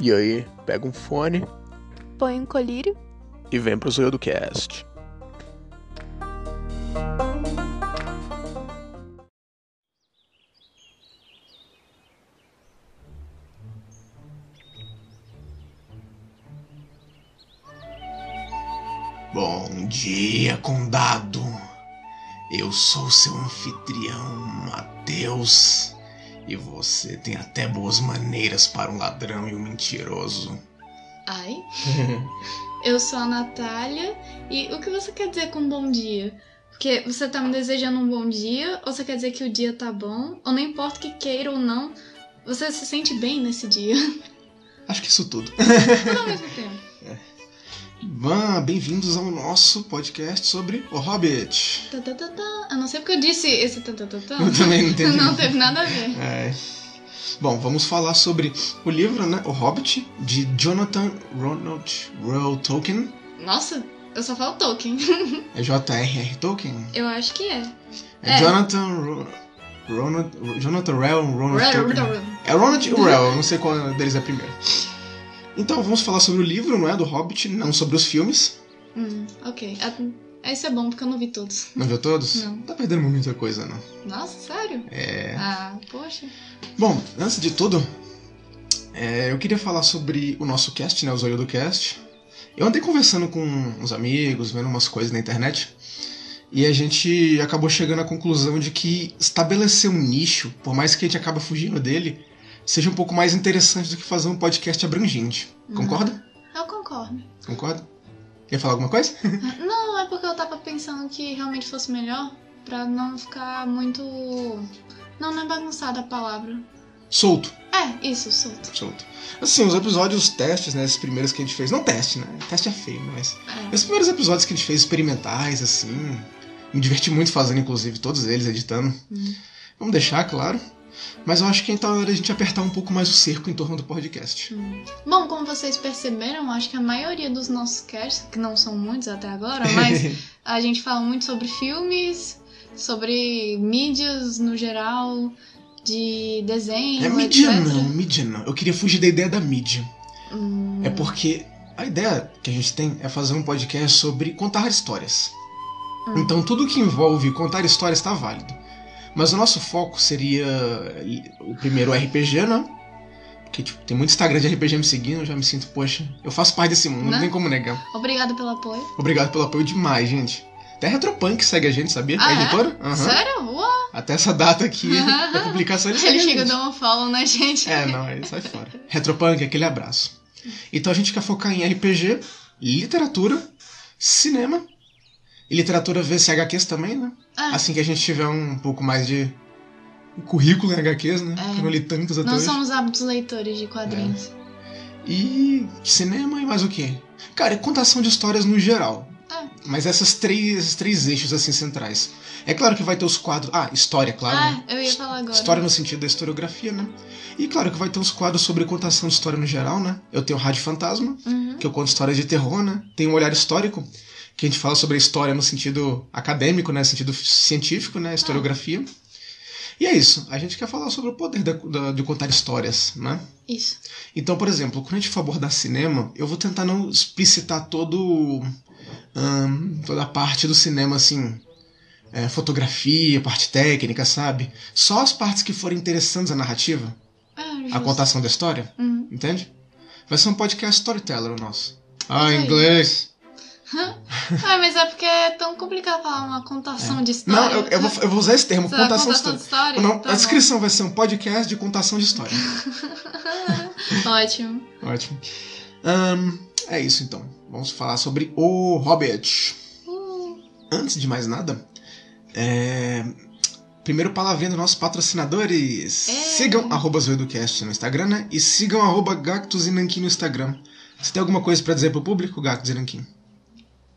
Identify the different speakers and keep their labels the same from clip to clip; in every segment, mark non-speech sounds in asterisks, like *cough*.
Speaker 1: E aí, pega um fone
Speaker 2: Põe um colírio.
Speaker 1: e vem pro Zoio do Cast. Bom dia, condado. Eu sou seu anfitrião, Mateus, e você tem até boas maneiras para um ladrão e um mentiroso.
Speaker 3: Ai. Eu sou a Natália. E o que você quer dizer com bom dia? Porque você tá me desejando um bom dia, ou você quer dizer que o dia tá bom, ou não importa o que queira ou não, você se sente bem nesse dia. *laughs*
Speaker 1: Acho que isso tudo.
Speaker 3: Tudo ao mesmo tempo.
Speaker 1: Van, bem-vindos ao nosso podcast sobre o Hobbit.
Speaker 3: Tá, tá, tá, tá. A não ser porque eu disse esse tá, tá, tá, tá.
Speaker 1: Eu
Speaker 3: *laughs*
Speaker 1: também não entendi.
Speaker 3: Não teve nada a ver.
Speaker 1: É. Bom, vamos falar sobre o livro, né? O Hobbit, de Jonathan Ronald Roe Tolkien.
Speaker 3: Nossa, eu só falo Tolkien.
Speaker 1: É J.R.R. Tolkien?
Speaker 3: *laughs* Eu acho que é.
Speaker 1: É,
Speaker 3: É.
Speaker 1: Jonathan Ro... Ronald... Ro- Jonathan Roe Ronald Tolkien.
Speaker 3: Rarararara.
Speaker 1: É Ronald e Roe, eu não sei qual deles é primeiro. Então, vamos falar sobre o livro, não é? Do Hobbit, não sobre os filmes.
Speaker 3: Hum, ok. Ah, Isso é bom, porque eu não vi todos.
Speaker 1: Não viu todos?
Speaker 3: Não.
Speaker 1: Tá perdendo muita coisa, não.
Speaker 3: Nossa, sério?
Speaker 1: É...
Speaker 3: Ah, poxa.
Speaker 1: Bom, antes de tudo, é, eu queria falar sobre o nosso cast, né? O Zoio do Cast. Eu andei conversando com uns amigos, vendo umas coisas na internet, e a gente acabou chegando à conclusão de que estabelecer um nicho, por mais que a gente acabe fugindo dele, seja um pouco mais interessante do que fazer um podcast abrangente.
Speaker 3: Uhum.
Speaker 1: Concorda?
Speaker 3: Eu concordo.
Speaker 1: Concorda? Quer falar alguma coisa?
Speaker 3: Não, é porque eu tava pensando que realmente fosse melhor pra não ficar muito. Não, não é bagunçada a palavra.
Speaker 1: Solto.
Speaker 3: É, isso, solto.
Speaker 1: solto. Assim, os episódios, os testes, né? Esses primeiros que a gente fez. Não teste, né? Teste é feio, mas.
Speaker 3: É.
Speaker 1: Os primeiros episódios que a gente fez experimentais, assim. Me diverti muito fazendo, inclusive, todos eles, editando.
Speaker 3: Hum.
Speaker 1: Vamos deixar, claro. Mas eu acho que então é hora de a gente apertar um pouco mais o cerco em torno do podcast.
Speaker 3: Bom, como vocês perceberam, acho que a maioria dos nossos casts, que não são muitos
Speaker 1: *laughs*
Speaker 3: até agora,
Speaker 1: É
Speaker 3: mas a gente fala muito sobre filmes, sobre mídias no geral, de desenho,
Speaker 1: é mídia
Speaker 3: etc.
Speaker 1: não, mídia não. Eu queria fugir da ideia da mídia.
Speaker 3: Hum,
Speaker 1: É porque a ideia que a gente tem é fazer um podcast sobre contar histórias.
Speaker 3: Hum.
Speaker 1: Então tudo que envolve contar histórias está válido. Mas o nosso foco seria o primeiro RPG, né? Porque tipo, tem muito Instagram de RPG me seguindo, eu já me sinto, poxa, eu faço parte desse mundo, não,
Speaker 3: Né?
Speaker 1: tem como negar.
Speaker 3: Obrigada pelo apoio.
Speaker 1: Obrigado pelo apoio demais, gente. Até a Retropunk segue a gente, sabia?
Speaker 3: Ah,
Speaker 1: a
Speaker 3: é?
Speaker 1: editora? Aham.
Speaker 3: Sério? Uau!
Speaker 1: Até essa data aqui
Speaker 3: Aham.
Speaker 1: da publicação
Speaker 3: *laughs*
Speaker 1: ele segue
Speaker 3: Ele
Speaker 1: a
Speaker 3: chega
Speaker 1: gente.
Speaker 3: e dá uma follow, né, gente?
Speaker 1: É, não, aí sai fora. Retropunk, aquele abraço. Então a gente quer focar em RPG, literatura, cinema. E literatura vê se HQs também, né?
Speaker 3: Ah,
Speaker 1: Assim que a gente tiver um pouco mais de currículo em HQs, né?
Speaker 3: É.
Speaker 1: Porque eu não li tantas até
Speaker 3: Não
Speaker 1: hoje.
Speaker 3: somos hábitos leitores de quadrinhos.
Speaker 1: E cinema e mais o quê? Cara, é contação de histórias no geral.
Speaker 3: É.
Speaker 1: Mas essas três, esses três eixos assim centrais. É claro que vai ter os quadros. Ah, história, claro. né?
Speaker 3: ah, eu ia falar agora.
Speaker 1: História no sentido da historiografia, né? E claro que vai ter uns quadros sobre contação de história no geral, né? Eu tenho Rádio Fantasma,
Speaker 3: Uhum.
Speaker 1: que eu conto histórias de terror, né? Tem um olhar histórico, que a gente fala sobre a história no sentido acadêmico, né? Sentido científico, né? Historiografia. E é isso. A gente quer falar sobre o poder da- da- de contar histórias, né?
Speaker 3: Isso.
Speaker 1: Então, por exemplo, quando a gente for abordar cinema, eu vou tentar não explicitar todo ahn, toda a parte do cinema, assim, é, fotografia, parte técnica, sabe? Só as partes que forem interessantes à narrativa,
Speaker 3: Ah,
Speaker 1: à
Speaker 3: justo.
Speaker 1: contação da história,
Speaker 3: Uhum.
Speaker 1: entende? Vai ser um podcast storyteller o nosso. Ah,
Speaker 3: Aí.
Speaker 1: inglês.
Speaker 3: Ah, mas é porque é tão complicado falar uma contação de
Speaker 1: É. Não,
Speaker 3: história.
Speaker 1: eu, eu vou, eu vou usar esse termo,
Speaker 3: Sabe,
Speaker 1: contação de
Speaker 3: contação
Speaker 1: história.
Speaker 3: de história?
Speaker 1: Não,
Speaker 3: Tá
Speaker 1: a
Speaker 3: bom.
Speaker 1: descrição vai ser um podcast de contação de história.
Speaker 3: *laughs* Ótimo.
Speaker 1: Ótimo. Ahn, é isso então. Vamos falar sobre o Hobbit.
Speaker 3: Uh,
Speaker 1: Antes de mais nada, é... primeiro palavrinha dos nossos patrocinadores.
Speaker 3: É.
Speaker 1: Sigam arroba ZoedoCast no Instagram, né? E sigam arroba Gactus e Nankin no Instagram. Você tem alguma coisa pra dizer pro público, Gactus e Nankin?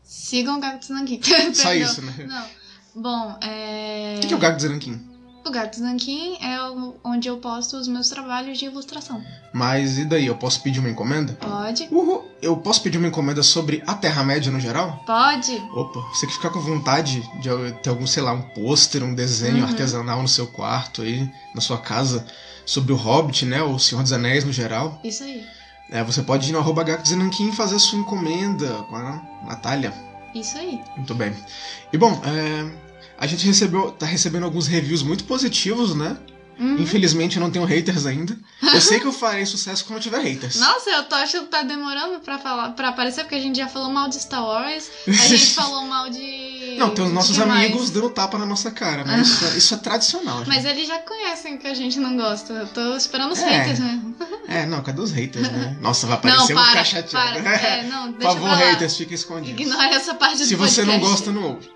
Speaker 3: sigam o Gato *laughs* Nankin.
Speaker 1: Só
Speaker 3: Perdão.
Speaker 1: isso, né?
Speaker 3: Não. Bom, é.
Speaker 1: O que que é o Gactus e Nankin?
Speaker 3: o Gato Nankin é o- onde eu posto os meus trabalhos de ilustração.
Speaker 1: Mas e daí? Eu posso pedir uma encomenda?
Speaker 3: Pode?
Speaker 1: Uhul! Eu posso pedir uma encomenda sobre a Terra-média no geral?
Speaker 3: Pode?
Speaker 1: Opa, você que ficar com vontade de ter algum, sei lá, um pôster, um desenho
Speaker 3: Uhum.
Speaker 1: artesanal no seu quarto aí, na sua casa, sobre o Hobbit, né? Ou o Senhor dos Anéis no geral.
Speaker 3: Isso aí.
Speaker 1: É, você pode ir no arroba Gakuzenankin fazer a sua encomenda com a Natália.
Speaker 3: Isso aí.
Speaker 1: Muito bem. E bom, é, a gente recebeu, tá recebendo alguns reviews muito positivos, né?
Speaker 3: Uhum.
Speaker 1: Infelizmente eu não tenho haters ainda. Eu sei que eu farei sucesso quando eu tiver haters.
Speaker 3: Nossa, eu tô achando que tá demorando pra, falar, pra aparecer, porque a gente já falou mal de Star Wars, *laughs*
Speaker 1: *laughs*
Speaker 3: a gente falou mal de.
Speaker 1: Não, tem
Speaker 3: *laughs*
Speaker 1: os
Speaker 3: de
Speaker 1: nossos
Speaker 3: que mais?
Speaker 1: amigos dando tapa na nossa cara, mas isso, é- isso é tradicional. gente.
Speaker 3: Mas eles já conhecem que a gente não gosta. Eu tô esperando os
Speaker 1: É.
Speaker 3: haters mesmo.
Speaker 1: É, não, cadê os haters,
Speaker 3: *laughs*
Speaker 1: né? Nossa, vai
Speaker 3: Não,
Speaker 1: aparecer, eu vou ficar *laughs*
Speaker 3: para,
Speaker 1: chateado.
Speaker 3: para. É, não,
Speaker 1: Por
Speaker 3: deixa
Speaker 1: favor,
Speaker 3: pra lá.
Speaker 1: haters, fica escondido.
Speaker 3: Ignora essa parte
Speaker 1: Se
Speaker 3: do
Speaker 1: você não
Speaker 3: podcast.
Speaker 1: gosta, não ouve.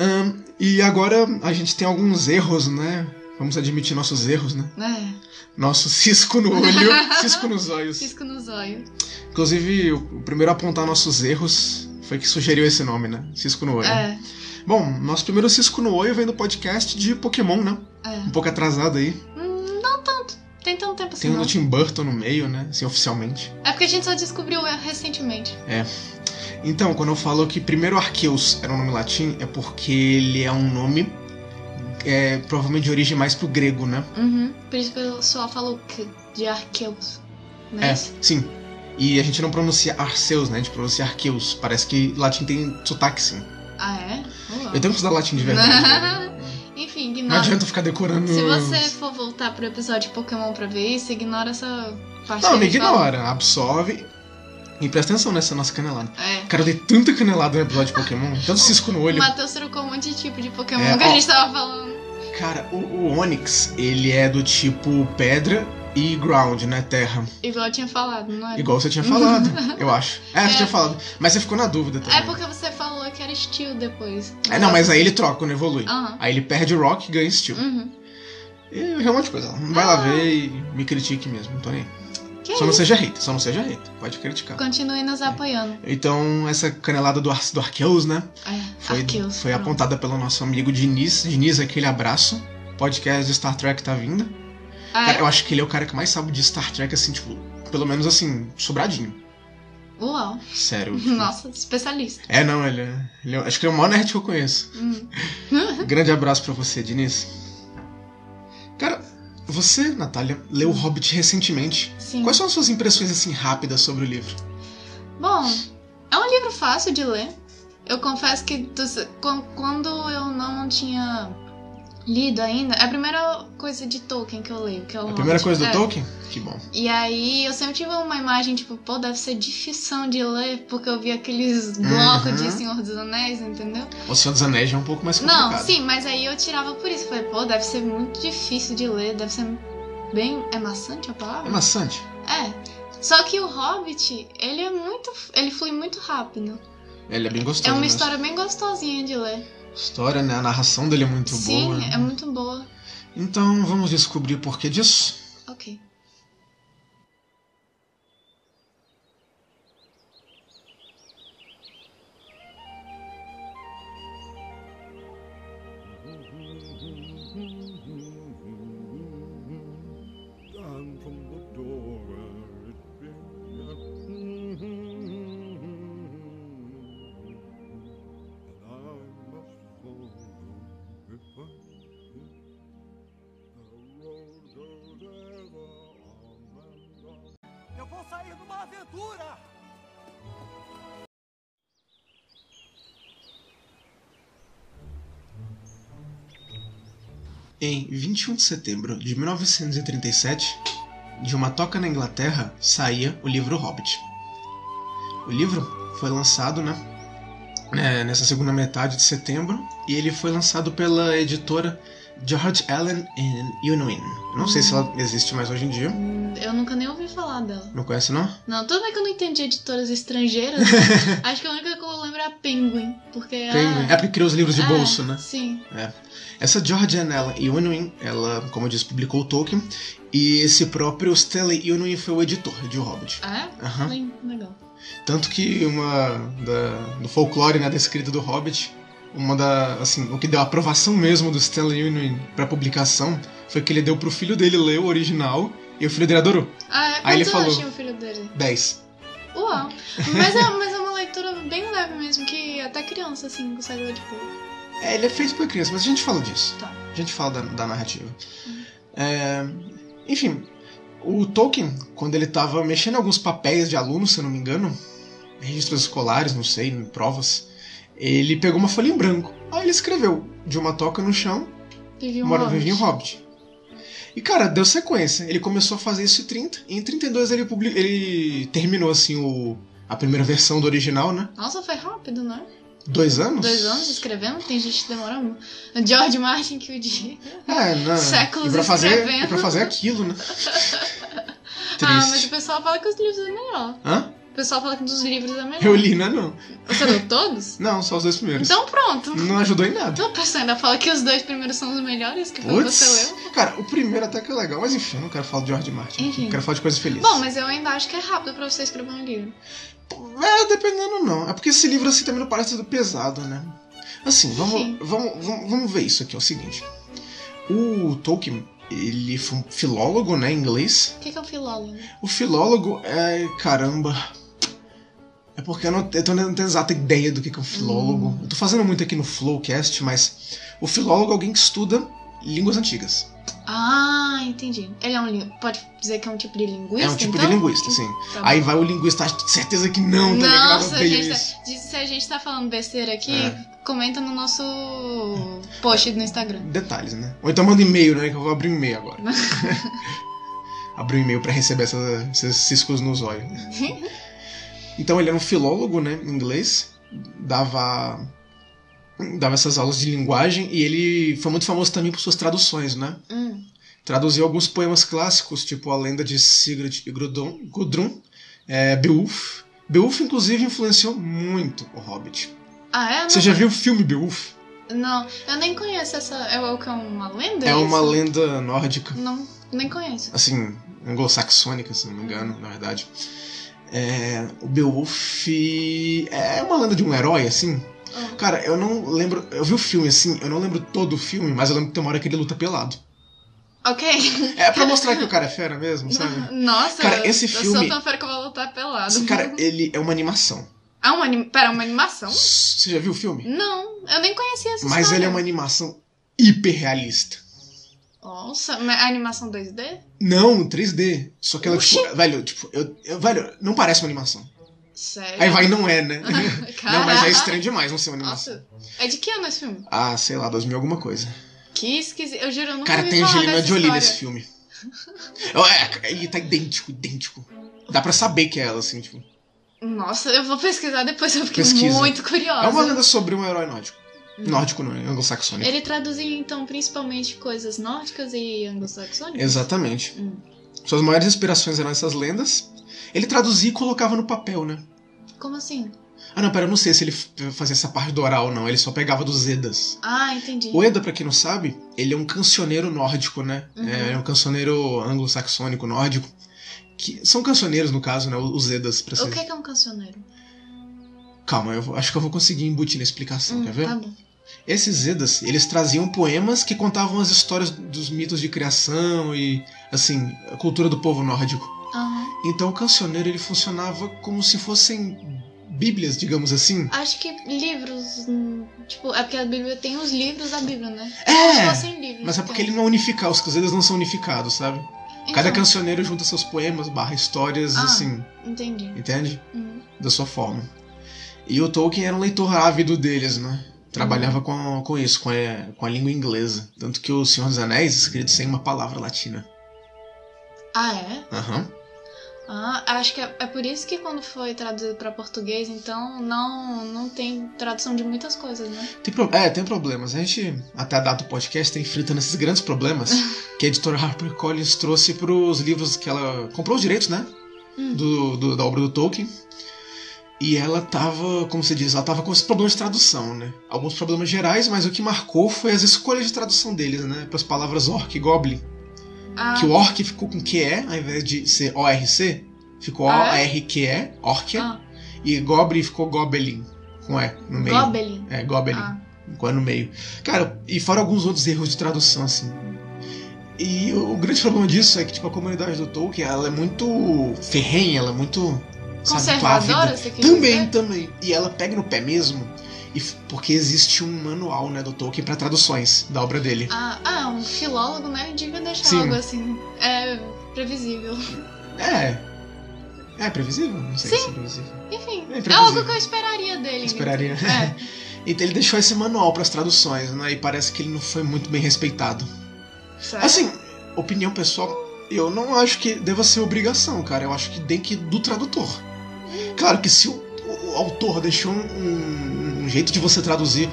Speaker 1: Ahn, e agora a gente tem alguns erros, né? Vamos admitir nossos erros, né?
Speaker 3: É,
Speaker 1: Nosso cisco no olho,
Speaker 3: *laughs*
Speaker 1: cisco nos olhos.
Speaker 3: cisco nos olhos.
Speaker 1: Inclusive, o o primeiro a apontar nossos erros foi que sugeriu esse nome, né? Cisco no olho.
Speaker 3: É,
Speaker 1: Bom, nosso primeiro cisco no olho vem do podcast de Pokémon, né? Um
Speaker 3: é.
Speaker 1: pouco atrasado aí.
Speaker 3: Hum, Não tanto. Tem tanto tempo assim,
Speaker 1: Tem um o
Speaker 3: não.
Speaker 1: do Tim Burton no meio, né? Assim, oficialmente.
Speaker 3: É porque a gente só descobriu recentemente.
Speaker 1: Então, quando eu falo que primeiro Arceus era um nome latim, é porque ele é um nome é, provavelmente de origem mais pro grego, né?
Speaker 3: Uhum. Por isso que o pessoal falou que de arqueus. Não é
Speaker 1: É,
Speaker 3: isso?
Speaker 1: sim. E a gente não pronuncia Arceus, né? A gente pronuncia Arceus. Parece que latim tem sotaque, sim.
Speaker 3: Ah, é? Uau.
Speaker 1: Eu tenho que estudar latim de verdade. né?
Speaker 3: *laughs* Enfim,
Speaker 1: Não
Speaker 3: ignora.
Speaker 1: adianta eu ficar decorando.
Speaker 3: Se você
Speaker 1: os-
Speaker 3: for voltar pro episódio de Pokémon pra ver isso, ignora essa parte
Speaker 1: Não,
Speaker 3: que
Speaker 1: me
Speaker 3: a gente falou.
Speaker 1: ignora. Absorve. E presta atenção nessa nossa canelada.
Speaker 3: É.
Speaker 1: Cara, eu dei tanta canelada no episódio de Pokémon, tanto cisco no
Speaker 3: O
Speaker 1: olho.
Speaker 3: Matheus trocou um monte de tipo de Pokémon
Speaker 1: É,
Speaker 3: que a
Speaker 1: ó.
Speaker 3: gente tava falando.
Speaker 1: Cara, o, o Onix, ele é do tipo pedra e ground, né? Terra.
Speaker 3: Igual eu tinha falado, não é? era?
Speaker 1: Igual você tinha falado, eu
Speaker 3: *laughs*
Speaker 1: acho. É, você
Speaker 3: É.
Speaker 1: tinha falado. Mas você ficou na dúvida também.
Speaker 3: É porque você falou que era estilo depois.
Speaker 1: É, não, mas aí ele troca quando evolui.
Speaker 3: Aham.
Speaker 1: Aí ele perde o rock e ganha steel.
Speaker 3: Uhum.
Speaker 1: É um monte de coisa. Vai
Speaker 3: Ah.
Speaker 1: lá ver e me critique mesmo, não tô nem. aí.
Speaker 3: Que
Speaker 1: Só não
Speaker 3: isso?
Speaker 1: seja hater, só não seja hater. Pode criticar.
Speaker 3: Continue nos apoiando.
Speaker 1: Então, essa canelada do, Ar do Arqueus, né?
Speaker 3: É,
Speaker 1: Foi,
Speaker 3: Arceus,
Speaker 1: foi
Speaker 3: pronto.
Speaker 1: apontada pelo nosso amigo Diniz. Diniz, aquele abraço. Podcast de Star Trek tá vindo. Cara,
Speaker 3: É.
Speaker 1: eu acho que ele é o cara que mais sabe de Star Trek, assim, tipo, pelo menos assim, sobradinho.
Speaker 3: É, Uau. *laughs*
Speaker 1: Sério. tipo.
Speaker 3: Nossa, especialista.
Speaker 1: É, não, ele é, ele é- Acho que ele é o maior nerd que eu conheço.
Speaker 3: Hum.
Speaker 1: Grande abraço pra você, Diniz. Cara, você, Natália, leu o Hobbit recentemente.
Speaker 3: Hum. Sim.
Speaker 1: Quais são as suas impressões, assim, rápidas sobre o livro?
Speaker 3: Bom, é um livro fácil de ler. Eu confesso que dos- quan- quando eu não tinha lido ainda, é a primeira coisa de Tolkien que eu leio, que é o
Speaker 1: A
Speaker 3: Hobbit.
Speaker 1: primeira coisa do
Speaker 3: É.
Speaker 1: Tolkien? Que bom.
Speaker 3: E aí eu sempre tive uma imagem, tipo, pô, deve ser dificção de ler, porque eu vi aqueles
Speaker 1: Uhum.
Speaker 3: blocos de Senhor dos Anéis, entendeu?
Speaker 1: O Senhor dos Anéis já é um pouco mais complicado.
Speaker 3: Não, sim, mas aí eu tirava por isso. Falei, pô, deve ser muito difícil de ler, deve ser bem. É maçante a
Speaker 1: É
Speaker 3: palavra?
Speaker 1: maçante.
Speaker 3: É. Só que o Hobbit, ele é muito. ele flui muito rápido.
Speaker 1: Ele é bem gostoso.
Speaker 3: É uma
Speaker 1: mesmo.
Speaker 3: história bem gostosinha de ler.
Speaker 1: História, né? A narração dele é muito
Speaker 3: Sim,
Speaker 1: boa.
Speaker 3: é muito boa.
Speaker 1: Então, vamos descobrir o porquê disso.
Speaker 3: Ok.
Speaker 4: Down from the door where it began. And I must follow if I The road goes ever on and on.
Speaker 5: Eu vou sair numa aventura!
Speaker 1: Em 21 de setembro de 1937, de uma toca na Inglaterra saía o livro Hobbit. O livro foi lançado né, né, nessa segunda metade de setembro e ele foi lançado pela editora George Allen and Unwin. Não sei se ela existe mais hoje em dia.
Speaker 3: Hum, Eu nunca nem ouvi falar dela.
Speaker 1: Não conhece, não?
Speaker 3: Não, tudo bem que eu não entendi editoras estrangeiras. né?
Speaker 1: *laughs*
Speaker 3: Acho que a única que eu lembro é a Penguin. Porque a...
Speaker 1: Penguin. É porque criou os livros de
Speaker 3: É,
Speaker 1: bolso, né?
Speaker 3: Sim.
Speaker 1: Essa George Anella Unwin, ela, como eu disse, publicou o Tolkien e esse próprio Stanley Unwin foi o editor de O Hobbit.
Speaker 3: Ah,
Speaker 1: Aham.
Speaker 3: é? Bem Legal.
Speaker 1: Tanto que uma da- do folclore, né, da escrita do Hobbit, uma da, assim, o que deu a aprovação mesmo do Stanley Unwin pra publicação foi que ele deu pro filho dele ler o original e o filho dele adorou.
Speaker 3: Ah, é.
Speaker 1: Aí ele
Speaker 3: Quantos
Speaker 1: falou.
Speaker 3: anos tinha o filho dele?
Speaker 1: 10.
Speaker 3: Uau. Mas é, mas é uma leitura bem leve mesmo, que até criança, assim, consegue ler, tipo...
Speaker 1: É, ele é feito pra criança, mas a gente fala disso.
Speaker 3: Tá.
Speaker 1: A gente fala da, da narrativa. É, enfim, O Tolkien, quando ele estava mexendo em alguns papéis de aluno, se eu não me engano, registros escolares, não sei, em provas, ele pegou uma folha em branco. Aí ele escreveu: De uma toca no chão,
Speaker 3: Vivi um
Speaker 1: mora
Speaker 3: Hobbit.
Speaker 1: Virgin Hobbit. E cara, deu sequência. Ele começou a fazer isso em 30, e em 32 ele, publi- ele terminou assim o... a primeira versão do original, né?
Speaker 3: Nossa, foi rápido, né?
Speaker 1: Dois anos?
Speaker 3: Dois anos escrevendo, tem gente demorando. George Martin que o dia.
Speaker 1: É, né?
Speaker 3: *laughs* Séculos
Speaker 1: e pra fazer,
Speaker 3: escrevendo.
Speaker 1: e pra fazer aquilo, né?
Speaker 3: *laughs*
Speaker 1: *laughs*
Speaker 3: Ah, mas o
Speaker 1: Triste.
Speaker 3: pessoal fala que os livros é melhor.
Speaker 1: Hã?
Speaker 3: O pessoal fala que dos livros é melhor.
Speaker 1: Eu li, né? Não.
Speaker 3: Você leu todos?
Speaker 1: Não, só os dois primeiros.
Speaker 3: Então pronto.
Speaker 1: Não ajudou em nada.
Speaker 3: Então a pessoa ainda fala que os dois primeiros são os melhores, que foi o que você
Speaker 1: Putz.
Speaker 3: leu.
Speaker 1: Cara, o primeiro até que é legal, mas enfim, eu não quero falar de George Martin.
Speaker 3: Enfim.
Speaker 1: Eu quero falar de coisas felizes.
Speaker 3: Bom, mas eu ainda acho que é rápido pra você escrever um livro.
Speaker 1: É, dependendo não. É porque esse livro assim também não parece do pesado, né? Assim, vamos,
Speaker 3: Sim.
Speaker 1: vamos, vamos, vamos ver isso aqui, é o seguinte. O Tolkien, ele foi um filólogo, né, em inglês.
Speaker 3: O que, que é um filólogo?
Speaker 1: O filólogo é. caramba. É porque eu não, eu tô- não tenho exata ideia do que que é um filólogo.
Speaker 3: Hum.
Speaker 1: Eu tô fazendo muito aqui no Flowcast, mas o filólogo é alguém que estuda línguas antigas.
Speaker 3: Ah, entendi. Ele é um lin- Pode dizer que é um tipo de linguista?
Speaker 1: é um tipo
Speaker 3: então?
Speaker 1: de linguista, sim.
Speaker 3: Tá bom.
Speaker 1: Aí vai o linguista, ah, certeza que não, tá ligado? Eu
Speaker 3: Nossa,
Speaker 1: odeio
Speaker 3: gente, tá-
Speaker 1: isso.
Speaker 3: diz- se a gente tá falando besteira aqui,
Speaker 1: É.
Speaker 3: comenta no nosso post no Instagram. *laughs*
Speaker 1: Detalhes, né? Ou então manda e-mail, né? Que eu vou abrir um e-mail agora. *laughs* abrir um e-mail pra receber essas- esses ciscos nos olhos.
Speaker 3: Hum.
Speaker 1: Então ele era um filólogo, né, em inglês, dava dava essas aulas de linguagem e ele foi muito famoso também por suas traduções, né?
Speaker 3: Hum,
Speaker 1: Traduziu alguns poemas clássicos, tipo A Lenda de Sigrid e Grudon- Gudrun, é, Beowulf. Beowulf, inclusive, influenciou muito o Hobbit.
Speaker 3: Ah, é? Não,
Speaker 1: Você já viu o filme Beowulf?
Speaker 3: Não, eu nem conheço essa. É o que é uma lenda?
Speaker 1: É
Speaker 3: isso?
Speaker 1: uma lenda nórdica,
Speaker 3: Não, nem conheço.
Speaker 1: assim, anglo-saxônica, se não me engano, na verdade. É, o Beowulf é uma lenda de um herói, assim,
Speaker 3: Ah,
Speaker 1: Cara, eu não lembro. Eu vi o filme assim, eu não lembro todo o filme, mas eu lembro que tem uma hora que ele luta pelado.
Speaker 3: Ok.
Speaker 1: É pra mostrar que o cara é fera mesmo, sabe?
Speaker 3: *laughs* Nossa,
Speaker 1: Cara, esse
Speaker 3: eu
Speaker 1: filme-
Speaker 3: sou tão fera que eu vou lutar pelado.
Speaker 1: Cara, ele é uma animação.
Speaker 3: É uma anim... Pera, uma animação?
Speaker 1: Você já viu o filme?
Speaker 3: Não, eu nem conhecia essa
Speaker 1: Mas ele é uma animação hiperrealista.
Speaker 3: Nossa, mas a animação 2D?
Speaker 1: Não, 3D. Só que ela,
Speaker 3: Oxi.
Speaker 1: tipo, velho, tipo, eu, eu- velho, não parece uma animação.
Speaker 3: Sério?
Speaker 1: Aí vai e não é,
Speaker 3: *laughs*
Speaker 1: né?
Speaker 3: Caraca.
Speaker 1: Não, mas é estranho demais não ser uma animação.
Speaker 3: Nossa, é de que ano esse filme?
Speaker 1: Ah, sei lá, 2000 alguma coisa.
Speaker 3: Que esquisito. Eu juro, eu nunca
Speaker 1: Cara,
Speaker 3: ouvi
Speaker 1: tem
Speaker 3: falar
Speaker 1: Angelina
Speaker 3: dessa
Speaker 1: Jolie
Speaker 3: história.
Speaker 1: nesse filme. É, ele tá idêntico, idêntico. Dá pra saber que é ela, assim, tipo.
Speaker 3: Nossa, eu vou pesquisar depois, eu fiquei
Speaker 1: Pesquisa.
Speaker 3: muito curiosa.
Speaker 1: É uma lenda sobre um herói nórdico.
Speaker 3: Hum.
Speaker 1: Nórdico não, é anglo-saxônico.
Speaker 3: Ele traduzia, então, principalmente coisas nórdicas e anglo-saxônicas?
Speaker 1: Exatamente.
Speaker 3: Hum.
Speaker 1: Suas maiores inspirações eram essas lendas. Ele traduzia e colocava no papel, né?
Speaker 3: Como assim?
Speaker 1: Ah, não, pera, eu não sei se ele f- fazia essa parte do oral, não. Ele só pegava dos Edas.
Speaker 3: Ah, entendi.
Speaker 1: O Eda, pra quem não sabe, ele é um cancioneiro nórdico, né?
Speaker 3: Uhum.
Speaker 1: É, é um cancioneiro anglo-saxônico nórdico. Que são cancioneiros, no caso, né? Os Edas, pra
Speaker 3: O
Speaker 1: ser.
Speaker 3: que é, que é um cancioneiro?
Speaker 1: Calma, eu vou- acho que eu vou conseguir embutir na explicação,
Speaker 3: Hum,
Speaker 1: quer ver?
Speaker 3: Tá bom.
Speaker 1: Esses Edas, eles traziam poemas que contavam as histórias dos mitos de criação e, assim, a cultura do povo nórdico.
Speaker 3: Aham.
Speaker 1: Então o cancioneiro ele funcionava como se fossem bíblias, digamos assim.
Speaker 3: Acho que livros. hum, Tipo, é porque a Bíblia tem os livros da Bíblia, né?
Speaker 1: É!
Speaker 3: Como se fossem livros.
Speaker 1: Mas é porque ele
Speaker 3: então.
Speaker 1: não é unificado, os Edas não são unificados, sabe? Cada
Speaker 3: Então,
Speaker 1: cancioneiro junta seus poemas, barra histórias,
Speaker 3: Ah.
Speaker 1: assim,
Speaker 3: Entendi.
Speaker 1: entende?
Speaker 3: Hum.
Speaker 1: Da sua forma. E o Tolkien era um leitor ávido deles, né? Trabalhava com, com isso, com a, com a língua inglesa. Tanto que o Senhor dos Anéis é escrito sem uma palavra latina.
Speaker 3: Ah, é?
Speaker 1: Aham.
Speaker 3: Ah, acho que é, é por isso que quando foi traduzido pra português, então não, não tem tradução de muitas coisas, né?
Speaker 1: Tem pro- É, tem problemas. A gente, até a data do podcast, tá enfrentando esses grandes problemas que a editora HarperCollins trouxe pros livros que ela comprou os direitos, né?
Speaker 3: Hum.
Speaker 1: Do, do- da obra do Tolkien. E ela tava, como se diz, ela tava com esses problemas de tradução, né? Alguns problemas gerais, mas o que marcou foi as escolhas de tradução deles, né? Para as palavras orc e goblin.
Speaker 3: Ah,
Speaker 1: Que o orc ficou com QE, ao invés de ser ORC, ficou
Speaker 3: Ah, é?
Speaker 1: O-R-Q-E, orc.
Speaker 3: ah,
Speaker 1: E goblin ficou gobelin, com E no meio.
Speaker 3: Gobelin.
Speaker 1: É, goblin.
Speaker 3: Ah,
Speaker 1: Qual é no meio. Cara, e fora alguns outros erros de tradução, assim. E o o grande problema disso é que, tipo, a comunidade do Tolkien, ela é muito ferrenha, ela é muito... sabe,
Speaker 3: conservadora, assim, né?
Speaker 1: ávida.
Speaker 3: você quer
Speaker 1: Também,
Speaker 3: dizer?
Speaker 1: também. E ela pega no pé mesmo, e f- porque existe um manual, né, do Tolkien pra traduções da obra dele.
Speaker 3: é Ah, ah, um filólogo, né? Devia deixar
Speaker 1: Sim.
Speaker 3: algo assim. É, Previsível.
Speaker 1: É. É previsível? Não sei
Speaker 3: Sim.
Speaker 1: se é previsível.
Speaker 3: Enfim,
Speaker 1: É
Speaker 3: é, algo
Speaker 1: previsível.
Speaker 3: que eu esperaria dele.
Speaker 1: Esperaria.
Speaker 3: É.
Speaker 1: *laughs* Então ele deixou esse manual para as traduções, né? E parece que ele não foi muito bem respeitado.
Speaker 3: Sabe?
Speaker 1: Assim, opinião pessoal, eu não acho que deva ser obrigação, cara. Eu acho que tem que ir do tradutor.
Speaker 3: Hum.
Speaker 1: Claro que se o, o- o autor deixou um, um- um jeito de você traduzir,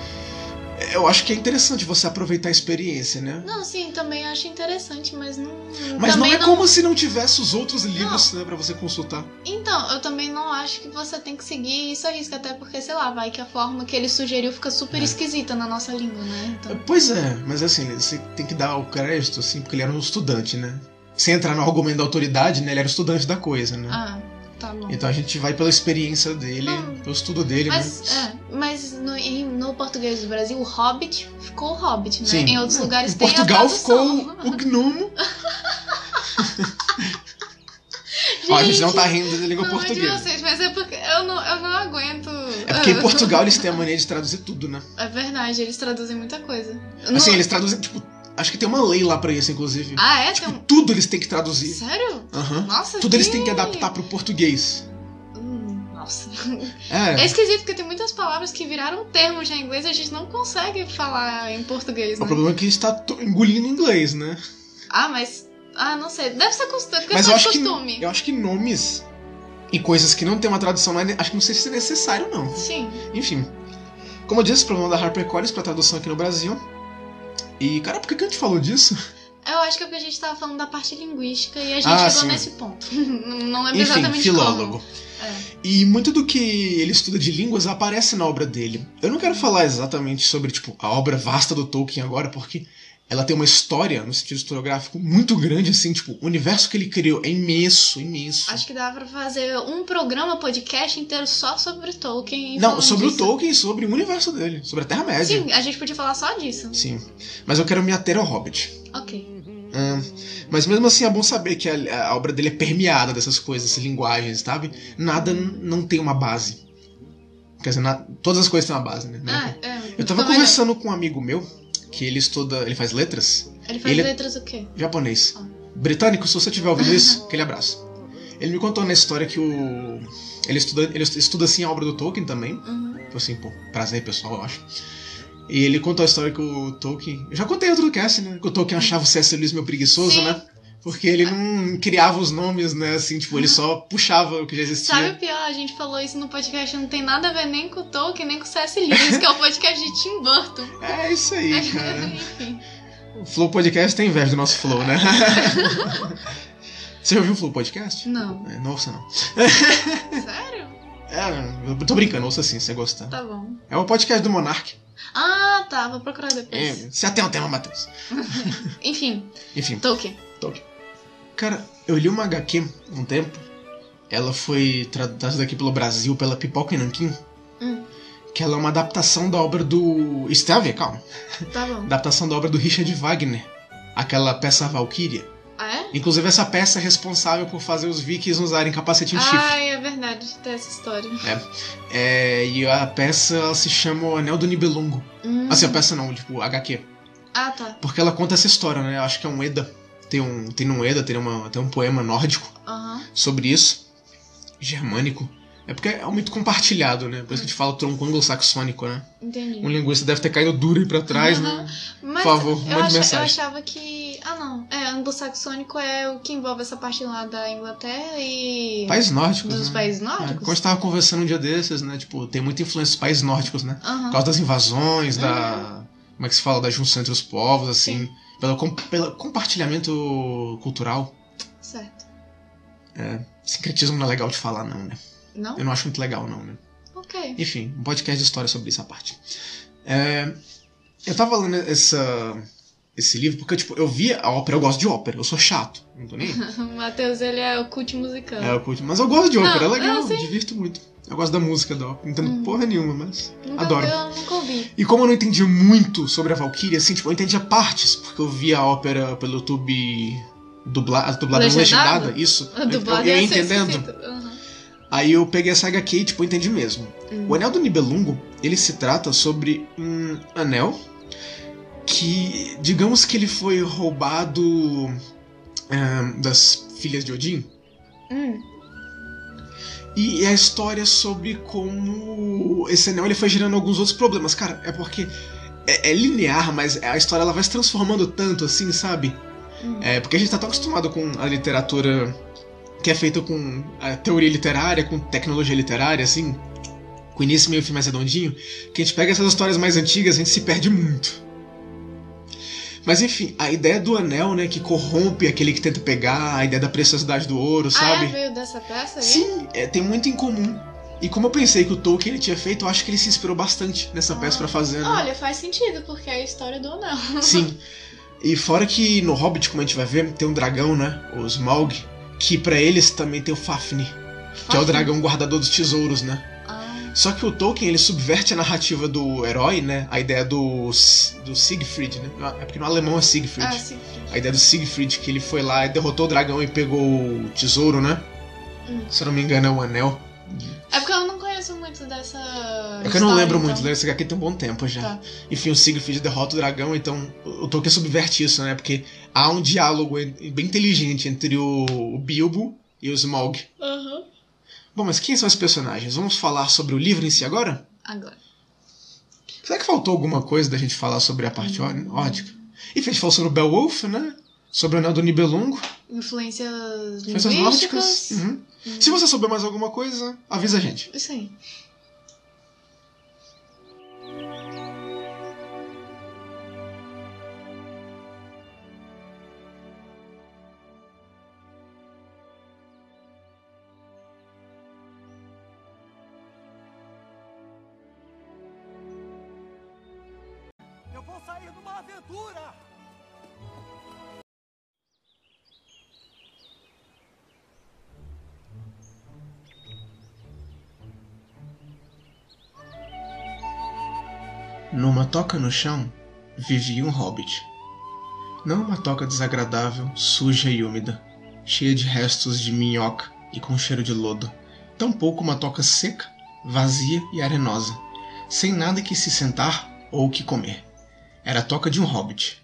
Speaker 1: eu acho que é interessante você aproveitar a experiência, né?
Speaker 3: Não, sim, também acho interessante, mas não.
Speaker 1: Mas não
Speaker 3: também
Speaker 1: é como se não tivesse os outros livros né, para você consultar.
Speaker 3: Então, eu também não acho que você tem que seguir isso a risco, até porque, sei lá, vai que a forma que ele sugeriu fica
Speaker 1: É.
Speaker 3: super esquisita na nossa língua, né? Então.
Speaker 1: Pois é, mas assim, você tem que dar o crédito, assim, porque ele era um estudante, né? Sem entrar no argumento da autoridade, né? Ele era estudante da coisa, né?
Speaker 3: Ah, tá bom.
Speaker 1: Então a gente vai pela experiência dele,
Speaker 3: Não.
Speaker 1: pelo estudo dele, né?
Speaker 3: Mas, é, mas no, em- no português do Brasil, o Hobbit ficou o Hobbit, né?
Speaker 1: Sim.
Speaker 3: Em outros
Speaker 1: É,
Speaker 3: lugares
Speaker 1: em
Speaker 3: tem
Speaker 1: Portugal
Speaker 3: a tradução.
Speaker 1: ficou o gnomo.
Speaker 3: *laughs*
Speaker 1: Ó, a gente não tá rindo da língua
Speaker 3: não é de
Speaker 1: portuguesa.
Speaker 3: vocês, mas é porque eu não, eu não aguento.
Speaker 1: É porque em Portugal eles têm a mania de traduzir tudo, né?
Speaker 3: *laughs* É verdade, eles traduzem muita coisa. Eu
Speaker 1: Assim,
Speaker 3: não-
Speaker 1: eles traduzem, tipo, acho que tem uma lei lá pra isso, inclusive.
Speaker 3: Ah, é?
Speaker 1: Tipo,
Speaker 3: Tem um-
Speaker 1: tudo eles têm que traduzir.
Speaker 3: Sério?
Speaker 1: Aham.
Speaker 3: Nossa,
Speaker 1: Tudo eles têm que adaptar pro português.
Speaker 3: Hum, nossa. É.
Speaker 1: É.
Speaker 3: esquisito porque tem muitas palavras que viraram termos já em inglês e a gente não consegue falar em português,
Speaker 1: O
Speaker 3: né?
Speaker 1: problema é que a gente tá to- engolindo inglês, né?
Speaker 3: Ah, mas. Ah, não sei. Deve ser costume.
Speaker 1: Mas
Speaker 3: Questão
Speaker 1: eu
Speaker 3: de
Speaker 1: acho, que,
Speaker 3: costume.
Speaker 1: eu acho que nomes e coisas que não tem uma tradução, não é ne- acho que não sei se é necessário, não.
Speaker 3: Sim.
Speaker 1: Enfim. Como eu disse, o problema da HarperCollins pra tradução aqui no Brasil. E, cara, por que, que a gente falou disso?
Speaker 3: Eu acho que é porque a gente tava falando da parte linguística e a gente
Speaker 1: Ah,
Speaker 3: chegou
Speaker 1: sim.
Speaker 3: nesse ponto. *laughs* Não não lembro
Speaker 1: Enfim,
Speaker 3: exatamente
Speaker 1: filólogo.
Speaker 3: como. É.
Speaker 1: E muito do que ele estuda de línguas aparece na obra dele. Eu não quero falar exatamente sobre, tipo, a obra vasta do Tolkien agora, porque ela tem uma história, no sentido historiográfico, muito grande, assim, tipo, o universo que ele criou é imenso, imenso.
Speaker 3: Acho que dá pra fazer um programa, podcast inteiro só sobre Tolkien. e
Speaker 1: não,
Speaker 3: falando
Speaker 1: sobre
Speaker 3: disso.
Speaker 1: o Tolkien é, e sobre o universo dele, sobre a Terra-média.
Speaker 3: Sim, a gente podia falar só disso.
Speaker 1: Sim. Mas eu quero me ater ao Hobbit.
Speaker 3: Ok.
Speaker 1: Ahn, mas mesmo assim é bom saber que a, a obra dele é permeada dessas coisas, essas linguagens, sabe? Nada n- não tem uma base. Quer dizer, na- todas as coisas têm uma base, né?
Speaker 3: Ah, é.
Speaker 1: Eu tava
Speaker 3: então,
Speaker 1: conversando com um amigo meu, que ele estuda. ele faz letras,
Speaker 3: Ele faz
Speaker 1: ele-
Speaker 3: letras o quê?
Speaker 1: japonês.
Speaker 3: Ah.
Speaker 1: Britânico, se você estiver ouvindo
Speaker 3: *laughs*
Speaker 1: isso, aquele abraço. Ele me contou na história que o. Ele estuda, ele estuda assim a obra do Tolkien também.
Speaker 3: Uhum.
Speaker 1: Tipo assim, pô, prazer pessoal, eu acho. E ele contou a história que o Tolkien. Eu já contei em outro cast, né? Que o Tolkien achava o C.S. Lewis meio preguiçoso,
Speaker 3: Sim.
Speaker 1: né? Porque ele não criava os nomes, né? Assim, tipo, ele só puxava o que já existia.
Speaker 3: Uhum. Sabe o pior? A gente falou isso no podcast, não tem nada a ver nem com o Tolkien, nem com o C.S. Lewis, que é o podcast de Tim Burton.
Speaker 1: É isso aí, cara.
Speaker 3: Enfim.
Speaker 1: O Flow Podcast tem inveja do nosso Flow,
Speaker 3: *laughs*
Speaker 1: né? Você já ouviu o Flow Podcast?
Speaker 3: Não.
Speaker 1: É, não ouça, não.
Speaker 3: Sério?
Speaker 1: É, eu tô brincando, ouça sim, se você gostar.
Speaker 3: Tá bom.
Speaker 1: É o podcast do Monark.
Speaker 3: Ah, tá. Vou procurar
Speaker 1: É,
Speaker 3: depois.
Speaker 1: você até um tema, Matheus.
Speaker 3: Enfim,
Speaker 1: Enfim.
Speaker 3: Tolkien.
Speaker 1: Cara, eu li uma HQ um tempo. Ela foi traduzida aqui pelo Brasil pela Pipoca e Nanquim.
Speaker 3: Hum.
Speaker 1: Que ela é uma adaptação da obra do. Isso tem a ver, calma.
Speaker 3: Tá bom.
Speaker 1: Adaptação da obra do Richard Wagner. Aquela peça Valkyria.
Speaker 3: Ah, é?
Speaker 1: Inclusive, essa peça é responsável por fazer os vikings usarem capacete em Um chifre.
Speaker 3: Ai, é verdade, tem essa história.
Speaker 1: É, e a peça ela se chama O Anel do Nibelungo.
Speaker 3: Hum.
Speaker 1: Assim, a peça não, tipo, HQ.
Speaker 3: Ah, tá.
Speaker 1: Porque ela conta essa história, né? Eu acho que é um Eda. Tem um, tem um Eda, tem, uma, tem um poema nórdico.
Speaker 3: Aham.
Speaker 1: sobre isso, germânico. É porque é muito compartilhado, né? Por isso que a gente fala tronco anglo-saxônico, né?
Speaker 3: Entendi.
Speaker 1: Um linguista deve ter caído duro aí pra trás, né?
Speaker 3: Mas
Speaker 1: Por favor,
Speaker 3: eu,
Speaker 1: mande
Speaker 3: acha-
Speaker 1: mensagem.
Speaker 3: eu achava que. Ah, não. É, anglo-saxônico é o que envolve essa parte lá da Inglaterra e.
Speaker 1: Países nórdicos,
Speaker 3: dos
Speaker 1: né?
Speaker 3: países
Speaker 1: É,
Speaker 3: nórdicos?
Speaker 1: quando a gente tava conversando um dia desses, né? Tipo, tem muita influência dos países nórdicos, né?
Speaker 3: Aham.
Speaker 1: Por causa das invasões, da... Como é que se fala? Da junção entre os povos, assim. Pelo, com- pelo compartilhamento cultural.
Speaker 3: Certo.
Speaker 1: Sincretismo não é legal de falar, não, né?
Speaker 3: Não?
Speaker 1: Eu não acho muito legal, não, né?
Speaker 3: Ok.
Speaker 1: Enfim, um podcast de história sobre essa parte. É, eu tava lendo essa, esse livro porque, tipo, eu via a ópera, eu gosto de ópera, eu sou chato, não tô nem. aí.
Speaker 3: O *laughs* Matheus, ele é o cult musical.
Speaker 1: É, eu curto, mas eu gosto de
Speaker 3: Não,
Speaker 1: ópera, é
Speaker 3: é
Speaker 1: legal,
Speaker 3: assim.
Speaker 1: me divirto muito. Eu gosto da música da ópera, não entendo
Speaker 3: Uhum.
Speaker 1: porra nenhuma, mas.
Speaker 3: nunca
Speaker 1: adoro.
Speaker 3: Eu nunca ouvi.
Speaker 1: E como eu não entendia muito sobre a Valkyria, assim, tipo, eu entendia partes, porque eu via a ópera pelo YouTube dubla, dublada não
Speaker 3: Legendado?
Speaker 1: legendada, isso.
Speaker 3: A
Speaker 1: *laughs* Eu-
Speaker 3: dublada
Speaker 1: eu, eu
Speaker 3: é
Speaker 1: ia
Speaker 3: essa,
Speaker 1: entendendo.
Speaker 3: esquisita. Aham.
Speaker 1: Aí eu peguei essa HQ e, tipo, eu entendi mesmo.
Speaker 3: Hum.
Speaker 1: O Anel do Nibelungo, ele se trata sobre um anel que, digamos que ele foi roubado eh, das Filhas de Odin.
Speaker 3: Hum.
Speaker 1: E é a história sobre como esse anel ele foi gerando alguns outros problemas. Cara, é porque é, é linear, mas a história ela vai se transformando tanto assim, sabe?
Speaker 3: Hum.
Speaker 1: É, porque a gente tá tão acostumado com a literatura que é feita com a teoria literária, com tecnologia literária, assim, com início, meio e fim mais redondinho, que a gente pega essas histórias mais antigas, a gente se perde muito. Mas enfim, a ideia do anel, né, que corrompe aquele que tenta pegar, a ideia da preciosidade do ouro,
Speaker 3: Ah,
Speaker 1: sabe?
Speaker 3: é, veio dessa peça aí?
Speaker 1: Sim, é, tem muito em comum. E como eu pensei que o Tolkien ele tinha feito, eu acho que ele se inspirou bastante nessa
Speaker 3: Ah.
Speaker 1: peça pra fazer, né?
Speaker 3: Olha, faz sentido, porque é a história do anel.
Speaker 1: Sim. E fora que no Hobbit, como a gente vai ver, tem um dragão, né? O Smaug, que pra eles também tem o Fafnir, que é o dragão guardador dos tesouros, né?
Speaker 3: Ah,
Speaker 1: Só que o Tolkien ele subverte a narrativa do herói, né? A ideia do, S- do Siegfried, né? É porque no alemão é Siegfried.
Speaker 3: ah, sim.
Speaker 1: A ideia do Siegfried, que ele foi lá e derrotou o dragão e pegou o tesouro, né?
Speaker 3: Hum.
Speaker 1: Se eu não me engano, é o anel.
Speaker 3: É porque eu não conheço muito dessa.
Speaker 1: É que eu não
Speaker 3: história,
Speaker 1: lembro
Speaker 3: então.
Speaker 1: muito, esse aqui tem um bom tempo já.
Speaker 3: Tá.
Speaker 1: Enfim, o Siegfried derrota o dragão, então o Tolkien subverte isso, né? Porque há um diálogo en- bem inteligente entre o o Bilbo e o Smaug.
Speaker 3: então. Aham.
Speaker 1: Bom, mas quem são esses personagens? Vamos falar sobre o livro em si agora?
Speaker 3: Agora.
Speaker 1: Será que faltou alguma coisa da gente falar sobre a parte
Speaker 3: Hum.
Speaker 1: órdica? órdica? Enfim, a gente falou sobre o Beowulf, né? Sobre o Anel do Nibelungo,
Speaker 3: Influências
Speaker 1: influências nórdicas.
Speaker 3: linguísticas. Hum.
Speaker 1: Uhum. Se você souber mais alguma coisa, avisa a gente.
Speaker 3: Isso aí.
Speaker 5: Eu vou sair numa aventura!
Speaker 1: Numa toca no chão vivia um hobbit. Não uma toca desagradável, suja e úmida, cheia de restos de minhoca e com cheiro de lodo. Tampouco uma toca seca, vazia e arenosa, sem nada que se sentar ou que comer. Era a toca de um hobbit.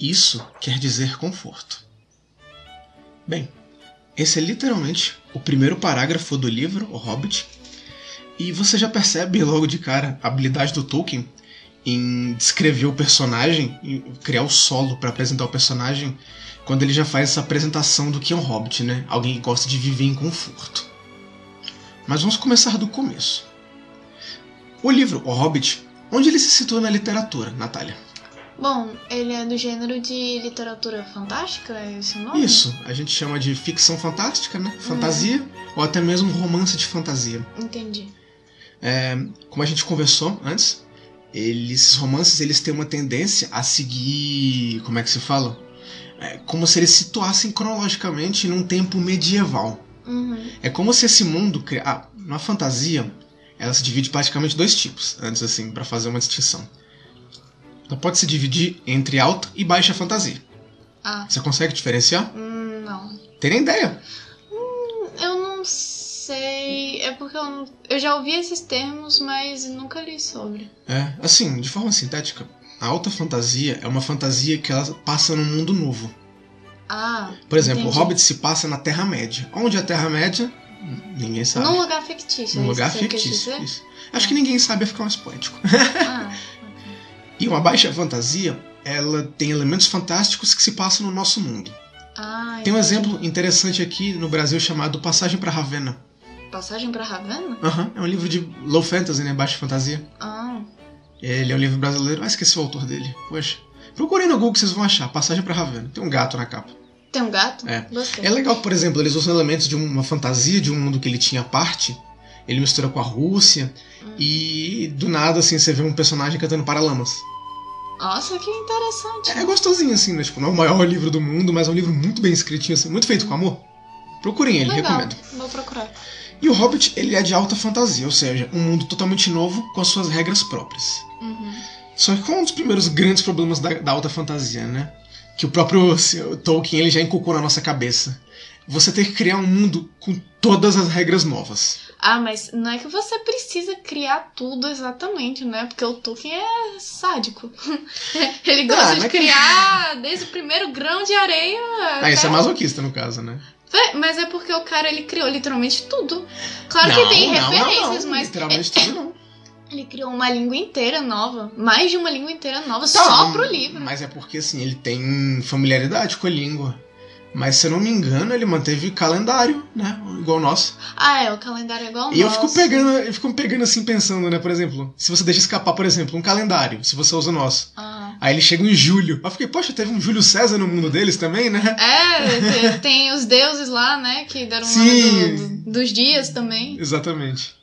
Speaker 1: Isso quer dizer conforto. Bem, esse é literalmente o primeiro parágrafo do livro O Hobbit, e você já percebe logo de cara a habilidade do Tolkien em descrever o personagem, em criar o solo para apresentar o personagem, quando ele já faz essa apresentação do que é um hobbit, né? Alguém que gosta de viver em conforto. Mas vamos começar do começo. O livro, O Hobbit, onde ele se situa na literatura, Natália?
Speaker 3: Bom, ele é do gênero de literatura fantástica, é esse o nome?
Speaker 1: Isso, a gente chama de ficção fantástica, né? Fantasia, ou até mesmo romance de fantasia.
Speaker 3: Entendi.
Speaker 1: como a gente conversou antes, eles, esses romances eles têm uma tendência a seguir. Como é que se fala? É como se eles se situassem cronologicamente num tempo medieval.
Speaker 3: Uhum.
Speaker 1: É como se esse mundo. Cri... Ah, na fantasia, ela se divide praticamente em dois tipos, antes assim, para fazer uma distinção. Ela pode se dividir entre alta e baixa fantasia.
Speaker 3: Ah.
Speaker 1: Você consegue diferenciar?
Speaker 3: Hum, não.
Speaker 1: Tem nem ideia.
Speaker 3: Eu não sei. É porque eu, não- eu já ouvi esses termos, mas nunca li sobre.
Speaker 1: É, assim, de forma sintética, a alta fantasia é uma fantasia que ela passa num mundo novo.
Speaker 3: Ah.
Speaker 1: Por exemplo,
Speaker 3: entendi.
Speaker 1: o Hobbit se passa na Terra-média. Onde é a Terra-média? N- Ninguém sabe.
Speaker 3: Num lugar fictício.
Speaker 1: Num
Speaker 3: é isso
Speaker 1: lugar
Speaker 3: que você quis
Speaker 1: fictício. *laughs*
Speaker 3: dizer? É.
Speaker 1: isso. Acho que ninguém sabe ia ficar mais poético.
Speaker 3: Ah,
Speaker 1: *laughs* E uma baixa fantasia, ela tem elementos fantásticos que se passam no nosso mundo.
Speaker 3: ah
Speaker 1: Tem um
Speaker 3: entendi.
Speaker 1: exemplo interessante aqui no Brasil chamado Passagem para Ravenna.
Speaker 3: Passagem pra Ravenna?
Speaker 1: Aham, é um livro de low fantasy, né? Baixa fantasia.
Speaker 3: Ah.
Speaker 1: Ele é um livro brasileiro. Ah, esqueci o autor dele. Poxa. Procurem no Google que vocês vão achar. Passagem para Ravenna. Tem um gato na capa.
Speaker 3: Tem um gato?
Speaker 1: É.
Speaker 3: Gostei.
Speaker 1: É legal, que, por exemplo, eles usam elementos de uma fantasia de um mundo que ele tinha à parte. Ele mistura com a Rússia
Speaker 3: Hum.
Speaker 1: e do nada assim você vê um personagem cantando Paralamas.
Speaker 3: Nossa, que interessante.
Speaker 1: É gostosinho assim, né? Tipo, não é o maior *laughs* livro do mundo, mas é um livro muito bem escritinho, assim, muito feito com amor. Procurem ele,
Speaker 3: legal.
Speaker 1: recomendo.
Speaker 3: Vou procurar.
Speaker 1: E o Hobbit, ele é de alta fantasia, ou seja, um mundo totalmente novo com as suas regras próprias.
Speaker 3: Uhum.
Speaker 1: Só que qual é um dos primeiros grandes problemas da, da alta fantasia, né? que o próprio senhor Tolkien ele já inculcou na nossa cabeça. Você tem que criar um mundo com todas as regras novas.
Speaker 3: Ah, mas não é que você precisa criar tudo exatamente, né? Porque o Tolkien é sádico. *laughs* Ele
Speaker 1: Tá,
Speaker 3: gosta
Speaker 1: não
Speaker 3: de
Speaker 1: é que-
Speaker 3: criar desde o primeiro grão de areia.
Speaker 1: Ah, isso é
Speaker 3: até-
Speaker 1: masoquista no caso, né?
Speaker 3: Vé, Mas é porque o cara ele criou literalmente tudo. Claro
Speaker 1: não,
Speaker 3: que tem
Speaker 1: não,
Speaker 3: referências,
Speaker 1: não, não,
Speaker 3: mas é,
Speaker 1: Literalmente tudo não.
Speaker 3: ele criou uma língua inteira nova. Mais de uma língua inteira nova
Speaker 1: Tá,
Speaker 3: é só pro livro.
Speaker 1: Mas é porque, assim, ele tem familiaridade com a língua. Mas, se eu não me engano, ele manteve calendário, né? Igual o nosso.
Speaker 3: Ah, é, o calendário é igual ao
Speaker 1: E eu
Speaker 3: nosso.
Speaker 1: fico pegando, eu fico pegando assim, pensando, né? Por exemplo, se você deixa escapar, por exemplo, um calendário, se você usa o nosso.
Speaker 3: Ah.
Speaker 1: Aí ele chega em julho. Aí eu fiquei, poxa, teve um Júlio César no mundo deles também, né?
Speaker 3: É, te- tem os deuses lá, né? Que deram o nome
Speaker 1: Sim.
Speaker 3: do- do- dos dias também.
Speaker 1: Exatamente.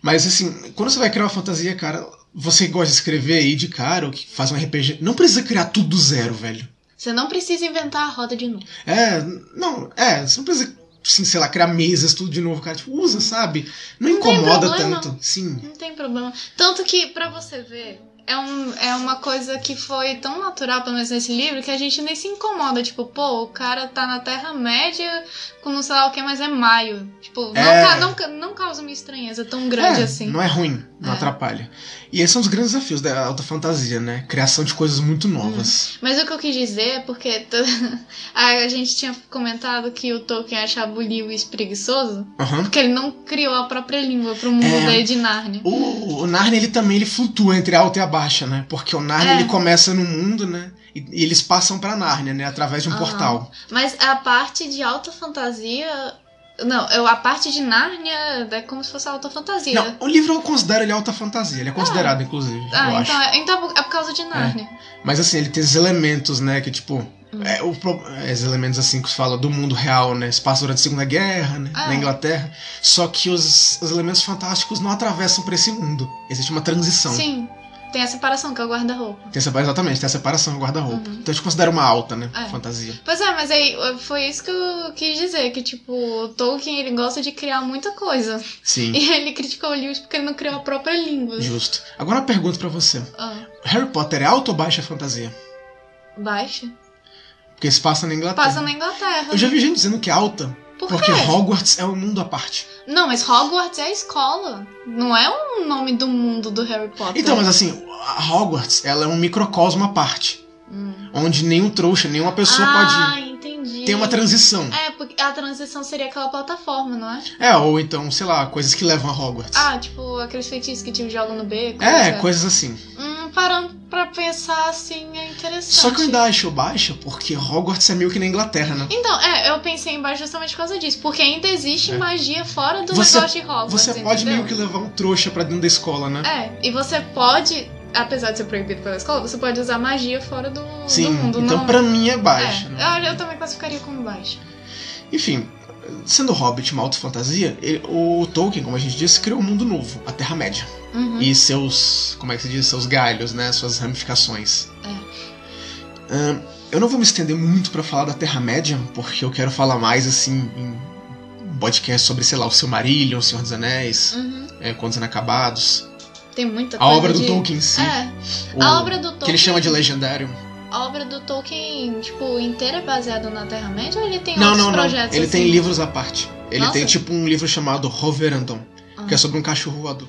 Speaker 1: Mas assim, quando você vai criar uma fantasia, cara, você gosta de escrever aí de cara, ou que faz um RPG. Não precisa criar tudo do zero, velho.
Speaker 3: Você não precisa inventar a roda de novo.
Speaker 1: É, não, é, você não precisa, assim, sei lá, criar mesas, tudo de novo, cara. Tipo, usa, sabe? Não
Speaker 3: Não tem
Speaker 1: incomoda
Speaker 3: problema.
Speaker 1: tanto. Sim.
Speaker 3: Não tem problema. Tanto que, pra você ver, é, um, é uma coisa que foi tão natural, pelo menos nesse livro, que a gente nem se incomoda. Tipo, pô, o cara tá na Terra-média com não sei lá o que, mas é maio. Tipo, não,
Speaker 1: É.
Speaker 3: ca- não, ca- não causa uma estranheza tão grande
Speaker 1: É,
Speaker 3: assim.
Speaker 1: Não é ruim, não
Speaker 3: É.
Speaker 1: atrapalha. E esses são os grandes desafios da alta fantasia, né? Criação de coisas muito novas.
Speaker 3: Mas o que eu quis dizer é porque t- *laughs* a gente tinha comentado que o Tolkien achava o Lewis preguiçoso.
Speaker 1: Aham.
Speaker 3: Porque ele não criou a própria língua pro mundo
Speaker 1: É.
Speaker 3: daí de Narnia.
Speaker 1: O, o Narnia, ele também ele flutua entre a alta e a baixa, né? Porque o Narnia,
Speaker 3: É.
Speaker 1: ele começa no mundo, né? E, e eles passam pra Nárnia, né? Através de um
Speaker 3: Aham.
Speaker 1: portal.
Speaker 3: Mas a parte de alta fantasia. Não, eu- a parte de Nárnia é como se fosse alta fantasia.
Speaker 1: Não, o livro eu considero ele alta fantasia. Ele é considerado, inclusive, eu
Speaker 3: Ah,
Speaker 1: acho.
Speaker 3: então, é, então é por- é por causa de Nárnia.
Speaker 1: Mas assim, ele tem esses elementos, né? Que tipo.
Speaker 3: Hum.
Speaker 1: É, o, pro- é, esses elementos assim que se fala do mundo real, né? Espaço durante a Segunda Guerra, né?
Speaker 3: Ah.
Speaker 1: Na Inglaterra. Só que os, os elementos fantásticos não atravessam pra esse mundo. Existe uma transição.
Speaker 3: Sim, tem a separação, que é o guarda-roupa.
Speaker 1: Tem essa, exatamente, tem a separação do guarda-roupa.
Speaker 3: Uhum.
Speaker 1: Então a gente considera uma alta, né?
Speaker 3: É.
Speaker 1: Fantasia.
Speaker 3: Pois é, mas aí eh, foi isso que eu quis dizer, que tipo, o Tolkien ele gosta de criar muita coisa.
Speaker 1: Sim.
Speaker 3: *laughs* E ele criticou o Lewis porque ele não criou a própria língua.
Speaker 1: Justo. Agora uma pergunta pra você.
Speaker 3: Ah,
Speaker 1: Harry Potter é alta ou baixa fantasia?
Speaker 3: baixa.
Speaker 1: Porque se passa na Inglaterra.
Speaker 3: Passa na Inglaterra.
Speaker 1: Eu já vi gente dizendo que é alta,
Speaker 3: Por
Speaker 1: Tá porque
Speaker 3: quê?
Speaker 1: Hogwarts é um mundo à parte.
Speaker 3: Não, mas Hogwarts é a escola. Não é um nome do mundo do Harry Potter.
Speaker 1: Então, mas assim, a Hogwarts, ela é um microcosmo à parte.
Speaker 3: Hum.
Speaker 1: onde nenhum trouxa, nenhuma pessoa
Speaker 3: ah,
Speaker 1: pode
Speaker 3: entendi.
Speaker 1: ir. Tem uma transição.
Speaker 3: É, porque a transição seria aquela plataforma, não é?
Speaker 1: É, ou então, sei lá, coisas que levam a Hogwarts.
Speaker 3: Ah, tipo aqueles feitiços que te jogam no beco.
Speaker 1: é,
Speaker 3: etc.
Speaker 1: coisas assim.
Speaker 3: Hum, parando pra pensar assim, é interessante.
Speaker 1: Só que eu ainda acho baixa, porque Hogwarts é meio que na Inglaterra, né?
Speaker 3: Então, é, eu pensei embaixo justamente por causa disso. Porque ainda existe
Speaker 1: É.
Speaker 3: magia fora do
Speaker 1: Você-
Speaker 3: negócio de Hogwarts.
Speaker 1: Você pode
Speaker 3: entendeu?
Speaker 1: meio que levar um trouxa pra dentro da escola, né?
Speaker 3: É, e você pode, apesar de ser proibido pela escola, você pode usar magia fora do, do
Speaker 1: Sim,
Speaker 3: mundo.
Speaker 1: então
Speaker 3: não...
Speaker 1: pra mim é baixa.
Speaker 3: É,
Speaker 1: né?
Speaker 3: eu, eu também classificaria como baixo.
Speaker 1: Enfim, sendo Hobbit uma auto-fantasia, ele- o Tolkien, como a gente disse, criou um mundo novo, a Terra-média.
Speaker 3: Uhum.
Speaker 1: E seus, como é que se diz, seus galhos, né? Suas ramificações.
Speaker 3: É.
Speaker 1: Ahn, eu não vou me estender muito pra falar da Terra-média, porque eu quero falar mais, assim, em um podcast sobre, sei lá, o Silmarillion, o Senhor dos Anéis,
Speaker 3: Uhum.
Speaker 1: é, Contos Inacabados.
Speaker 3: Tem muita
Speaker 1: A
Speaker 3: coisa.
Speaker 1: obra do
Speaker 3: de-
Speaker 1: Tolkien, sim.
Speaker 3: É,
Speaker 1: o-
Speaker 3: a obra do Tolkien.
Speaker 1: Que ele chama de Legendário.
Speaker 3: A obra do Tolkien, tipo, inteira é baseada na Terra-média ou ele tem
Speaker 1: Não,
Speaker 3: outros
Speaker 1: não, não.
Speaker 3: projetos?
Speaker 1: Ele tem
Speaker 3: assim?
Speaker 1: livros à parte. Ele
Speaker 3: Nossa.
Speaker 1: tem, tipo, um livro chamado Roverandom,
Speaker 3: Ah.
Speaker 1: que é sobre um cachorro voador.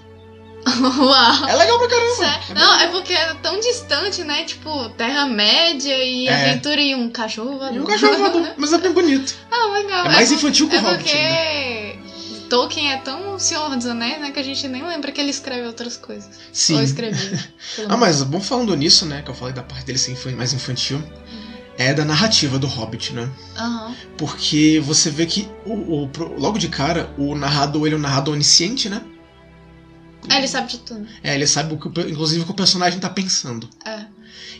Speaker 3: *laughs* Uau!
Speaker 1: É legal pra caramba!
Speaker 3: Sério?
Speaker 1: É bem
Speaker 3: Não, é porque é tão distante, né? Tipo, Terra-média e
Speaker 1: É.
Speaker 3: aventura e um cachorro.
Speaker 1: E um cachorro voador, mas é bem bonito.
Speaker 3: *laughs* ah, legal.
Speaker 1: É mais
Speaker 3: por-
Speaker 1: infantil que o
Speaker 3: É
Speaker 1: Hobbit. né? ainda.
Speaker 3: porque Tolkien é tão Senhor dos Anéis, né? Que a gente nem lembra que ele escreve outras coisas. Ou
Speaker 1: Sim. *laughs*
Speaker 3: escrevia. pelo
Speaker 1: Ah,
Speaker 3: menos.
Speaker 1: mas bom falando nisso, né? Que eu falei da parte dele ser infan- mais infantil. É da narrativa do Hobbit, né?
Speaker 3: Aham.
Speaker 1: Porque você vê que o, o pro- logo de cara, o narrador, ele é um narrador onisciente, né?
Speaker 3: Ah, ele sabe de tudo.
Speaker 1: É, ele sabe o que, o pe- inclusive o que o personagem tá pensando.
Speaker 3: É.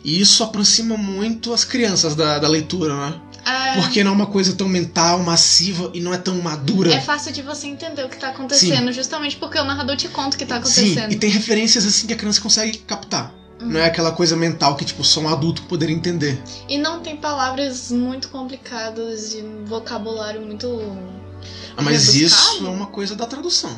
Speaker 1: E isso aproxima muito as crianças da, da leitura, né?
Speaker 3: É,
Speaker 1: Porque não é uma coisa tão mental, massiva e não é tão madura.
Speaker 3: é fácil de você entender o que tá acontecendo, justamente porque o narrador te conta o que tá
Speaker 1: Sim,
Speaker 3: acontecendo.
Speaker 1: e tem referências assim que a criança consegue captar.
Speaker 3: Uhum.
Speaker 1: Não é aquela coisa mental que, tipo, só um adulto poderia entender.
Speaker 3: E não tem palavras muito complicadas e um vocabulário muito.
Speaker 1: Ah, Mas
Speaker 3: Rebuscado? Ah.
Speaker 1: isso é uma coisa da tradução.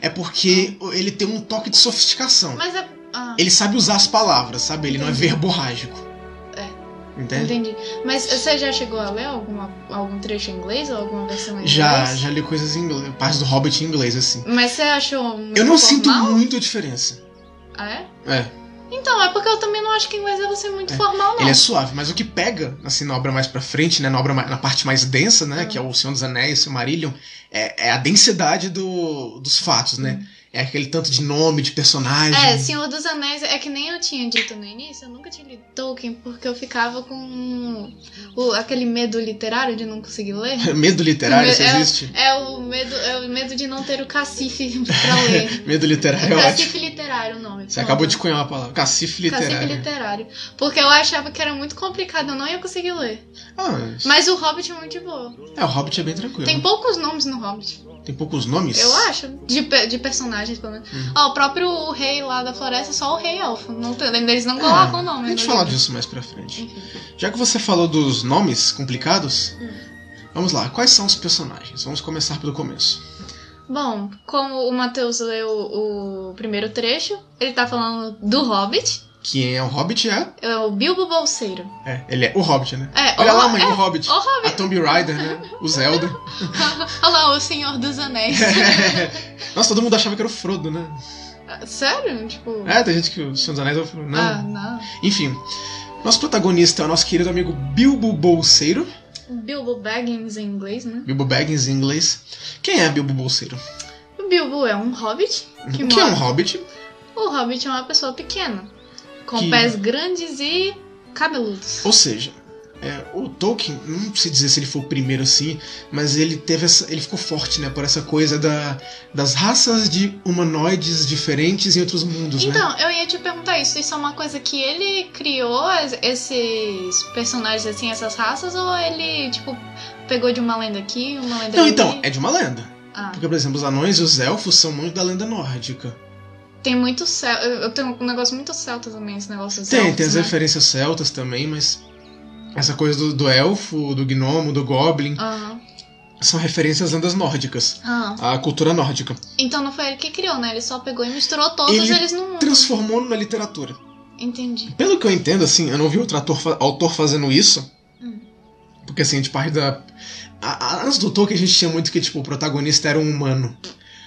Speaker 1: É porque ele tem um toque de sofisticação.
Speaker 3: Mas é. Ah,
Speaker 1: Ele sabe usar as palavras, sabe? Ele não é
Speaker 3: Entendi.
Speaker 1: verborrágico.
Speaker 3: É.
Speaker 1: entende?
Speaker 3: Entendi. Mas você já chegou a ler alguma, algum trecho em inglês ou alguma versão em
Speaker 1: Já,
Speaker 3: inglês?
Speaker 1: já li coisas em inglês, partes do Hobbit em inglês, assim.
Speaker 3: Mas você achou um muito
Speaker 1: Eu não sinto
Speaker 3: formal?
Speaker 1: muito a diferença.
Speaker 3: Ah, é?
Speaker 1: É,
Speaker 3: Então, é porque eu também não acho que inglês deve ser muito
Speaker 1: É.
Speaker 3: formal, não.
Speaker 1: ele é suave, mas o que pega, assim, na obra mais pra frente, né, na obra mais- na parte mais densa, né,
Speaker 3: Hum.
Speaker 1: que é o Senhor dos Anéis, Silmarillion, é, é a densidade do, dos fatos, né? É aquele tanto de nome, de personagem.
Speaker 3: É, Senhor dos Anéis, é que nem eu tinha dito no início, eu nunca tinha lido Tolkien, porque eu ficava com o- aquele medo literário de não conseguir ler.
Speaker 1: *laughs* Medo literário, isso
Speaker 3: É,
Speaker 1: existe?
Speaker 3: É o medo, é o medo de não ter o cacife pra
Speaker 1: *laughs*
Speaker 3: ler.
Speaker 1: Medo literário é ótimo.
Speaker 3: cacife literário o nome.
Speaker 1: Você
Speaker 3: pronto.
Speaker 1: acabou de cunhar uma palavra. Cacife
Speaker 3: Cacife
Speaker 1: literário.
Speaker 3: literário. Porque eu achava que era muito complicado, eu não ia conseguir ler.
Speaker 1: Ah, mas-
Speaker 3: Mas o Hobbit é muito de boa.
Speaker 1: é, o Hobbit é bem tranquilo.
Speaker 3: Tem poucos nomes no Hobbit,
Speaker 1: Tem poucos nomes?
Speaker 3: eu acho. De, pe- de personagens, pelo menos.
Speaker 1: Hum.
Speaker 3: Ó, o próprio rei lá da floresta, só o rei elfo. Não tem, eles não
Speaker 1: É,
Speaker 3: colocam o nome.
Speaker 1: A gente
Speaker 3: no
Speaker 1: fala
Speaker 3: livro.
Speaker 1: disso mais pra frente.
Speaker 3: Enfim.
Speaker 1: Já que você falou dos nomes complicados,
Speaker 3: Hum.
Speaker 1: vamos lá. Quais são os personagens? Vamos começar pelo começo.
Speaker 3: Bom, como o Matheus leu o primeiro trecho, ele tá falando do Hobbit,
Speaker 1: Quem é o Hobbit é?
Speaker 3: é o Bilbo Bolseiro.
Speaker 1: É, ele é o Hobbit, né?
Speaker 3: É,
Speaker 1: Olha lá,
Speaker 3: o-
Speaker 1: mãe,
Speaker 3: é,
Speaker 1: o Hobbit.
Speaker 3: o Hobbit.
Speaker 1: A Tomb Raider, né? O
Speaker 3: *laughs*
Speaker 1: Zelda.
Speaker 3: Olha lá, o Senhor dos
Speaker 1: *laughs*
Speaker 3: Anéis.
Speaker 1: Nossa, todo mundo achava que era o Frodo, né?
Speaker 3: Sério? Tipo.
Speaker 1: É, tem gente que o Senhor dos Anéis é o Frodo. Não.
Speaker 3: Ah, não.
Speaker 1: Enfim, nosso protagonista é o nosso querido amigo Bilbo Bolseiro.
Speaker 3: Bilbo Baggins em inglês, né?
Speaker 1: Bilbo Baggins em inglês. Quem é Bilbo Bolseiro?
Speaker 3: O Bilbo é um hobbit. Que
Speaker 1: o que é um
Speaker 3: mora-
Speaker 1: hobbit?
Speaker 3: O hobbit é uma pessoa pequena, com
Speaker 1: Que- né?
Speaker 3: pés grandes e cabeludos.
Speaker 1: Ou seja, é, o Tolkien, não sei dizer se ele foi o primeiro assim, mas ele teve essa. ele ficou forte, né, por essa coisa da, das raças de humanoides diferentes em outros mundos, né?
Speaker 3: Então, eu ia te perguntar isso. Isso é uma coisa que ele criou es- esses personagens, assim, essas raças? Ou ele, tipo, pegou de uma lenda aqui, uma lenda
Speaker 1: Não,
Speaker 3: ali?
Speaker 1: então, é de uma lenda.
Speaker 3: Ah,
Speaker 1: Porque, por exemplo, os anões e os elfos são muito da lenda nórdica.
Speaker 3: tem muito celta. Eu tenho um negócio muito celta também, esse negócio dos
Speaker 1: Tem,
Speaker 3: elfos,
Speaker 1: tem as
Speaker 3: né?
Speaker 1: referências celtas também, mas essa coisa do, do elfo, do gnomo, do goblin,
Speaker 3: Aham.
Speaker 1: são referências às lendas nórdicas,
Speaker 3: Ah,
Speaker 1: à cultura nórdica.
Speaker 3: então não foi ele que criou, né? Ele só pegou e misturou todos
Speaker 1: Ele
Speaker 3: eles num mundo.
Speaker 1: Transformou na literatura.
Speaker 3: Entendi.
Speaker 1: Pelo que eu entendo, assim, eu não vi outro ator fa- autor fazendo isso.
Speaker 3: Hum.
Speaker 1: Porque, assim, a gente parte da. A, a, antes do Tolkien, a gente tinha muito que, tipo, o protagonista era um humano.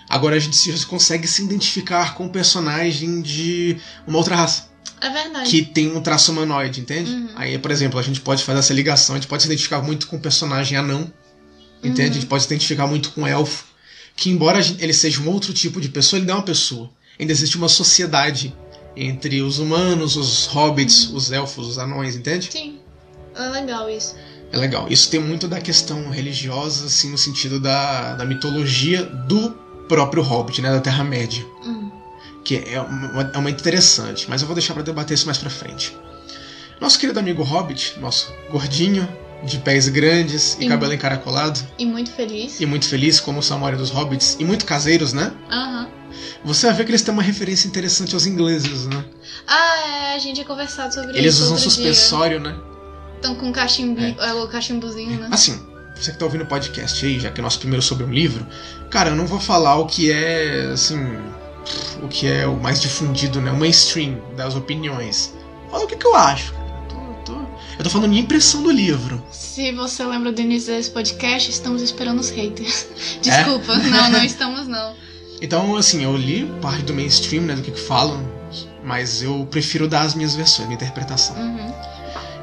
Speaker 1: Agora a gente se, consegue se identificar com um personagem de uma outra raça,
Speaker 3: É verdade.
Speaker 1: que tem um traço humanoide, entende?
Speaker 3: Uhum.
Speaker 1: Aí, por exemplo, a gente pode fazer essa ligação, a gente pode se identificar muito com um personagem anão, entende?
Speaker 3: Uhum.
Speaker 1: A gente pode se identificar muito com um elfo, que embora a gente- ele seja um outro tipo de pessoa, ele não é uma pessoa. Ainda existe uma sociedade entre os humanos, os hobbits,
Speaker 3: Uhum.
Speaker 1: os elfos, os anões, entende?
Speaker 3: Sim. É legal isso.
Speaker 1: É legal. Isso tem muito da questão religiosa, assim, no sentido da, da mitologia do próprio hobbit, né? Da Terra-média.
Speaker 3: Hum.
Speaker 1: que é uma, é uma interessante, mas eu vou deixar para debater isso mais para frente. Nosso querido amigo Hobbit, nosso gordinho, de pés grandes e
Speaker 3: Sim.
Speaker 1: cabelo encaracolado,
Speaker 3: E muito feliz.
Speaker 1: e muito feliz como o Samuel dos Hobbits, e muito caseiros, né?
Speaker 3: Aham.
Speaker 1: Você vai ver que eles têm uma referência interessante aos ingleses, né?
Speaker 3: Ah, é, a gente tinha conversado sobre
Speaker 1: Eles
Speaker 3: isso.
Speaker 1: usam
Speaker 3: outro
Speaker 1: suspensório, né?
Speaker 3: Dia. Então com cachimbo, é. o
Speaker 1: *laughs*
Speaker 3: cachimbozinho, né?
Speaker 1: Assim, você que tá ouvindo o podcast aí, já que é nosso primeiro sobre um livro, cara, eu não vou falar o que é, assim, o que é o mais difundido, né? O mainstream das opiniões. Fala o que, que eu acho. cara. Eu tô- tô- Eu tô falando minha impressão do livro.
Speaker 3: Se você lembra do início desse podcast, estamos esperando os haters.
Speaker 1: É?
Speaker 3: Desculpa,
Speaker 1: *laughs*
Speaker 3: não, não estamos não.
Speaker 1: Então, assim, eu li parte do mainstream, né? Do que, que falam, mas eu prefiro dar as minhas versões, minha interpretação.
Speaker 3: Uhum.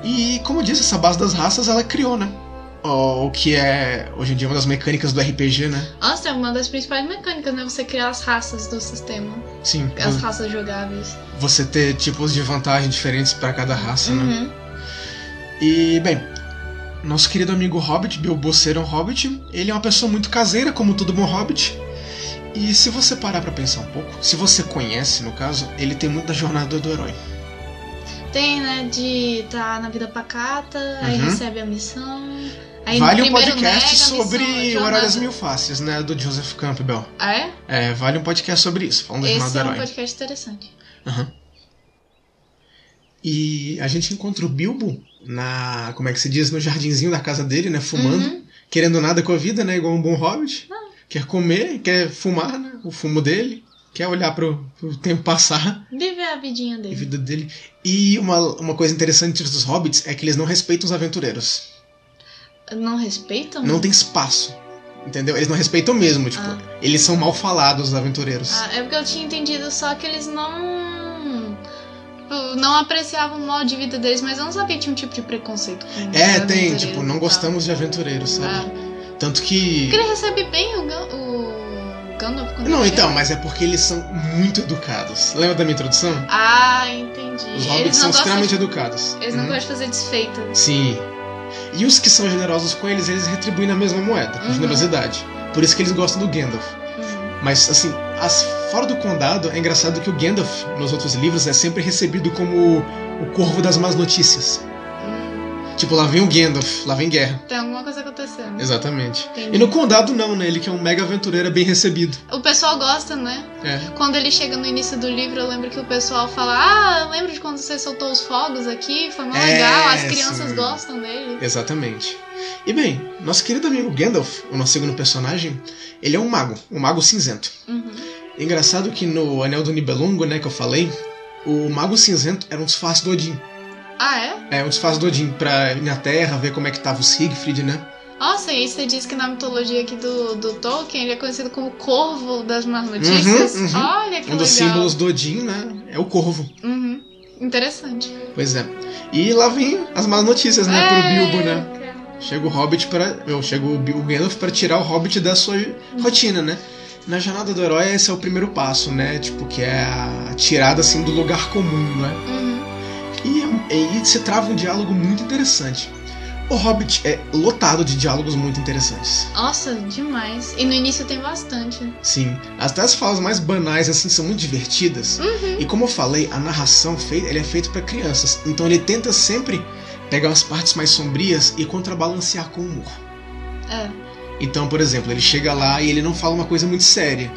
Speaker 1: E, como eu disse, essa base das raças ela criou, né? O que é hoje em dia uma das mecânicas do RPG, né?
Speaker 3: Nossa, é uma das principais mecânicas, né? Você criar as raças do sistema.
Speaker 1: Sim.
Speaker 3: As raças jogáveis.
Speaker 1: Você ter tipos de vantagem diferentes pra cada raça, né?
Speaker 3: Uhum.
Speaker 1: E, bem, nosso querido amigo Hobbit, Bilbo Ser um Hobbit, ele é uma pessoa muito caseira, como todo bom Hobbit. E se você parar pra pensar um pouco, se você conhece, no caso, ele tem muito da jornada do herói.
Speaker 3: Tem, né? De tá na vida pacata, aí
Speaker 1: Uhum.
Speaker 3: recebe a missão. Aí
Speaker 1: vale um
Speaker 3: primeiro
Speaker 1: podcast
Speaker 3: nega a missão, é
Speaker 1: sobre o Herói
Speaker 3: jornada.
Speaker 1: das Mil Faces, né, do Joseph Campbell.
Speaker 3: Ah, é?
Speaker 1: É, vale um podcast sobre isso, falando da jornada
Speaker 3: Esse
Speaker 1: do
Speaker 3: é um
Speaker 1: herói.
Speaker 3: podcast interessante.
Speaker 1: Aham. E a gente encontra o Bilbo na, como é que se diz, no jardinzinho da casa dele, né, fumando.
Speaker 3: Uhum. Ah.
Speaker 1: querendo nada com a vida, né? Igual um bom hobbit. Quer comer, quer fumar, né? O fumo dele. quer olhar pro, pro tempo passar
Speaker 3: Viver a vidinha
Speaker 1: e a
Speaker 3: dele.
Speaker 1: vida dele. E uma, uma coisa interessante dos hobbits é que eles não respeitam os aventureiros.
Speaker 3: Não respeitam?
Speaker 1: Não tem espaço. Entendeu? Eles não respeitam mesmo, tipo,
Speaker 3: Ah.
Speaker 1: eles são mal falados, os aventureiros.
Speaker 3: Ah, é porque eu tinha entendido só que eles não. tipo, Não apreciavam o modo de vida deles, mas eu não sabia que tinha um tipo de preconceito. com
Speaker 1: é,
Speaker 3: os
Speaker 1: tem,
Speaker 3: aventureiros
Speaker 1: tipo,
Speaker 3: e
Speaker 1: não
Speaker 3: tal.
Speaker 1: gostamos de aventureiros,
Speaker 3: Ah,
Speaker 1: sabe? Tanto que.
Speaker 3: porque ele recebe bem o, Gan- o Gandalf quando
Speaker 1: Não,
Speaker 3: ele chega.
Speaker 1: então, mas é porque eles são muito educados. Lembra da minha introdução?
Speaker 3: Ah, entendi.
Speaker 1: Os
Speaker 3: eles
Speaker 1: hobbits
Speaker 3: não
Speaker 1: são
Speaker 3: gostam
Speaker 1: extremamente
Speaker 3: de...
Speaker 1: educados.
Speaker 3: *laughs* Eles não
Speaker 1: Hum?
Speaker 3: gostam de fazer desfeita.
Speaker 1: Sim. E os que são generosos com eles, eles retribuem na mesma moeda, com
Speaker 3: Uhum.
Speaker 1: generosidade. Por isso que eles gostam do Gandalf.
Speaker 3: Uhum.
Speaker 1: Mas, assim, as- fora do condado, é engraçado que o Gandalf, nos outros livros, é sempre recebido como o corvo das más notícias.
Speaker 3: Hum,
Speaker 1: Tipo, lá vem o Gandalf, lá vem guerra.
Speaker 3: Tem alguma coisa acontecendo.
Speaker 1: Exatamente.
Speaker 3: Entendi.
Speaker 1: E no condado, não, né? Ele que é um mega aventureiro é bem recebido.
Speaker 3: O pessoal gosta, né?
Speaker 1: É.
Speaker 3: Quando ele chega no início do livro, eu lembro que o pessoal fala: Ah, eu lembro de quando você soltou os fogos aqui, foi mó
Speaker 1: É,
Speaker 3: legal, as crianças
Speaker 1: sim.
Speaker 3: gostam dele.
Speaker 1: Exatamente. E bem, nosso querido amigo Gandalf, o nosso segundo personagem, ele é um mago, um mago cinzento.
Speaker 3: Uhum.
Speaker 1: Engraçado que no Anel do Nibelungo, né, que eu falei, o Mago Cinzento era um disfarce do Odin.
Speaker 3: Ah, é?
Speaker 1: É, um disfarce do Odin pra ir na Terra, ver como é que tava o Siegfried, né?
Speaker 3: Nossa, e você diz que na mitologia aqui do, do Tolkien ele é conhecido como Corvo das Más Notícias?
Speaker 1: Uhum, uhum.
Speaker 3: Olha que
Speaker 1: Um dos
Speaker 3: legal.
Speaker 1: símbolos do Odin, né, é o corvo.
Speaker 3: Uhum. Interessante.
Speaker 1: Pois é. E lá vem as más notícias, né, pro
Speaker 3: É.
Speaker 1: Bilbo, né? Chega o Hobbit para, eu chego o Bil- o Gandalf para tirar o Hobbit da sua rotina, né? Na jornada do herói esse é o primeiro passo, né? Tipo que é a tirada assim do lugar comum, né?
Speaker 3: Uhum.
Speaker 1: E aí se trava um diálogo muito interessante. O Hobbit é lotado de diálogos muito interessantes.
Speaker 3: Nossa, demais. E no início tem bastante.
Speaker 1: Sim, até as falas mais banais assim são muito divertidas.
Speaker 3: Uhum.
Speaker 1: E como eu falei, a narração fei- ele é feita para crianças, então ele tenta sempre pegar as partes mais sombrias e contrabalancear com o humor.
Speaker 3: É.
Speaker 1: Então, por exemplo, ele chega lá e ele não fala uma coisa muito séria.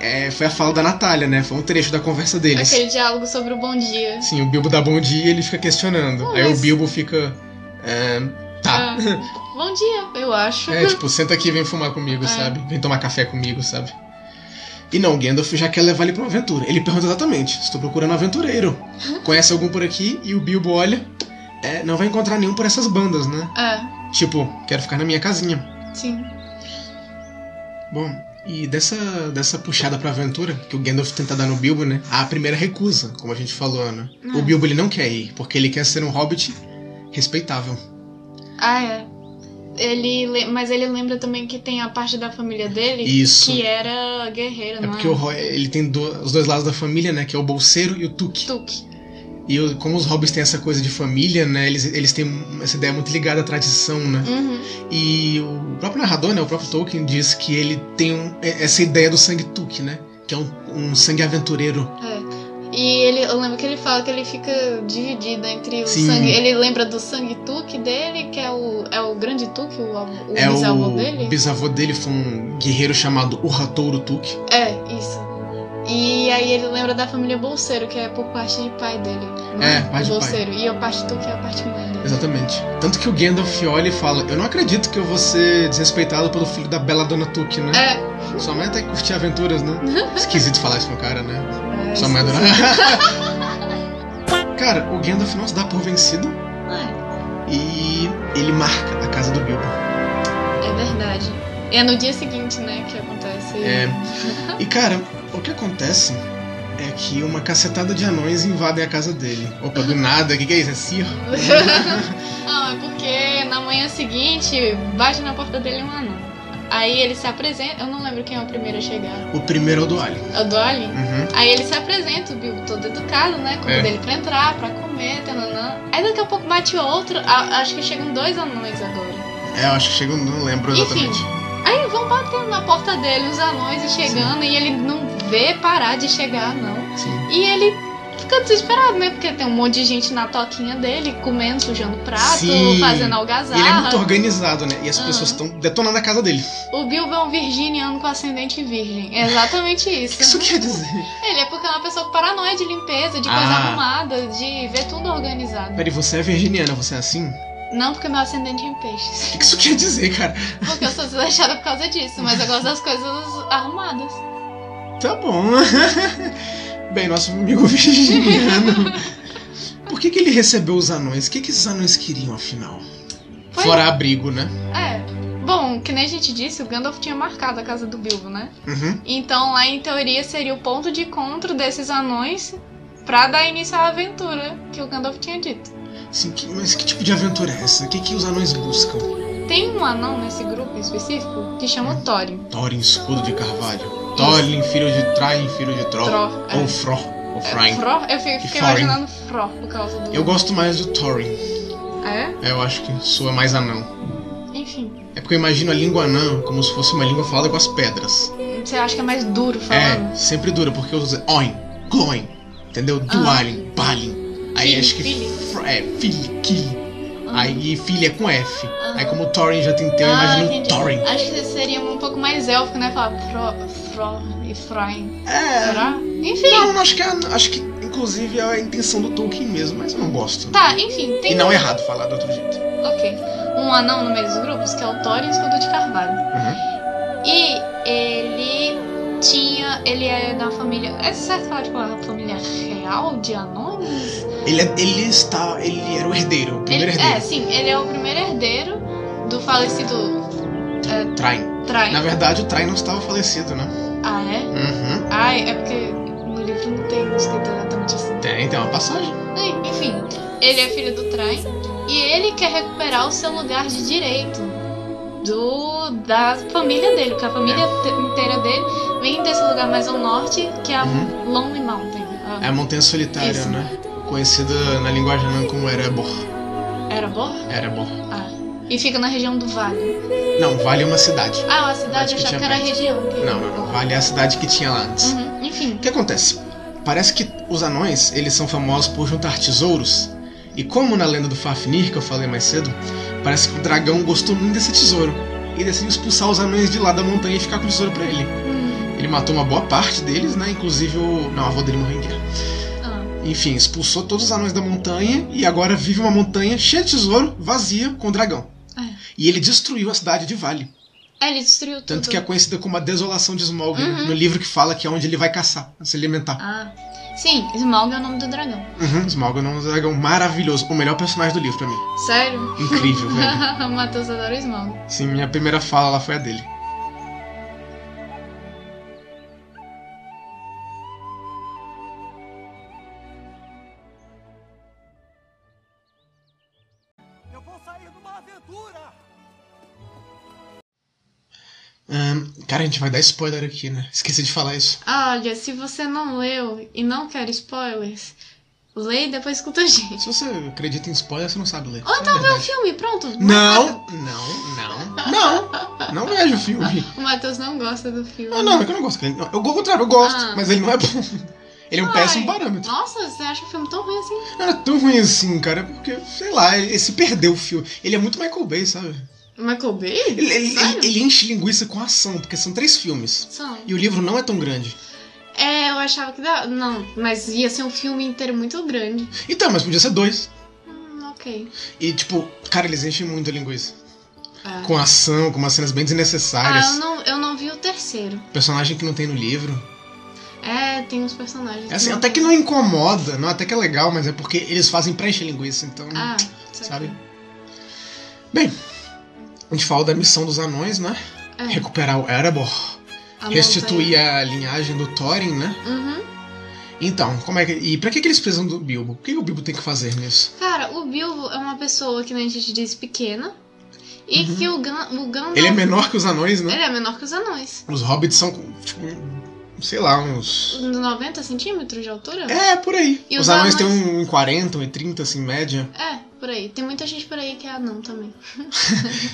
Speaker 1: É, foi a fala da Natália, né? Foi um trecho da conversa deles.
Speaker 3: Aquele diálogo sobre o bom dia.
Speaker 1: Sim, o Bilbo dá bom dia e ele fica questionando.
Speaker 3: Pô,
Speaker 1: Aí
Speaker 3: mas-
Speaker 1: o Bilbo fica. é, tá.
Speaker 3: Ah, bom dia, eu acho.
Speaker 1: É, tipo, senta aqui e vem fumar comigo,
Speaker 3: Uhum. É.
Speaker 1: sabe? Vem tomar café comigo, sabe? E não, o Gandalf já quer levar ele pra uma aventura. Ele pergunta exatamente: estou procurando um aventureiro.
Speaker 3: Uhum.
Speaker 1: Conhece algum por aqui? E o Bilbo olha. É, não vai encontrar nenhum por essas bandas, né?
Speaker 3: É,
Speaker 1: Tipo, quero ficar na minha casinha.
Speaker 3: sim.
Speaker 1: Bom, e dessa, dessa puxada pra aventura que o Gandalf tenta dar no Bilbo, né? A primeira recusa, como a gente falou, né?
Speaker 3: Ah.
Speaker 1: O Bilbo ele não quer ir, porque ele quer ser um hobbit respeitável.
Speaker 3: Ah, é. Ele, le- mas ele lembra também que tem a parte da família dele
Speaker 1: Isso.
Speaker 3: que era guerreira,
Speaker 1: É
Speaker 3: não
Speaker 1: porque
Speaker 3: é?
Speaker 1: o Ro- ele tem do- os dois lados da família, né? Que é o bolseiro e o tuque.
Speaker 3: Tuque.
Speaker 1: E o- como os hobbits têm essa coisa de família, né? Eles, eles têm essa ideia muito ligada à tradição, né?
Speaker 3: Uhum.
Speaker 1: E o próprio narrador, né? O próprio Tolkien diz que ele tem um- é- essa ideia do sangue tuque, né? Que é um, um sangue aventureiro.
Speaker 3: É. E ele, eu lembro que ele fala que ele fica dividido entre o
Speaker 1: Sim.
Speaker 3: sangue. Ele lembra do sangue Tuque dele, que é o, é o grande Tuque, o, avô- o
Speaker 1: é
Speaker 3: bisavô
Speaker 1: o
Speaker 3: dele.
Speaker 1: bisavô dele foi um guerreiro chamado Urratouro Tuque.
Speaker 3: É, isso. E aí ele lembra da família Bolseiro, que é por parte de pai dele. não
Speaker 1: É, parte de pai.
Speaker 3: Bolseiro. E a parte do que é a parte mãe dele.
Speaker 1: Exatamente. Tanto que o Gandalf olha e fala: Eu não acredito que eu vou ser desrespeitado pelo filho da bela dona Tuque, né?
Speaker 3: É.
Speaker 1: Sua mãe até que curtir aventuras,
Speaker 3: *laughs*
Speaker 1: né? Esquisito falar isso pro cara, né?
Speaker 3: é
Speaker 1: Sua mãe
Speaker 3: esquisito.
Speaker 1: adora. *laughs* cara, o Gandalf não se dá por vencido e ele marca a casa do Bilbo.
Speaker 3: É, é verdade. E é no dia seguinte, né, que acontece.
Speaker 1: É. E cara, o que acontece é que uma cacetada de anões invadem a casa dele. Opa, do nada, o que, que é isso? É cirro?
Speaker 3: *laughs* Não, é porque na manhã seguinte bate na porta dele um anão. Aí ele se apresenta. Eu não lembro quem é o primeiro a chegar.
Speaker 1: O primeiro é o do Alien.
Speaker 3: É o Dolly?
Speaker 1: Uhum.
Speaker 3: Aí ele se apresenta, o Bilbo todo educado, né?
Speaker 1: É.
Speaker 3: Convida ele pra entrar, pra comer, tananã. Aí daqui a pouco bate outro, a- acho que chegam dois anões agora.
Speaker 1: É, eu acho que chega, não lembro
Speaker 3: Enfim.
Speaker 1: exatamente.
Speaker 3: Aí vão batendo na porta dele, os anões, e chegando, e ele não vê parar de chegar, não.
Speaker 1: Sim.
Speaker 3: E ele fica desesperado, né? Porque tem um monte de gente na toquinha dele, comendo, sujando prato,
Speaker 1: Sim. E
Speaker 3: fazendo
Speaker 1: ele é muito
Speaker 3: algazarra.
Speaker 1: organizado, né? E as
Speaker 3: Aham.
Speaker 1: pessoas estão detonando a casa dele.
Speaker 3: o Bilbo é um virginiano com ascendente virgem. É exatamente
Speaker 1: O *laughs*
Speaker 3: isso.
Speaker 1: que isso quer dizer?
Speaker 3: Ele é porque é uma pessoa paranoia de limpeza, de coisa
Speaker 1: Ah.
Speaker 3: arrumada, de ver tudo organizado.
Speaker 1: Peraí, você é virginiana, você é assim?
Speaker 3: Não porque meu ascendente é em
Speaker 1: O
Speaker 3: peixes. *laughs*
Speaker 1: que que isso quer dizer, cara?
Speaker 3: Porque eu sou desleixada por causa disso, mas eu gosto das coisas arrumadas.
Speaker 1: Tá bom. *laughs* Bem, nosso amigo virginiano. Por que, que ele recebeu os anões? O que, que esses anões queriam, afinal?
Speaker 3: Foi-
Speaker 1: Fora abrigo, né?
Speaker 3: É. Bom, que nem a gente disse, o Gandalf tinha marcado a casa do Bilbo, né?
Speaker 1: Uhum.
Speaker 3: Então lá em teoria seria o ponto de encontro desses anões pra dar início à aventura que o Gandalf tinha dito.
Speaker 1: Assim, que- mas que tipo de aventura é essa? O que, que os anões buscam?
Speaker 3: Tem um anão nesse grupo em específico que chama Thorin.
Speaker 1: Thorin, escudo de carvalho. Thorin, filho de Train, filho de Tro.
Speaker 3: Tro- é.
Speaker 1: Ou Fro. Ou Frain.
Speaker 3: Fro, eu fi-
Speaker 1: E
Speaker 3: fiquei
Speaker 1: Thorin.
Speaker 3: imaginando Fro por causa do.
Speaker 1: Eu gosto mais do Thorin.
Speaker 3: É?
Speaker 1: É, Eu acho que soa mais anão.
Speaker 3: Enfim.
Speaker 1: É porque eu imagino a língua anã como se fosse uma língua falada com as pedras.
Speaker 3: Você acha que é mais duro falando?
Speaker 1: É, sempre dura, porque os Oin, Gloin, entendeu? Dualin, Balin. Aí
Speaker 3: Fili,
Speaker 1: acho que.
Speaker 3: Fili.
Speaker 1: Fro- É, Fili, Kili.
Speaker 3: Ah.
Speaker 1: Aí filha é com F.
Speaker 3: Ah.
Speaker 1: Aí como Thorin já tem teu, eu
Speaker 3: Ah,
Speaker 1: imagino
Speaker 3: entendi.
Speaker 1: Thorin.
Speaker 3: Acho que seria um pouco mais élfico, né? Falar Fro, Fro e Froin.
Speaker 1: É.
Speaker 3: Será? Enfim.
Speaker 1: Não, acho que, é- acho que inclusive é a intenção do Tolkien mesmo, mas eu não gosto.
Speaker 3: Tá, enfim, tem
Speaker 1: E não é errado falar do outro jeito.
Speaker 3: Ok. Um anão no meio dos grupos, que é o Thorin Escudo de Carvalho. E ele tinha. Ele é da família. É certo falar, tipo, a família real de anões?
Speaker 1: Ele, é- ele está. Ele era o herdeiro, o primeiro
Speaker 3: Ele- É,
Speaker 1: herdeiro.
Speaker 3: sim, ele é o primeiro herdeiro do falecido é.
Speaker 1: Train.
Speaker 3: Traim.
Speaker 1: Na verdade, o Train não estava falecido, né?
Speaker 3: Ah, é?
Speaker 1: Uhum.
Speaker 3: Ai, é porque no livro não tem escrito exatamente assim.
Speaker 1: Tem, tem uma passagem.
Speaker 3: Ai, Enfim, ele é filho do Traim e ele quer recuperar o seu lugar de direito do da família dele, porque a família
Speaker 1: É.
Speaker 3: te- inteira dele vem desse lugar mais ao norte, que é a
Speaker 1: Uhum.
Speaker 3: Lonely Mountain. Ah,
Speaker 1: É a Montanha Solitária,
Speaker 3: Isso.
Speaker 1: né? Conhecida na linguagem anã como Erebor. É.
Speaker 3: Era boa?
Speaker 1: Erebor.
Speaker 3: Ah. E fica na região do Vale.
Speaker 1: Não, Vale é uma cidade.
Speaker 3: Ah, a
Speaker 1: Acho
Speaker 3: cidade eu
Speaker 1: que
Speaker 3: achava
Speaker 1: tinha
Speaker 3: que era a
Speaker 1: perto.
Speaker 3: região. que-
Speaker 1: Não, não, não. Vale é a cidade que tinha lá antes.
Speaker 3: Uhum, Enfim.
Speaker 1: O que acontece? Parece que os anões, eles são famosos por juntar tesouros. E como na lenda do Fafnir, que eu falei mais cedo, parece que o dragão gostou muito desse tesouro. E decidiu expulsar os anões de lá da montanha e ficar com o tesouro pra ele.
Speaker 3: Hum,
Speaker 1: Ele matou uma boa parte deles, né? Inclusive o... Não, a avó dele morreu em guerra.
Speaker 3: ah.
Speaker 1: Enfim, expulsou todos os anões da montanha e agora vive uma montanha cheia de tesouro, vazia, com o dragão.
Speaker 3: É.
Speaker 1: E ele destruiu a cidade de Vale.
Speaker 3: É, ele destruiu tudo.
Speaker 1: Tanto que é conhecida como a Desolação de Smaug, né,
Speaker 3: Uhum.
Speaker 1: no livro que fala que é onde ele vai caçar, se alimentar.
Speaker 3: Ah. Sim, Smaug é o nome do dragão.
Speaker 1: Uhum, Smaug é um dragão maravilhoso. O melhor personagem do livro pra mim.
Speaker 3: Sério?
Speaker 1: Incrível,
Speaker 3: *laughs*
Speaker 1: velho.
Speaker 3: o Matheus adora o Smaug.
Speaker 1: Sim, minha primeira fala lá foi a dele.
Speaker 5: Eu vou sair numa aventura!
Speaker 1: Ahn, cara, a gente vai dar spoiler aqui, né? Esqueci de falar isso.
Speaker 3: Olha, se você não leu e não quer spoilers, lê e depois escuta a gente.
Speaker 1: Se você acredita em spoiler, você não sabe ler.
Speaker 3: Ou
Speaker 1: Isso é
Speaker 3: então vê o
Speaker 1: verdade.
Speaker 3: filme, pronto.
Speaker 1: Não, não, não, não. Não vejo filme.
Speaker 3: O Matheus não gosta do filme.
Speaker 1: Não, não, é que eu não gosto. dele. Não, Eu, ao contrário, eu gosto,
Speaker 3: Ah.
Speaker 1: mas ele não é bom. Ele é um
Speaker 3: Ai.
Speaker 1: péssimo parâmetro.
Speaker 3: Nossa, você acha o filme tão ruim assim?
Speaker 1: Não era tão ruim assim, cara, porque, sei lá, ele, ele se perdeu o filme. Ele é muito Michael Bay, sabe?
Speaker 3: Michael Bay?
Speaker 1: Ele- ele-
Speaker 3: Sério?
Speaker 1: ele- ele enche linguiça com ação, porque são três filmes.
Speaker 3: São.
Speaker 1: E o livro não é tão grande.
Speaker 3: É, eu achava que dá. Não, mas ia ser um filme inteiro muito grande.
Speaker 1: Então, mas podia ser dois.
Speaker 3: Hum, ok.
Speaker 1: E, tipo, cara, eles enchem muito a linguiça.
Speaker 3: Ah.
Speaker 1: Com ação, com umas cenas bem
Speaker 3: Ah,
Speaker 1: desnecessárias.
Speaker 3: eu não, eu não vi o terceiro.
Speaker 1: Personagem que não tem no livro.
Speaker 3: É, tem uns personagens.
Speaker 1: É assim, até que não incomoda, não, até que é legal, mas é porque eles fazem pra encher linguiça, então.
Speaker 3: Ah,
Speaker 1: sabe?
Speaker 3: sabe?
Speaker 1: Bem, a gente fala da missão dos anões, né?
Speaker 3: É.
Speaker 1: Recuperar o Erebor,
Speaker 3: A
Speaker 1: restituir a linhagem do Thorin, né?
Speaker 3: montanha. Uhum.
Speaker 1: Então, como é que. E pra que, que eles precisam do Bilbo? O que, que o Bilbo tem que fazer nisso?
Speaker 3: Cara, o Bilbo é uma pessoa que né, a gente diz pequena. E que o, Gan, o Gandalf.
Speaker 1: Uhum. Ele é menor que os anões, né?
Speaker 3: Ele é menor que os anões.
Speaker 1: Os hobbits são, tipo, sei lá, uns.
Speaker 3: Uns 90 Um centímetros de altura?
Speaker 1: É, por aí.
Speaker 3: E
Speaker 1: os
Speaker 3: os
Speaker 1: anões
Speaker 3: anões?
Speaker 1: têm um 40, um 30, assim, média.
Speaker 3: É, por aí. Tem muita gente por aí que é anão também.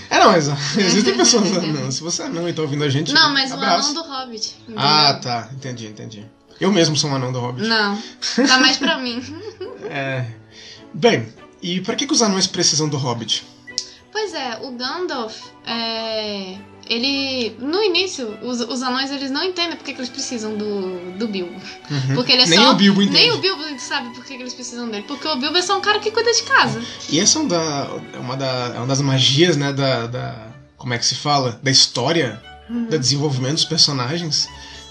Speaker 1: É, não,
Speaker 3: *laughs*
Speaker 1: mas existem pessoas anãs. Se você é anão e tá ouvindo a gente,
Speaker 3: Não, mas
Speaker 1: abraço.
Speaker 3: o anão do Hobbit. entendeu?
Speaker 1: Ah, tá. Entendi, entendi. Eu mesmo sou um anão do Hobbit.
Speaker 3: Não. Tá mais pra mim. Hum.
Speaker 1: É... Bem, e pra que, que os anões precisam do Hobbit?
Speaker 3: Pois é, o Gandalf, é, ele, no início, os, os anões eles não entendem porque que eles precisam do, do Bilbo.
Speaker 1: Uhum.
Speaker 3: Porque ele é
Speaker 1: Nem
Speaker 3: só...
Speaker 1: o Bilbo entende.
Speaker 3: Nem o Bilbo sabe por que que eles precisam dele, porque o Bilbo é só um cara que cuida de casa.
Speaker 1: E essa é um da- é uma, da, é uma das magias, né, da, da... Como é que se fala? Da história, do desenvolvimento dos personagens.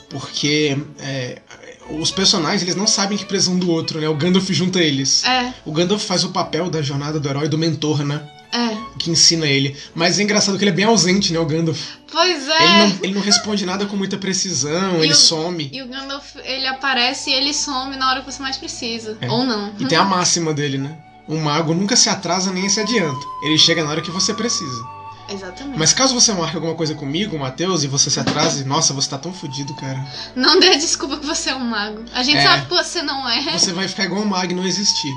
Speaker 1: Porque é, os personagens eles não sabem que precisam do outro, né? O Gandalf junta eles.
Speaker 3: É,
Speaker 1: O Gandalf faz o papel da jornada do herói do mentor, né?
Speaker 3: é.
Speaker 1: Que ensina ele. Mas é engraçado que ele é bem ausente, né? O Gandalf.
Speaker 3: Pois é.
Speaker 1: Ele, não, ele não responde nada com muita precisão,
Speaker 3: E
Speaker 1: ele
Speaker 3: o-
Speaker 1: some.
Speaker 3: E o Gandalf, ele aparece e ele some na hora que você mais precisa.
Speaker 1: É.
Speaker 3: Ou não.
Speaker 1: E tem a máxima dele, né? Um mago nunca se atrasa nem se adianta. Ele chega na hora que você precisa.
Speaker 3: Exatamente.
Speaker 1: Mas caso você marque alguma coisa comigo, Matheus, e você se atrase, nossa, você tá tão fudido, cara.
Speaker 3: Não dê a desculpa que você é um mago. A gente
Speaker 1: É.
Speaker 3: sabe que você não é.
Speaker 1: Você vai ficar igual o Mag e não existir.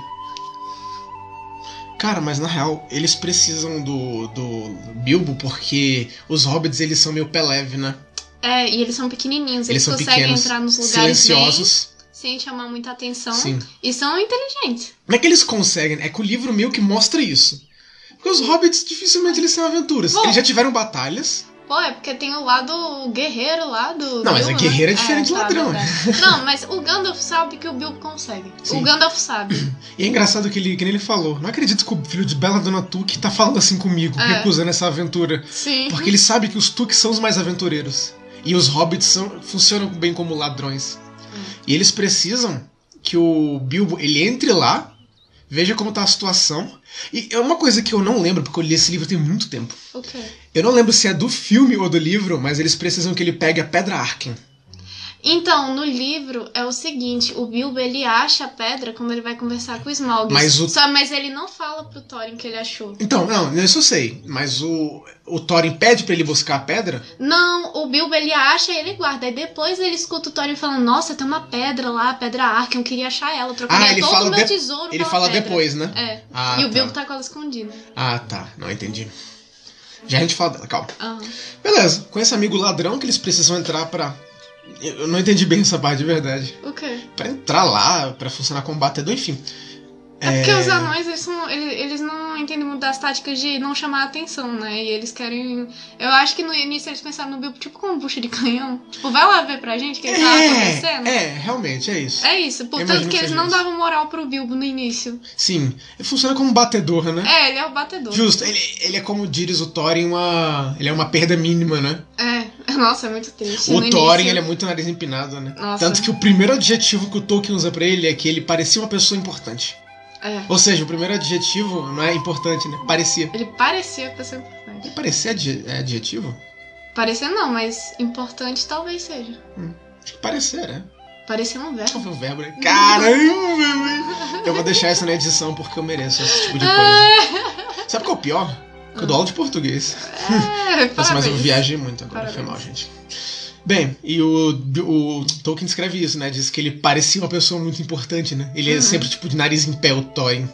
Speaker 1: Cara, mas na real, eles precisam do, do Bilbo porque os hobbits eles são meio pé leve, né?
Speaker 3: É, e eles são
Speaker 1: Eles
Speaker 3: pequenininhos. Eles,
Speaker 1: são
Speaker 3: conseguem
Speaker 1: pequenos,
Speaker 3: entrar nos lugares então?
Speaker 1: Silenciosos.
Speaker 3: bem, sem chamar muita atenção.
Speaker 1: Sim.
Speaker 3: E são inteligentes.
Speaker 1: Como é que eles conseguem? É que o livro meio que mostra isso. Porque os hobbits dificilmente eles têm aventuras.
Speaker 3: Bom.
Speaker 1: Eles já tiveram batalhas.
Speaker 3: Pô, é porque tem o lado guerreiro lá do.
Speaker 1: Não, mas
Speaker 3: Bilbo,
Speaker 1: a guerreira é
Speaker 3: né?
Speaker 1: diferente de
Speaker 3: tá,
Speaker 1: ladrão,
Speaker 3: tá,
Speaker 1: né?
Speaker 3: tá. *laughs* Não, mas o Gandalf sabe que o Bilbo consegue.
Speaker 1: Sim.
Speaker 3: O Gandalf
Speaker 1: *coughs*
Speaker 3: sabe.
Speaker 1: E é engraçado que ele, que nem ele falou. Não acredito que o filho de Bela Dona Tuque tá falando assim comigo,
Speaker 3: É.
Speaker 1: recusando essa aventura.
Speaker 3: Sim.
Speaker 1: Porque ele sabe que os Tuques são os mais aventureiros. E os hobbits são, funcionam bem como ladrões. E eles precisam que o Bilbo ele entre lá, veja como tá a situação. E é uma coisa que eu não lembro, porque eu li esse livro tem muito tempo.
Speaker 3: O quê?
Speaker 1: Eu não lembro se é do filme ou do livro, mas eles precisam que ele pegue a Pedra Arken.
Speaker 3: Então, no livro é o seguinte, o Bilbo ele acha a pedra quando ele vai conversar com o Smaug.
Speaker 1: Mas o-
Speaker 3: Só, mas ele não fala pro Thorin que ele achou.
Speaker 1: Então, não, isso eu sei. Mas o, o Thorin pede pra ele buscar a pedra?
Speaker 3: Não, o Bilbo ele acha e ele guarda. Aí depois ele escuta o Thorin falando: Nossa, tem uma pedra lá, a pedra Arken, eu queria achar ela. Eu trocaria
Speaker 1: Ah, ele
Speaker 3: todo
Speaker 1: fala
Speaker 3: o meu
Speaker 1: de-
Speaker 3: tesouro
Speaker 1: Ele
Speaker 3: pela
Speaker 1: fala
Speaker 3: pedra.
Speaker 1: depois, né?
Speaker 3: É.
Speaker 1: Ah,
Speaker 3: e o
Speaker 1: tá.
Speaker 3: Bilbo tá com ela escondida.
Speaker 1: Ah, tá. Não entendi. Já a gente fala dela, calma.
Speaker 3: Aham.
Speaker 1: Beleza, com esse amigo ladrão que eles precisam entrar pra. Eu eu não entendi bem essa parte de verdade.
Speaker 3: O quê?
Speaker 1: Pra entrar lá, pra funcionar como batedor, enfim.
Speaker 3: É porque os anões, eles, são, eles, eles não entendem muito das táticas de não chamar a atenção, né? E eles querem. Eu acho que no início eles pensaram no Bilbo tipo como bucha de canhão. Tipo, vai lá ver pra gente o que ele tá acontecendo.
Speaker 1: é, é, realmente, é isso.
Speaker 3: É isso,
Speaker 1: Eu
Speaker 3: portanto
Speaker 1: imagino
Speaker 3: que
Speaker 1: que
Speaker 3: eles
Speaker 1: seja
Speaker 3: não
Speaker 1: isso.
Speaker 3: davam moral pro Bilbo no início.
Speaker 1: Sim, funciona como batedor, né?
Speaker 3: É, ele é o batedor.
Speaker 1: Justo, ele, ele é como diz o Thorin, uma, ele é uma perda mínima, né?
Speaker 3: É, *laughs* nossa, é muito triste.
Speaker 1: o
Speaker 3: No
Speaker 1: Thorin,
Speaker 3: início-
Speaker 1: ele é muito nariz empinado, né?
Speaker 3: Nossa.
Speaker 1: Tanto que o primeiro adjetivo que o Tolkien usa pra ele é que ele parecia uma pessoa importante.
Speaker 3: É.
Speaker 1: Ou seja, o primeiro adjetivo não é importante, né? Parecia.
Speaker 3: Ele parecia pessoa importante.
Speaker 1: Parecia adje- é adjetivo?
Speaker 3: Parecer não, mas importante talvez seja.
Speaker 1: Acho que parecer, né?
Speaker 3: Parecer um verbo.
Speaker 1: Qual foi o verbo, né? Caramba, velho! Eu vou deixar isso na edição porque eu mereço esse tipo de coisa.
Speaker 3: *laughs*
Speaker 1: Sabe qual é o pior? Que eu dou aula de português.
Speaker 3: É,
Speaker 1: Nossa, mas eu
Speaker 3: parabéns.
Speaker 1: viajei muito agora, foi
Speaker 3: Parabéns.
Speaker 1: mal, gente. Bem, e o, o Tolkien escreve isso, né? Diz que ele parecia uma pessoa muito importante, né? Ele é
Speaker 3: Uhum.
Speaker 1: sempre tipo de nariz em pé, o Thorin.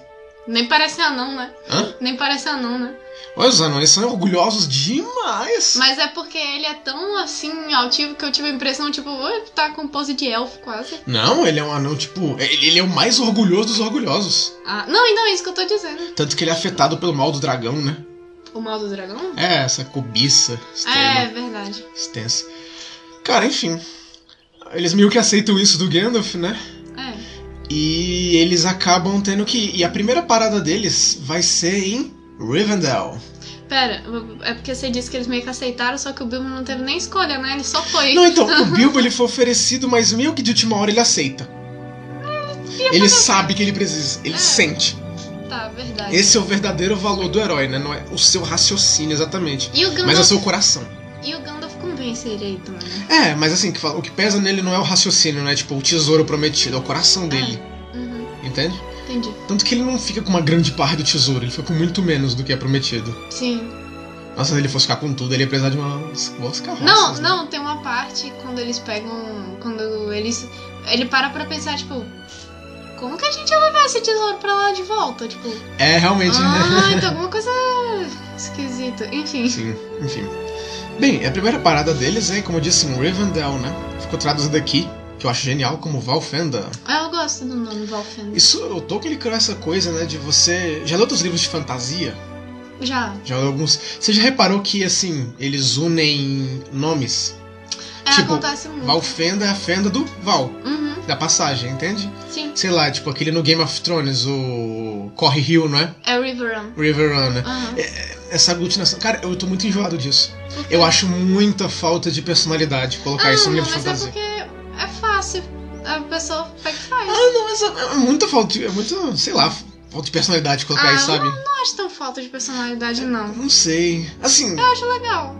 Speaker 3: Nem parece anão, né?
Speaker 1: Hã?
Speaker 3: Nem parece anão, né?
Speaker 1: Olha, os anões são orgulhosos demais!
Speaker 3: Mas é porque ele é tão assim altivo que eu tive a impressão, tipo, "Ui, tá com pose de elfo quase.
Speaker 1: Não, ele é um anão, tipo, ele ele é o mais orgulhoso dos orgulhosos.
Speaker 3: Ah, não, e não é isso que eu tô dizendo.
Speaker 1: Tanto que ele é afetado pelo mal do dragão, né?
Speaker 3: O mal do dragão?
Speaker 1: É, essa cobiça extrema.
Speaker 3: É, verdade.
Speaker 1: extensa. Cara, enfim. Eles meio que aceitam isso do Gandalf, né?
Speaker 3: É.
Speaker 1: E eles acabam tendo que. E a primeira parada deles vai ser em Rivendell.
Speaker 3: Pera, é porque você disse que eles meio que aceitaram, só que o Bilbo não teve nem escolha, né? Ele só foi.
Speaker 1: Não, então, o Bilbo ele foi oferecido, mas meio que de última hora ele aceita. Ele sabe que ele precisa, ele
Speaker 3: É.
Speaker 1: sente.
Speaker 3: Tá, verdade.
Speaker 1: Esse é o verdadeiro valor do herói, né? Não é o seu raciocínio exatamente,
Speaker 3: E o Gandalf,
Speaker 1: mas é o seu coração.
Speaker 3: e o Gandalf convence ele aí também. né?
Speaker 1: É, mas assim, que fala- o que pesa nele não é o raciocínio, né? Tipo, o tesouro prometido, é o coração dele,
Speaker 3: Uhum,
Speaker 1: entende?
Speaker 3: entendi.
Speaker 1: Tanto que ele não fica com uma grande parte do tesouro, ele fica com muito menos do que é prometido.
Speaker 3: Sim.
Speaker 1: Nossa, se ele fosse ficar com tudo, ele ia precisar de uma, umas carroças.
Speaker 3: Não,
Speaker 1: né?
Speaker 3: não, tem uma parte quando eles pegam. Quando eles. Ele para pra pensar, tipo. Como que a gente ia levar esse tesouro pra lá de volta? Tipo.
Speaker 1: É, realmente, né?
Speaker 3: Ah, então alguma coisa esquisita.
Speaker 1: *laughs*
Speaker 3: Enfim.
Speaker 1: Sim, enfim. Bem, a primeira parada deles é, como eu disse, em Rivendell, né? Ficou traduzido aqui, que eu acho genial, como Valfenda.
Speaker 3: Ah, eu gosto do nome né? Valfenda.
Speaker 1: Isso, o Tolkien ele criou essa coisa, né, de você... Já leu outros livros de fantasia?
Speaker 3: Já.
Speaker 1: Já leu alguns... Você já reparou que, assim, eles unem nomes?
Speaker 3: É,
Speaker 1: Tipo,
Speaker 3: acontece muito.
Speaker 1: Valfenda é a fenda do Val,
Speaker 3: Uhum,
Speaker 1: da passagem, entende?
Speaker 3: sim.
Speaker 1: sei lá, tipo aquele no Game of Thrones, o Corre Rio, não é?
Speaker 3: É Riverrun.
Speaker 1: Riverrun. né?
Speaker 3: Aham.
Speaker 1: essa aglutinação. Cara, eu tô muito enjoado disso. Eu acho muita falta de personalidade colocar isso no livro de
Speaker 3: mas é
Speaker 1: fantasia.
Speaker 3: porque é fácil. A pessoa pega e faz.
Speaker 1: Ah, não, mas é é muita falta de. É muito, sei lá, falta de personalidade colocar
Speaker 3: Ah,
Speaker 1: isso, sabe?
Speaker 3: Não acho tão falta de personalidade, não.
Speaker 1: Não sei. Assim,
Speaker 3: Eu acho legal.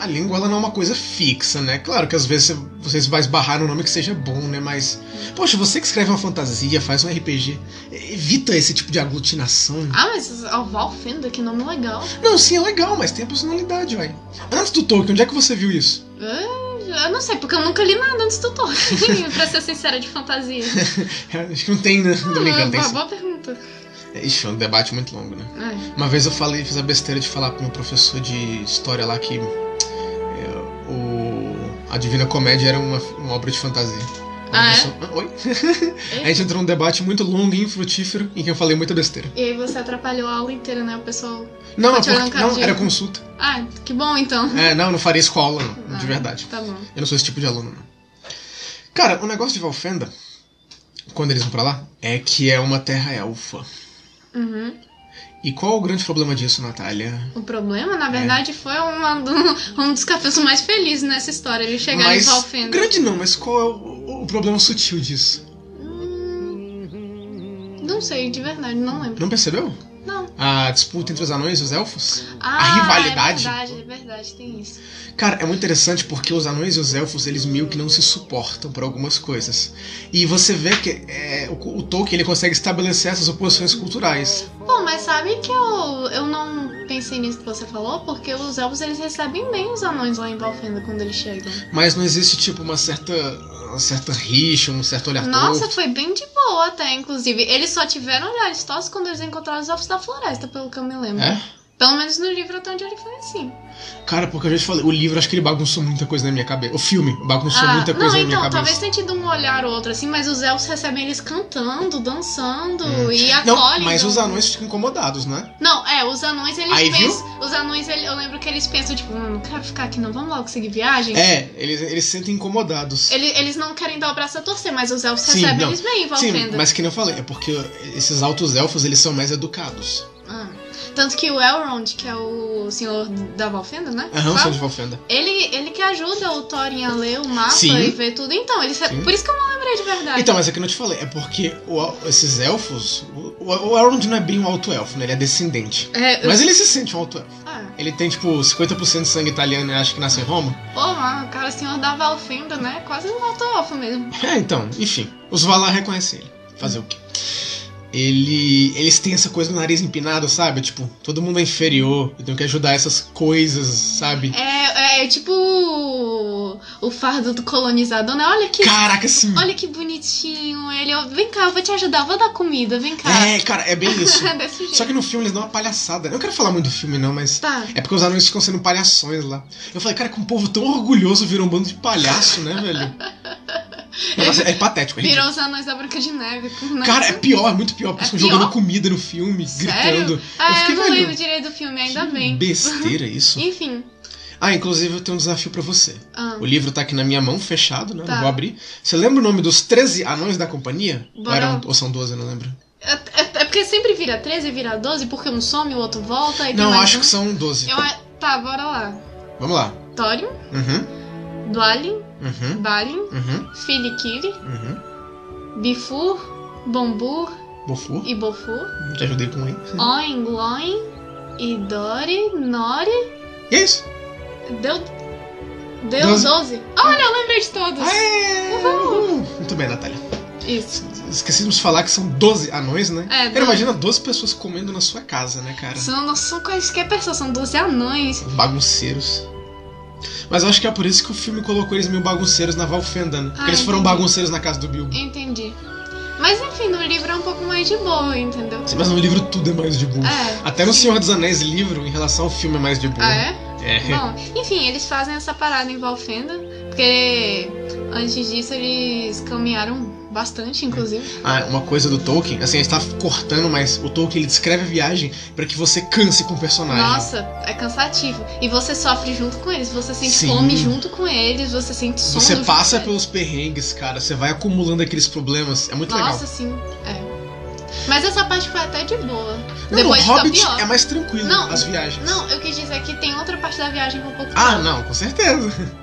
Speaker 1: a língua ela não é uma coisa fixa, né? Claro que às vezes você- vocês vão esbarrar num nome que seja bom, né? Mas, poxa, você que escreve uma fantasia, faz um RPG, evita esse tipo de aglutinação.
Speaker 3: Ah, mas o Valfenda, que nome legal.
Speaker 1: Não, sim, é legal, mas tem a personalidade, vai. Antes do Tolkien, onde é que você viu isso?
Speaker 3: Ah, Eu não sei, porque eu nunca li nada antes do Tolkien, *laughs* pra ser sincera, de fantasia. Ah,
Speaker 1: Acho que não tem, né? *laughs* Tô brincando, tem
Speaker 3: boa,
Speaker 1: sim.
Speaker 3: boa pergunta.
Speaker 1: É, Ixi, é um debate muito longo, né?
Speaker 3: É.
Speaker 1: Uma vez eu falei, fiz a besteira de falar pro meu professor de história lá que é, o, a Divina Comédia era uma, uma obra de fantasia.
Speaker 3: Ah, é?
Speaker 1: Aí o professor-
Speaker 3: *laughs*
Speaker 1: Oi? A gente entrou num debate muito longo e infrutífero em que eu falei muita besteira.
Speaker 3: E aí você atrapalhou a aula inteira, né? O pessoal.
Speaker 1: Não,
Speaker 3: Pode
Speaker 1: é
Speaker 3: olhar um
Speaker 1: porque, não
Speaker 3: cadinho.
Speaker 1: era consulta.
Speaker 3: Ah, que bom então.
Speaker 1: É, não, eu não faria escola, não, de
Speaker 3: Ah,
Speaker 1: verdade.
Speaker 3: Tá bom.
Speaker 1: Eu não sou esse tipo de aluno, não. Cara, o negócio de Valfenda, quando eles vão pra lá, é que é uma terra elfa.
Speaker 3: Uhum.
Speaker 1: E qual é o grande problema disso, Natália?
Speaker 3: O problema,
Speaker 1: É.
Speaker 3: na verdade, foi uma do- *laughs* um dos capítulos mais felizes nessa história, ele chegar
Speaker 1: mas,
Speaker 3: em Valfenda.
Speaker 1: Grande não, mas qual é o, o problema sutil disso?
Speaker 3: Não sei, de verdade, não lembro.
Speaker 1: Não percebeu?
Speaker 3: Não.
Speaker 1: A disputa entre os anões e os elfos?
Speaker 3: Ah,
Speaker 1: rivalidade?
Speaker 3: É verdade, é verdade, tem isso.
Speaker 1: Cara, é muito interessante porque os anões e os elfos, eles meio que não se suportam por algumas coisas. E você vê que é, o, o Tolkien ele consegue estabelecer essas oposições culturais.
Speaker 3: Bom, mas sabe que eu, eu não pensei nisso que você falou, porque os elfos eles recebem bem os anões lá em Valfenda quando eles chegam.
Speaker 1: Mas não existe, tipo, uma certa. Uma certa rixa, um certo olhar
Speaker 3: Nossa,
Speaker 1: torto.
Speaker 3: foi bem de boa até, inclusive. Eles só tiveram olhares tossos quando eles encontraram os elfos da floresta, pelo que eu me lembro.
Speaker 1: É?
Speaker 3: Pelo menos no livro até onde ele foi assim.
Speaker 1: Cara, porque eu já te falei, o livro acho que ele bagunçou muita coisa na minha cabeça. O filme bagunçou muita
Speaker 3: não,
Speaker 1: coisa na minha
Speaker 3: então,
Speaker 1: cabeça.
Speaker 3: talvez tenha tido um olhar ou outro, assim, mas os elfos recebem eles cantando, dançando
Speaker 1: Hum.
Speaker 3: e acolhem.
Speaker 1: Não, mas
Speaker 3: então-
Speaker 1: os anões ficam incomodados, né?
Speaker 3: Não, é, os anões eles
Speaker 1: Aí, viu?
Speaker 3: pensam. Os anões, ele- eu lembro que eles pensam, tipo, "Hum, não quero ficar aqui, não, vamos logo seguir viagem.
Speaker 1: É, eles, eles se sentem incomodados.
Speaker 3: Ele- eles não querem dar o braço a torcer, mas os elfos
Speaker 1: Sim,
Speaker 3: recebem
Speaker 1: não.
Speaker 3: eles bem,
Speaker 1: Sim,
Speaker 3: Valfenda.
Speaker 1: mas que nem eu falei, é porque esses altos elfos, eles são mais educados.
Speaker 3: Ah. Tanto que o Elrond, que é o senhor da Valfenda, né?
Speaker 1: Aham,
Speaker 3: Fala.
Speaker 1: são de Valfenda.
Speaker 3: Ele, ele que ajuda o Thorin a ler o mapa
Speaker 1: Sim.
Speaker 3: e ver tudo. Então, eles
Speaker 1: Sim.
Speaker 3: por isso que eu não lembrei de verdade.
Speaker 1: Então, mas é que eu não te falei, é porque o- esses elfos. O, o Elrond não é bem um alto elfo, né? Ele é descendente.
Speaker 3: É, eu-
Speaker 1: Mas ele se sente um alto elfo.
Speaker 3: Ah,
Speaker 1: Ele tem, tipo, 50% de sangue italiano e acho que nasceu em Roma.
Speaker 3: pô, mano, o cara senhor da Valfenda, né? Quase um
Speaker 1: *laughs*
Speaker 3: autófo mesmo.
Speaker 1: É, então, enfim. Os Valar reconhecem ele. Fazer o quê? Ele. Eles têm essa coisa do nariz empinado, sabe? Tipo, todo mundo é inferior. Eu tenho que ajudar essas coisas, sabe?
Speaker 3: É, é, tipo o o fardo do colonizador, né? Olha que.
Speaker 1: Caraca, sim.
Speaker 3: Olha que bonitinho ele. ó, Vem cá, eu vou te ajudar, vou dar comida, vem cá.
Speaker 1: É, cara, é bem isso.
Speaker 3: *laughs* Desse jeito.
Speaker 1: Só que no filme eles dão uma palhaçada. né? Eu não quero falar muito do filme, não, mas.
Speaker 3: Tá.
Speaker 1: É porque os anões ficam sendo palhações lá. Eu falei, cara, que um povo tão orgulhoso virou um bando de palhaço, né,
Speaker 3: *laughs*
Speaker 1: velho? Nossa, é patético, é ridículo.
Speaker 3: Virou os anões da Branca de Neve. né?
Speaker 1: Cara, é pior, é muito pior. Porque
Speaker 3: É
Speaker 1: estão
Speaker 3: pior?
Speaker 1: jogando comida no filme,
Speaker 3: Sério?
Speaker 1: gritando.
Speaker 3: Ah,
Speaker 1: eu
Speaker 3: eu,
Speaker 1: fiquei,
Speaker 3: não
Speaker 1: velho,
Speaker 3: lembro direito do filme, ainda
Speaker 1: que
Speaker 3: bem.
Speaker 1: Besteira isso.
Speaker 3: Enfim.
Speaker 1: Ah, inclusive eu tenho um desafio pra você.
Speaker 3: ah,
Speaker 1: O livro tá aqui na minha mão, fechado, né?
Speaker 3: Tá.
Speaker 1: Não vou abrir. Você lembra o nome dos 13 anões da companhia? Ou,
Speaker 3: Bora.
Speaker 1: eram, ou são 12, eu não lembro.
Speaker 3: É, é- é porque sempre vira 13 e vira 12, porque um some, o outro volta. Aí
Speaker 1: não,
Speaker 3: tem mais
Speaker 1: acho
Speaker 3: um.
Speaker 1: que são 12.
Speaker 3: Eu, a- tá, bora lá.
Speaker 1: Vamos lá.
Speaker 3: Thorin,
Speaker 1: Uhum,
Speaker 3: Dwalin,
Speaker 1: uhum,
Speaker 3: Balin,
Speaker 1: uhum,
Speaker 3: Filikiri,
Speaker 1: uhum.
Speaker 3: Bifur, Bombur
Speaker 1: Bofu,
Speaker 3: e Bofur,
Speaker 1: te ajudei com ele.
Speaker 3: Oin, Loin, Idori, Nori.
Speaker 1: E é isso.
Speaker 3: Deu. Deu
Speaker 1: Doze.
Speaker 3: 12. Olha, eu lembrei de todos.
Speaker 1: Aê! Muito bem, Natália.
Speaker 3: Isso.
Speaker 1: Esquecemos de falar que são 12 anões, né?
Speaker 3: É,
Speaker 1: Cara,
Speaker 3: doze.
Speaker 1: imagina 12 pessoas comendo na sua casa, né, cara?
Speaker 3: São, não são quaisquer pessoas, são 12 anões.
Speaker 1: Bagunceiros. Mas eu acho que é por isso que o filme colocou eles meio bagunceiros na Valfenda, né? Porque
Speaker 3: Ah,
Speaker 1: eles foram
Speaker 3: entendi.
Speaker 1: bagunceiros na casa do Bilbo.
Speaker 3: Entendi. Mas enfim, no livro é um pouco mais de boa, entendeu?
Speaker 1: Sim, Mas no livro tudo é mais de boa.
Speaker 3: É.
Speaker 1: Até no Senhor dos Anéis livro, em relação ao filme, é mais de boa.
Speaker 3: Ah,
Speaker 1: *laughs*
Speaker 3: é?
Speaker 1: É.
Speaker 3: Bom, enfim, eles fazem essa parada em Valfenda, porque antes disso eles caminharam bastante, inclusive.
Speaker 1: Ah, uma coisa do Tolkien, assim, a gente tá cortando, mas o Tolkien ele descreve a viagem pra que você canse com o personagem.
Speaker 3: Nossa, é cansativo. E você sofre junto com eles, você sente
Speaker 1: Sim.
Speaker 3: fome junto com eles, você sente sono.
Speaker 1: Você
Speaker 3: junto
Speaker 1: passa
Speaker 3: com eles.
Speaker 1: pelos perrengues, cara. Você vai acumulando aqueles problemas. É muito legal.
Speaker 3: Nossa, sim. É. Mas essa parte foi até de boa.
Speaker 1: Não,
Speaker 3: Depois
Speaker 1: o
Speaker 3: fica
Speaker 1: Hobbit
Speaker 3: pior.
Speaker 1: é mais tranquilo,
Speaker 3: Não,
Speaker 1: as viagens.
Speaker 3: Não, eu quis dizer que tem outra parte da viagem que é um pouco.
Speaker 1: Ah, não, com certeza. *laughs*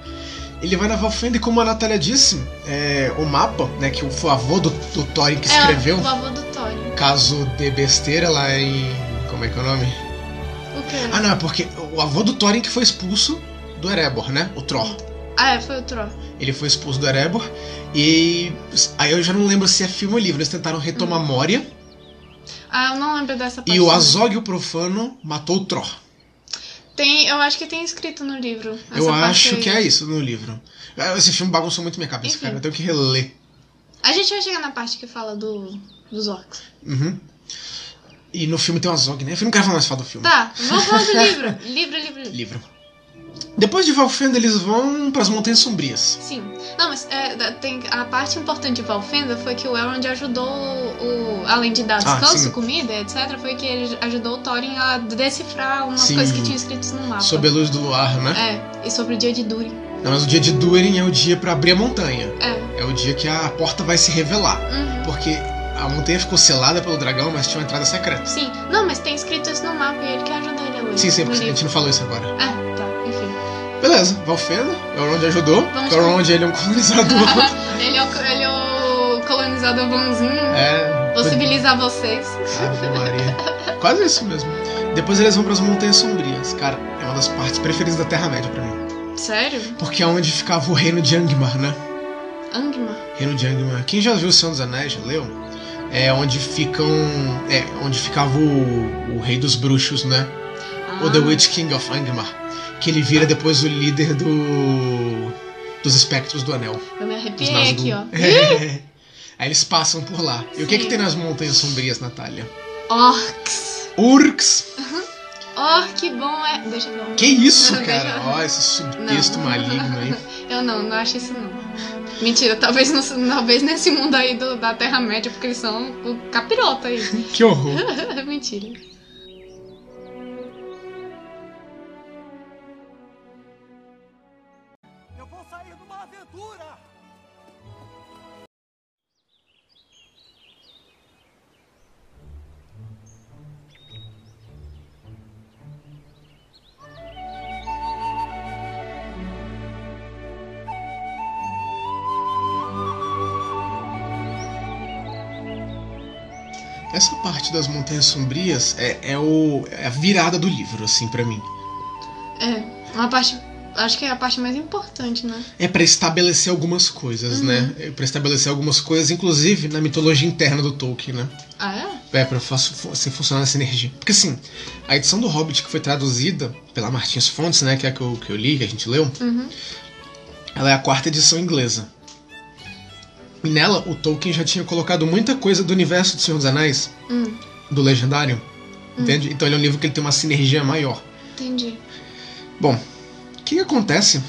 Speaker 1: Ele vai na Valfenda e como a Natália disse, é, o mapa, né, que o avô do, do Thorin que escreveu,
Speaker 3: É, o avô do Thorin.
Speaker 1: caso de besteira lá em... como é que é o nome?
Speaker 3: O quê?
Speaker 1: Ah, não, é porque o avô do Thorin que foi expulso do Erebor, né, o Thor.
Speaker 3: Ah, é, foi o Thor.
Speaker 1: Ele foi expulso do Erebor e... aí eu já não lembro se é filme ou livro, eles tentaram retomar
Speaker 3: Hum.
Speaker 1: Moria
Speaker 3: Ah, eu não lembro dessa parte.
Speaker 1: e o
Speaker 3: não.
Speaker 1: Azog o Profano matou o Thor.
Speaker 3: Tem, eu acho que tem escrito no livro. essa
Speaker 1: eu
Speaker 3: parte
Speaker 1: acho
Speaker 3: aí.
Speaker 1: que é isso no livro. Ah, Esse filme bagunçou muito minha cabeça,
Speaker 3: Enfim.
Speaker 1: cara, eu tenho que reler.
Speaker 3: A gente vai chegar na parte que fala do, dos orcs.
Speaker 1: Uhum. E no filme tem uma Zog, né? Eu não quero falar mais falar do filme.
Speaker 3: Tá, vamos
Speaker 1: *laughs*
Speaker 3: falar do livro. Livro, livro, livro.
Speaker 1: Livro. Depois de Valfenda, eles vão pras Montanhas Sombrias.
Speaker 3: Sim. Não, mas é, da- tem, a parte importante de Valfenda foi que o Elrond ajudou o. o- Além de dar
Speaker 1: Ah,
Speaker 3: descanso,
Speaker 1: sim.
Speaker 3: comida, etc., foi que ele ajudou o Thorin a decifrar umas
Speaker 1: Sim.
Speaker 3: coisas que tinham escritas no mapa.
Speaker 1: Sob a luz do luar, né?
Speaker 3: É, e sobre o dia de Durin.
Speaker 1: Não, mas o dia de Duerin é o dia pra abrir a montanha.
Speaker 3: É.
Speaker 1: É o dia que a porta vai se revelar.
Speaker 3: Uhum.
Speaker 1: Porque a montanha ficou selada pelo dragão, mas tinha uma entrada secreta.
Speaker 3: Sim. Não, mas tem escrito isso no mapa e ele quer ajudar ele a ler.
Speaker 1: Sim, sim, é
Speaker 3: No
Speaker 1: porque a
Speaker 3: livro.
Speaker 1: gente não falou isso agora.
Speaker 3: Ah, tá, enfim.
Speaker 1: Beleza, é Valfenda, Elrond ajudou.
Speaker 3: Vamos
Speaker 1: porque Elrond ele é um colonizador.
Speaker 3: ele, é o, ele é o colonizador bonzinho.
Speaker 1: é.
Speaker 3: Vou civilizar vocês.
Speaker 1: Ave Maria. Quase isso mesmo. Depois eles vão pras Montanhas Sombrias. Cara, é uma das partes preferidas da Terra-média pra mim.
Speaker 3: Sério?
Speaker 1: Porque é onde ficava o reino de Angmar, né?
Speaker 3: Angmar?
Speaker 1: Reino de Angmar. Quem já viu o Senhor dos Anéis, já leu? É onde ficam. É onde ficava o, o Rei dos Bruxos, né? O The
Speaker 3: Ah.
Speaker 1: Witch King of Angmar. Que ele vira depois o líder do. dos espectros do anel.
Speaker 3: Eu me
Speaker 1: Dos
Speaker 3: arrepiei é aqui, ó.
Speaker 1: Nazgûl. *laughs* Aí eles passam por lá. E o que, é que
Speaker 3: Sim.
Speaker 1: tem nas Montanhas Sombrias, Natália? *laughs*
Speaker 3: Orcs.
Speaker 1: Urks!
Speaker 3: Orc bom é. Deixa eu ver.
Speaker 1: Que isso,
Speaker 3: Não,
Speaker 1: cara?
Speaker 3: deixa-
Speaker 1: Ó, esse subtexto
Speaker 3: Não.
Speaker 1: maligno aí.
Speaker 3: *laughs* Eu não, não acho isso não. Mentira, talvez, no- talvez nesse mundo aí do- da Terra-média, porque eles são o capirota aí.
Speaker 1: Que horror.
Speaker 3: *laughs* Mentira.
Speaker 5: Eu vou sair numa aventura!
Speaker 1: Essa parte das Montanhas Sombrias é, é o, é a virada do livro, assim, pra mim.
Speaker 3: É, uma parte. Acho que é a parte mais importante, né?
Speaker 1: É pra estabelecer algumas coisas,
Speaker 3: Uhum.
Speaker 1: né? É pra estabelecer algumas coisas, inclusive na mitologia interna do Tolkien, né?
Speaker 3: Ah, é?
Speaker 1: É, pra fa- fu- assim, funcionar essa energia. Porque, assim, a edição do Hobbit que foi traduzida pela Martins Fontes, né? Que é a que eu, que eu li, que a gente leu,
Speaker 3: Uhum.
Speaker 1: ela é a quarta edição inglesa. E nela, o Tolkien já tinha colocado muita coisa do universo do Senhor dos Anéis,
Speaker 3: Hum,
Speaker 1: do Legendário, entende? Então ele é um livro que ele tem uma sinergia maior.
Speaker 3: entendi.
Speaker 1: Bom, o que, que acontece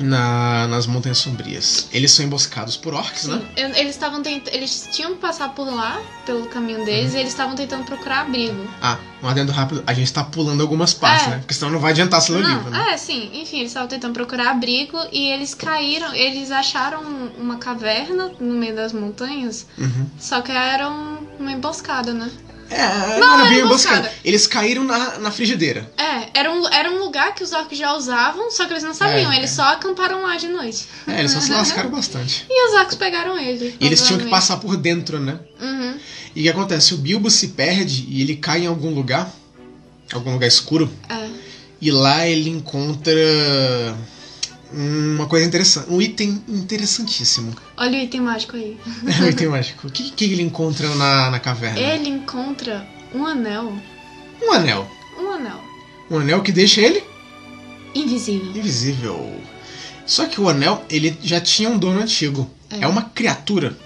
Speaker 1: na- nas Montanhas Sombrias? Eles são emboscados por orcs, né?
Speaker 3: Eu- Eles estavam tent... Eles tinham que passar por lá, pelo caminho deles, e eles estavam tentando procurar abrigo.
Speaker 1: Ah, um adendo rápido, a gente tá pulando algumas partes,
Speaker 3: É.
Speaker 1: né? Porque senão não vai adiantar se ler o
Speaker 3: Não,
Speaker 1: livro, né?
Speaker 3: É, sim. Enfim, eles estavam tentando procurar abrigo e eles caíram. Eles acharam um, uma caverna no meio das montanhas,
Speaker 1: Uhum.
Speaker 3: só que era um- uma emboscada, né?
Speaker 1: É, não, era
Speaker 3: era
Speaker 1: bem
Speaker 3: emboscada.
Speaker 1: emboscada. Eles caíram na, na frigideira.
Speaker 3: É, era um, era um lugar que os orcs já usavam, só que eles não sabiam.
Speaker 1: É,
Speaker 3: eles
Speaker 1: é.
Speaker 3: só acamparam lá de noite.
Speaker 1: É, eles só se lascaram bastante.
Speaker 3: E os orcs pegaram ele.
Speaker 1: E eles tinham que
Speaker 3: provavelmente.
Speaker 1: passar por dentro, né?
Speaker 3: Uhum.
Speaker 1: E o que acontece? O Bilbo se perde e ele cai em algum lugar, algum lugar escuro,
Speaker 3: É.
Speaker 1: e lá ele encontra uma coisa interessante, um item interessantíssimo. *laughs*
Speaker 3: Olha o item mágico aí.
Speaker 1: um item mágico. O que, que ele encontra na, na caverna?
Speaker 3: Ele encontra um anel.
Speaker 1: Um anel.
Speaker 3: Um anel.
Speaker 1: Um anel que deixa ele
Speaker 3: Invisível.
Speaker 1: invisível. Só que o anel, ele já tinha um dono antigo. É,
Speaker 3: É.
Speaker 1: uma criatura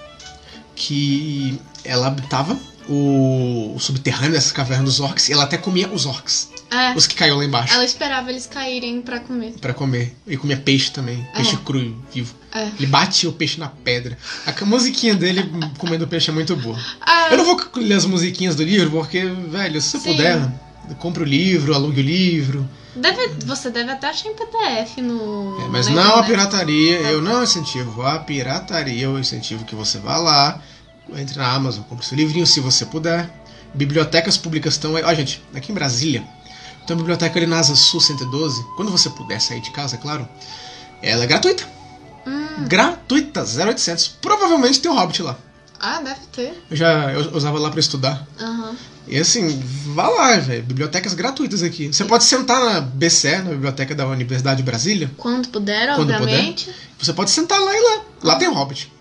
Speaker 1: que ela habitava o, o subterrâneo dessa caverna dos orcs. E ela até comia os orcs,
Speaker 3: É.
Speaker 1: os que caíram lá embaixo.
Speaker 3: Ela esperava eles caírem pra comer.
Speaker 1: Pra comer. E comia peixe também. Peixe cru e vivo.
Speaker 3: É.
Speaker 1: Ele batia o peixe na pedra. A ca- musiquinha dele comendo peixe é muito boa.
Speaker 3: Ah,
Speaker 1: Eu não vou ler as musiquinhas do livro, porque, velho, se você
Speaker 3: Sim.
Speaker 1: puder, compre o livro, alugue o livro.
Speaker 3: deve, você deve até achar em PDF no. né?
Speaker 1: É, mas
Speaker 3: na
Speaker 1: não a
Speaker 3: internet.
Speaker 1: pirataria,
Speaker 3: Tá.
Speaker 1: eu não incentivo a pirataria, eu incentivo que você vá lá, Entre na Amazon, compre seu livrinho se você puder. Bibliotecas públicas estão aí. Ó, gente, aqui em Brasília, tem uma biblioteca ali na Asa Sul 112. Quando você puder sair de casa, é claro, ela é gratuita.
Speaker 3: Hum.
Speaker 1: Gratuita, 0800. Provavelmente tem o Hobbit lá.
Speaker 3: Ah, deve ter.
Speaker 1: Eu já eu usava lá pra estudar.
Speaker 3: Aham.
Speaker 1: E assim, vá lá, velho. Bibliotecas gratuitas aqui. Você pode sentar na BCE, na biblioteca da Universidade de Brasília.
Speaker 3: Quando puder,
Speaker 1: Quando puder.
Speaker 3: obviamente.
Speaker 1: Você pode sentar lá e lá. Lá tem o Hobbit.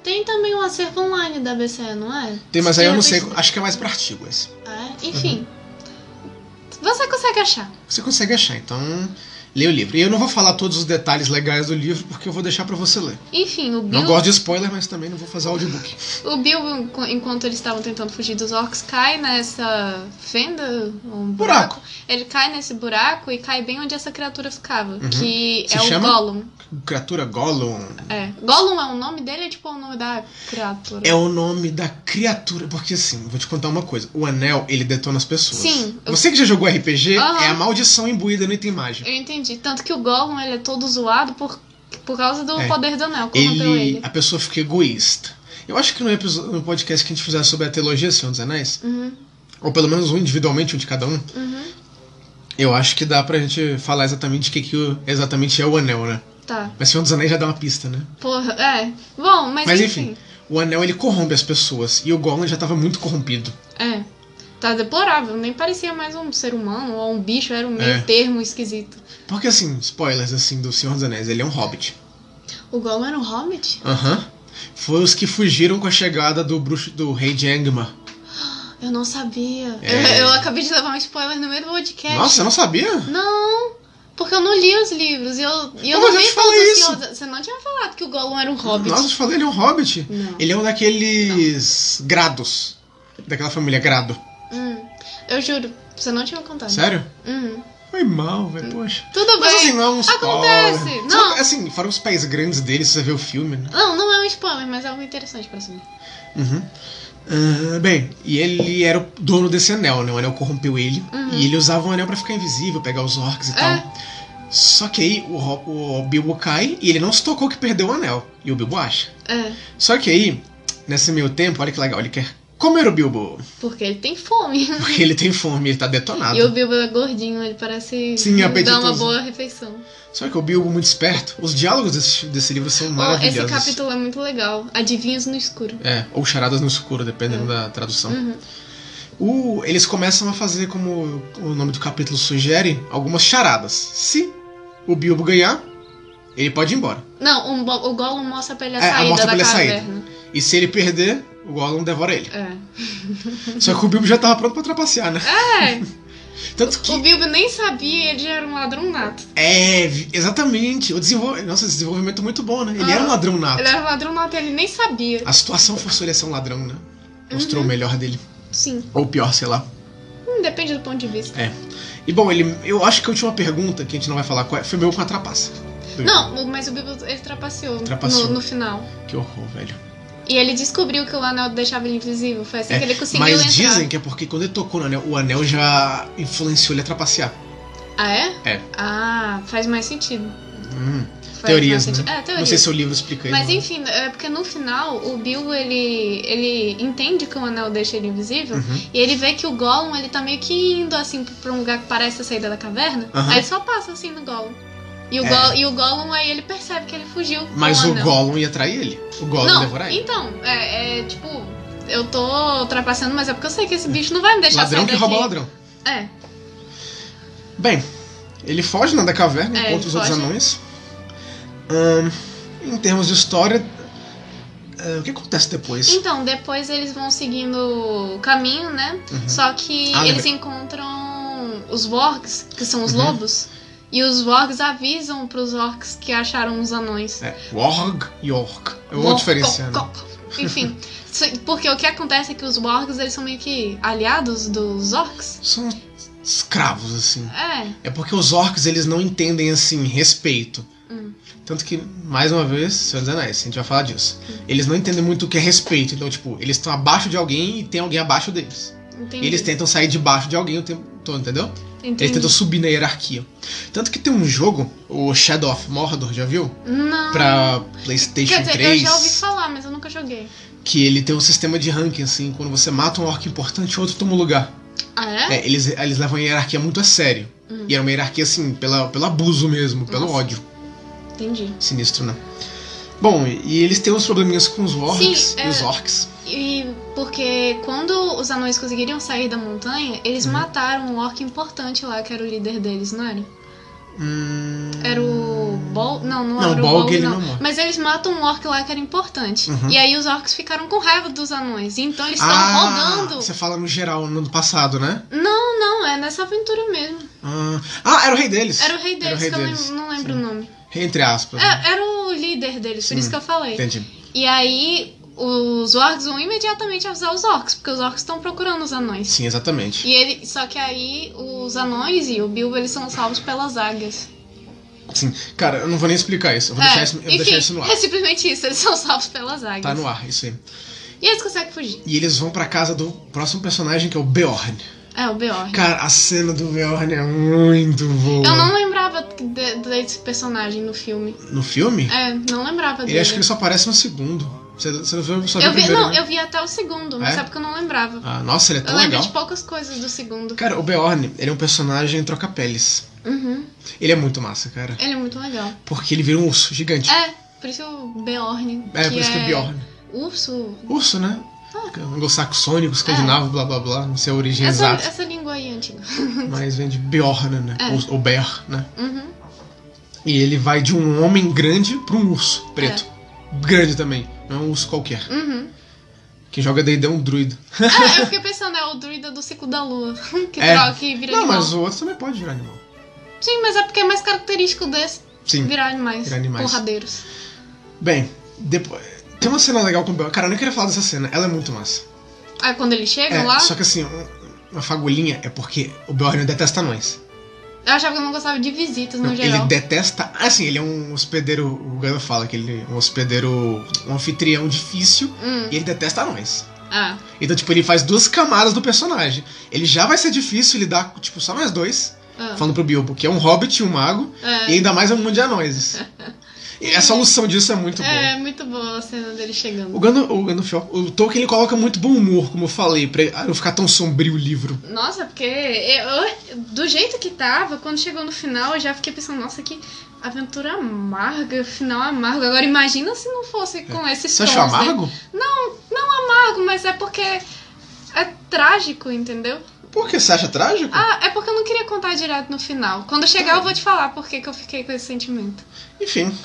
Speaker 3: Tem também um acervo online da BCE, não é?
Speaker 1: Tem, mas aí eu não sei.
Speaker 3: Ah,
Speaker 1: Acho que é mais pra artigo esse.
Speaker 3: é? Enfim. Você consegue achar.
Speaker 1: Você consegue achar, então leia o livro. E eu não vou falar todos os detalhes legais do livro, porque eu vou deixar pra você ler.
Speaker 3: Enfim, o Bill,
Speaker 1: Não gosto de spoiler, mas também não vou fazer audiobook.
Speaker 3: o Bill enqu- enquanto eles estavam tentando fugir dos orcs, cai nessa fenda, um buraco.
Speaker 1: Buraco.
Speaker 3: Ele cai nesse buraco e cai bem onde essa criatura ficava, que
Speaker 1: Uhum. Se
Speaker 3: é
Speaker 1: chama?
Speaker 3: o Gollum.
Speaker 1: Criatura Gollum
Speaker 3: É. Gollum é o nome dele, é tipo o nome da criatura.
Speaker 1: é o nome da criatura. Porque assim, vou te contar uma coisa: o anel, ele detona as pessoas.
Speaker 3: Sim, eu-
Speaker 1: Você que já jogou RPG,
Speaker 3: Aham.
Speaker 1: é a maldição imbuída no item mágico.
Speaker 3: Eu entendi. Tanto que o Gollum ele é todo zoado por, por causa do
Speaker 1: É.
Speaker 3: poder do anel, corrompeu
Speaker 1: Ele,
Speaker 3: ele.
Speaker 1: A pessoa fica egoísta. Eu acho que no, episo- no podcast que a gente fizer sobre a trilogia Senhor dos Anéis,
Speaker 3: Uhum,
Speaker 1: ou pelo menos um individualmente, um de cada um,
Speaker 3: uhum.
Speaker 1: eu acho que dá pra gente falar exatamente o que, que o- exatamente é o anel, né?
Speaker 3: Tá.
Speaker 1: Mas Senhor dos Anéis já dá uma pista, né?
Speaker 3: Porra, é. Bom, mas,
Speaker 1: Mas
Speaker 3: enfim.
Speaker 1: enfim. O anel ele corrompe as pessoas e o Gollum já tava muito corrompido.
Speaker 3: É. Tá deplorável. Nem parecia mais um ser humano ou um bicho, era um meio
Speaker 1: É.
Speaker 3: termo esquisito.
Speaker 1: Porque assim, spoilers assim do Senhor dos Anéis, ele é um hobbit.
Speaker 3: O Gollum era um hobbit?
Speaker 1: Aham. Foi os que fugiram com a chegada do bruxo do rei de Angmar.
Speaker 3: Eu não sabia.
Speaker 1: É.
Speaker 3: Eu, eu acabei de levar um spoiler no meio do podcast.
Speaker 1: Nossa, eu não sabia?
Speaker 3: Não! Porque eu não li os livros e eu, e eu
Speaker 1: Mas
Speaker 3: não
Speaker 1: eu
Speaker 3: vi
Speaker 1: te falei
Speaker 3: todos os
Speaker 1: isso.
Speaker 3: senhores- Você não tinha falado que o Gollum era um hobbit.
Speaker 1: Nossa, eu te falei, ele é um hobbit.
Speaker 3: Não.
Speaker 1: Ele é um daqueles grados. Daquela família grado.
Speaker 3: Hum, eu juro, você não tinha me contado.
Speaker 1: Sério?
Speaker 3: Hum.
Speaker 1: Foi mal, velho, poxa.
Speaker 3: Tudo
Speaker 1: Mas
Speaker 3: bem.
Speaker 1: assim, não é um spoiler.
Speaker 3: Acontece,
Speaker 1: Só-
Speaker 3: não.
Speaker 1: assim, fora os pés grandes dele, se você vê o filme, né?
Speaker 3: Não, não é um spoiler, mas é algo interessante pra saber.
Speaker 1: Uhum. Ah, bem, e ele era o dono desse anel, né? O anel corrompeu ele.
Speaker 3: Uhum. É.
Speaker 1: E ele usava o anel pra ficar invisível, pegar os orcs e tal. Só que aí o, Ro- o Bilbo cai e ele não se tocou que perdeu o anel. E o Bilbo acha.
Speaker 3: É,
Speaker 1: Só que aí, nesse meio tempo, olha que legal, ele quer comer o Bilbo.
Speaker 3: porque ele tem fome.
Speaker 1: Porque ele tem fome, ele tá detonado.
Speaker 3: Uhum. E o Bilbo é gordinho, ele parece
Speaker 1: Sim,
Speaker 3: dar uma
Speaker 1: apetitoso.
Speaker 3: boa refeição.
Speaker 1: Só que o Bilbo, é muito esperto, os diálogos desse, desse livro são
Speaker 3: Oh, esse
Speaker 1: maravilhosos.
Speaker 3: capítulo é muito legal. Adivinhas no escuro.
Speaker 1: É, ou charadas no escuro, dependendo da tradução.
Speaker 3: Hum. Uhum.
Speaker 1: O- eles começam a fazer, como o nome do capítulo sugere, algumas charadas. Se o Bilbo ganhar, ele pode ir embora.
Speaker 3: Não, um bo- o Gollum mostra pra ele a
Speaker 1: É,
Speaker 3: saída
Speaker 1: mostra
Speaker 3: da
Speaker 1: pra ele a saída.
Speaker 3: caverna.
Speaker 1: E se ele perder, o Gollum devora ele.
Speaker 3: É.
Speaker 1: Só que o Bilbo já tava pronto pra trapacear, né? *laughs*
Speaker 3: É,
Speaker 1: Tanto
Speaker 3: o
Speaker 1: que.
Speaker 3: Bilbo nem sabia, ele já era um ladrão nato.
Speaker 1: É, vi- exatamente. O desenvol... Nossa, esse desenvolvimento é muito bom, né? Ele era um ladrão nato.
Speaker 3: Ele era um ladrão nato, ele nem sabia.
Speaker 1: A situação forçou ele a ser um ladrão, né? Mostrou
Speaker 3: Uhum.
Speaker 1: o melhor dele.
Speaker 3: Sim,
Speaker 1: Ou o pior, sei lá.
Speaker 3: Hum, depende do ponto de vista.
Speaker 1: E bom, ele. Eu acho que a última pergunta, que a gente não vai falar qual é, foi meu com a trapaça. Do-
Speaker 3: Não, o- mas o Bilbo ele trapaceou,
Speaker 1: Trapaceou.
Speaker 3: No, no final.
Speaker 1: Que horror, velho.
Speaker 3: E ele descobriu que o anel deixava ele invisível. Foi assim
Speaker 1: É,
Speaker 3: que ele conseguiu
Speaker 1: Mas
Speaker 3: entrar.
Speaker 1: dizem que é porque quando ele tocou no anel, o anel já influenciou ele a trapacear.
Speaker 3: Ah, é?
Speaker 1: É.
Speaker 3: Ah, faz mais sentido.
Speaker 1: Hum,
Speaker 3: Faz
Speaker 1: teorias, né?
Speaker 3: mais sentido. É, teorias.
Speaker 1: Não sei se o livro explica
Speaker 3: Mas
Speaker 1: isso. né?
Speaker 3: enfim, é porque no final o Bilbo ele, ele entende que o anel deixa ele invisível
Speaker 1: Uhum.
Speaker 3: e ele vê que o Gollum ele tá meio que indo assim pra um lugar que parece a saída da caverna.
Speaker 1: Aham.
Speaker 3: Aí ele só passa assim no Gollum. E o,
Speaker 1: É.
Speaker 3: Gol- e o Gollum aí ele percebe que ele fugiu. com
Speaker 1: Mas o
Speaker 3: anel.
Speaker 1: Gollum ia trair ele. O Gollum
Speaker 3: Não,
Speaker 1: devorar ele.
Speaker 3: então, é, é, tipo, eu tô ultrapassando, mas é porque eu sei que esse bicho não vai me deixar
Speaker 1: Ladrão
Speaker 3: sair
Speaker 1: que
Speaker 3: daqui.
Speaker 1: rouba ladrão.
Speaker 3: É,
Speaker 1: Bem, ele foge né, da caverna,
Speaker 3: É,
Speaker 1: encontra
Speaker 3: ele
Speaker 1: os outros
Speaker 3: foge.
Speaker 1: anões. Ahn, em termos de história, ah, o que acontece depois?
Speaker 3: Então, depois eles vão seguindo o caminho, né?
Speaker 1: Uhum.
Speaker 3: Só que
Speaker 1: Ah,
Speaker 3: eles encontram os Vorgs, que são os
Speaker 1: Uhum.
Speaker 3: lobos. E os Vorgs avisam pros Orcs que acharam os anões.
Speaker 1: É, Warg e Orc. Eu vou
Speaker 3: Bom,
Speaker 1: diferenciar,
Speaker 3: co-
Speaker 1: né?
Speaker 3: co- Enfim, se- porque o que acontece é que os Vorgs, eles são meio que aliados dos Orcs.
Speaker 1: São escravos, assim.
Speaker 3: É,
Speaker 1: É porque os orcs eles não entendem assim respeito.
Speaker 3: Hum.
Speaker 1: Tanto que, mais uma vez, Senhor dos Anéis, a gente vai falar disso.
Speaker 3: Hum.
Speaker 1: Eles não entendem muito o que é respeito. Então, tipo, eles estão abaixo de alguém e tem alguém abaixo deles.
Speaker 3: entendi.
Speaker 1: Eles tentam sair debaixo de alguém o tempo todo, entendeu? Eles
Speaker 3: entendi.
Speaker 1: tentam subir na hierarquia. Tanto que tem um jogo, o Shadow of Mordor, já viu?
Speaker 3: Não.
Speaker 1: Pra PlayStation
Speaker 3: Ah. Quer dizer,
Speaker 1: 3.
Speaker 3: eu já ouvi falar, mas eu nunca joguei.
Speaker 1: que ele tem um sistema de ranking, assim, quando você mata um orc importante, outro toma o lugar.
Speaker 3: Ah, é?
Speaker 1: É, eles, eles levam a hierarquia muito a sério.
Speaker 3: Hum.
Speaker 1: E era uma hierarquia, assim, pela, pelo abuso mesmo, pelo
Speaker 3: Nossa.
Speaker 1: ódio.
Speaker 3: Entendi.
Speaker 1: Sinistro, né? Bom, e eles têm uns probleminhas com os orcs
Speaker 3: Sim,
Speaker 1: e
Speaker 3: é-
Speaker 1: os orcs.
Speaker 3: E porque quando os anões conseguiriam sair da montanha, eles
Speaker 1: Uhum.
Speaker 3: mataram um orc importante lá, que era o líder deles, não era?
Speaker 1: Hum...
Speaker 3: Era o Bol... Não, não,
Speaker 1: Não,
Speaker 3: era
Speaker 1: o
Speaker 3: o
Speaker 1: Bolg,
Speaker 3: Bol,
Speaker 1: ele
Speaker 3: não.
Speaker 1: não morre.
Speaker 3: Mas eles matam um orc lá que era importante.
Speaker 1: Uhum.
Speaker 3: E aí os orcs ficaram com raiva dos anões. Então eles estão
Speaker 1: ah,
Speaker 3: rodando.
Speaker 1: Você fala no geral, no passado, né?
Speaker 3: Não, não, é nessa aventura mesmo.
Speaker 1: Ah, ah, era o rei deles.
Speaker 3: Era o rei
Speaker 1: Era o
Speaker 3: deles,
Speaker 1: rei
Speaker 3: que
Speaker 1: deles.
Speaker 3: eu não, não lembro
Speaker 1: Sim.
Speaker 3: o nome.
Speaker 1: Rei entre aspas. né?
Speaker 3: É, era o líder deles, por
Speaker 1: Sim.
Speaker 3: isso que eu falei.
Speaker 1: Entendi.
Speaker 3: E aí os orcs vão imediatamente avisar os orcs, porque os orcs estão procurando os anões.
Speaker 1: Sim, exatamente.
Speaker 3: E ele, só que aí os anões e o Bilbo eles são salvos pelas águias.
Speaker 1: Sim. Cara, eu não vou nem explicar isso. Eu vou,
Speaker 3: É,
Speaker 1: deixar, isso, eu vou
Speaker 3: enfim,
Speaker 1: deixar isso no ar.
Speaker 3: É simplesmente isso, eles são salvos pelas águias.
Speaker 1: Tá no ar, isso aí.
Speaker 3: E eles conseguem fugir.
Speaker 1: E eles vão pra casa do próximo personagem, que é o Beorn.
Speaker 3: É, o Beorn.
Speaker 1: Cara, a cena do Beorn é muito boa.
Speaker 3: Eu não lembrava de- desse personagem no filme.
Speaker 1: No filme?
Speaker 3: É, não lembrava dele.
Speaker 1: Ele acho que ele só aparece no segundo. Você, você não viu, só viu
Speaker 3: eu
Speaker 1: o
Speaker 3: vi,
Speaker 1: primeiro,
Speaker 3: não,
Speaker 1: né?
Speaker 3: eu vi até o segundo, mas
Speaker 1: É?
Speaker 3: é, porque eu não lembrava.
Speaker 1: Ah, nossa, ele é
Speaker 3: eu
Speaker 1: tão
Speaker 3: lembro
Speaker 1: legal.
Speaker 3: de tipo- poucas coisas do segundo.
Speaker 1: Cara, o Beorn, ele é um personagem troca-peles.
Speaker 3: Uhum.
Speaker 1: Ele é muito massa, cara.
Speaker 3: Ele é muito legal.
Speaker 1: Porque ele vira um urso gigante.
Speaker 3: É, por isso o Beorn.
Speaker 1: É, por isso que é Beorn.
Speaker 3: Urso.
Speaker 1: Urso, né?
Speaker 3: Ah.
Speaker 1: Anglo-saxônico,
Speaker 3: É.
Speaker 1: escandinavo, blá blá blá. Não sei a origem
Speaker 3: Essa,
Speaker 1: exata.
Speaker 3: essa língua aí é antiga.
Speaker 1: Mas vem de Bjorn, né?
Speaker 3: É.
Speaker 1: Ou, ou Bear, né?
Speaker 3: *laughs* Uhum.
Speaker 1: E ele vai de um homem grande pra um urso preto. Grande também. Não é um urso qualquer.
Speaker 3: Uhum.
Speaker 1: Quem joga D&D é um druido.
Speaker 3: Ah, eu fiquei pensando, é o druida do ciclo da lua. *laughs* Que
Speaker 1: É.
Speaker 3: troca e vira
Speaker 1: Não,
Speaker 3: animal.
Speaker 1: mas o outro também pode virar animal.
Speaker 3: Sim, mas é porque é mais característico desse
Speaker 1: Sim.
Speaker 3: virar animais.
Speaker 1: Virar animais.
Speaker 3: Porradeiros.
Speaker 1: Bem, depois... Tem uma cena legal com o Beorn. Cara, eu nem queria falar dessa cena. Ela é muito massa.
Speaker 3: Aí quando eles chegam
Speaker 1: É,
Speaker 3: lá,
Speaker 1: só que assim, um- uma fagulhinha é porque o Beorn detesta anões.
Speaker 3: eu achava que eu não gostava de visitas no
Speaker 1: Não, ele
Speaker 3: geral.
Speaker 1: detesta... Assim, ele é um hospedeiro... O Gano fala que ele é um hospedeiro... Um anfitrião difícil.
Speaker 3: Hum,
Speaker 1: E ele detesta anões.
Speaker 3: ah,
Speaker 1: Então, tipo, ele faz duas camadas do personagem. Ele já vai ser difícil lidar com, tipo, só mais dois,
Speaker 3: ah,
Speaker 1: falando pro Bilbo, que é um hobbit e um mago,
Speaker 3: é.
Speaker 1: e ainda mais é um mundo de
Speaker 3: *laughs*
Speaker 1: anões. E a solução disso é muito boa.
Speaker 3: É, muito boa a cena dele chegando.
Speaker 1: O Gandalf, o, Gandalf- o Tolkien ele coloca muito bom humor, como eu falei, pra não ficar tão sombrio o livro.
Speaker 3: Nossa, porque eu- eu- do jeito que tava, quando chegou no final, eu já fiquei pensando, nossa, que aventura amarga, final amargo. Agora imagina se não fosse com esses
Speaker 1: É. Você
Speaker 3: tons,
Speaker 1: achou
Speaker 3: né?
Speaker 1: amargo?
Speaker 3: amargo, mas é porque é trágico,
Speaker 1: É.
Speaker 3: entendeu?
Speaker 1: Por que você acha trágico?
Speaker 3: Ah, é porque eu não queria contar direto no final. Quando eu chegar, eu vou te falar por que, que eu fiquei com esse sentimento.
Speaker 1: Enfim.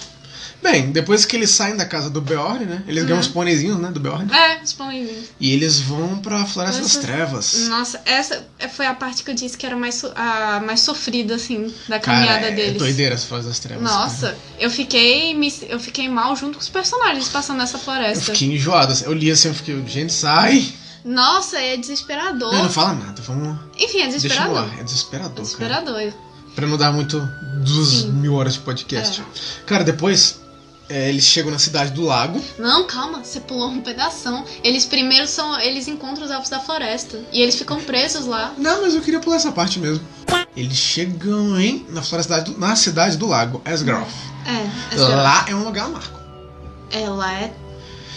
Speaker 1: Bem, depois que eles saem da casa do Beorn, né? Eles ganham
Speaker 3: Uhum.
Speaker 1: uns pôneizinhos, né? Do Beorn.
Speaker 3: É, os pãezinhos.
Speaker 1: E eles vão pra Floresta das
Speaker 3: Nossa.
Speaker 1: Trevas.
Speaker 3: Nossa, essa foi a parte que eu disse que era mais, so- a mais sofrida, assim, da caminhada
Speaker 1: Cara, é
Speaker 3: deles.
Speaker 1: doideira essa Floresta das Trevas. cara.
Speaker 3: Nossa, eu fiquei, me- eu fiquei mal junto com os personagens passando nessa
Speaker 1: Eu
Speaker 3: floresta.
Speaker 1: fiquei enjoado. assim, Eu li assim, eu fiquei, gente, sai.
Speaker 3: Nossa, é desesperador.
Speaker 1: Não, não fala nada, vamos.
Speaker 3: Enfim, é
Speaker 1: Deixa no
Speaker 3: desesperador.
Speaker 1: ar. É desesperador,
Speaker 3: É
Speaker 1: cara.
Speaker 3: desesperador.
Speaker 1: Pra não dar muito duas
Speaker 3: Sim.
Speaker 1: mil horas de podcast. Cara, depois é, eles chegam na cidade do lago.
Speaker 3: Não, calma, você pulou um pedação. Eles primeiro são. Eles encontram os elfos da floresta. E eles ficam presos lá.
Speaker 1: Não, mas eu queria pular essa parte mesmo. Eles chegam em na floresta do, na cidade do lago, Asgroth.
Speaker 3: É, essa-
Speaker 1: Lá é um lugar marco,
Speaker 3: Ela é.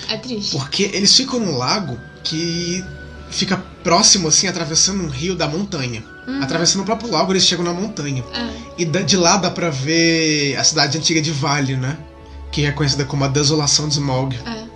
Speaker 3: É triste.
Speaker 1: porque eles ficam num lago que fica próximo assim, atravessando um rio da montanha.
Speaker 3: Uhum.
Speaker 1: Atravessando o próprio lago, eles chegam na montanha.
Speaker 3: É.
Speaker 1: E da- de lá dá pra ver a cidade antiga de Vale, né? Que é conhecida como a Desolação de Smaug.
Speaker 3: É.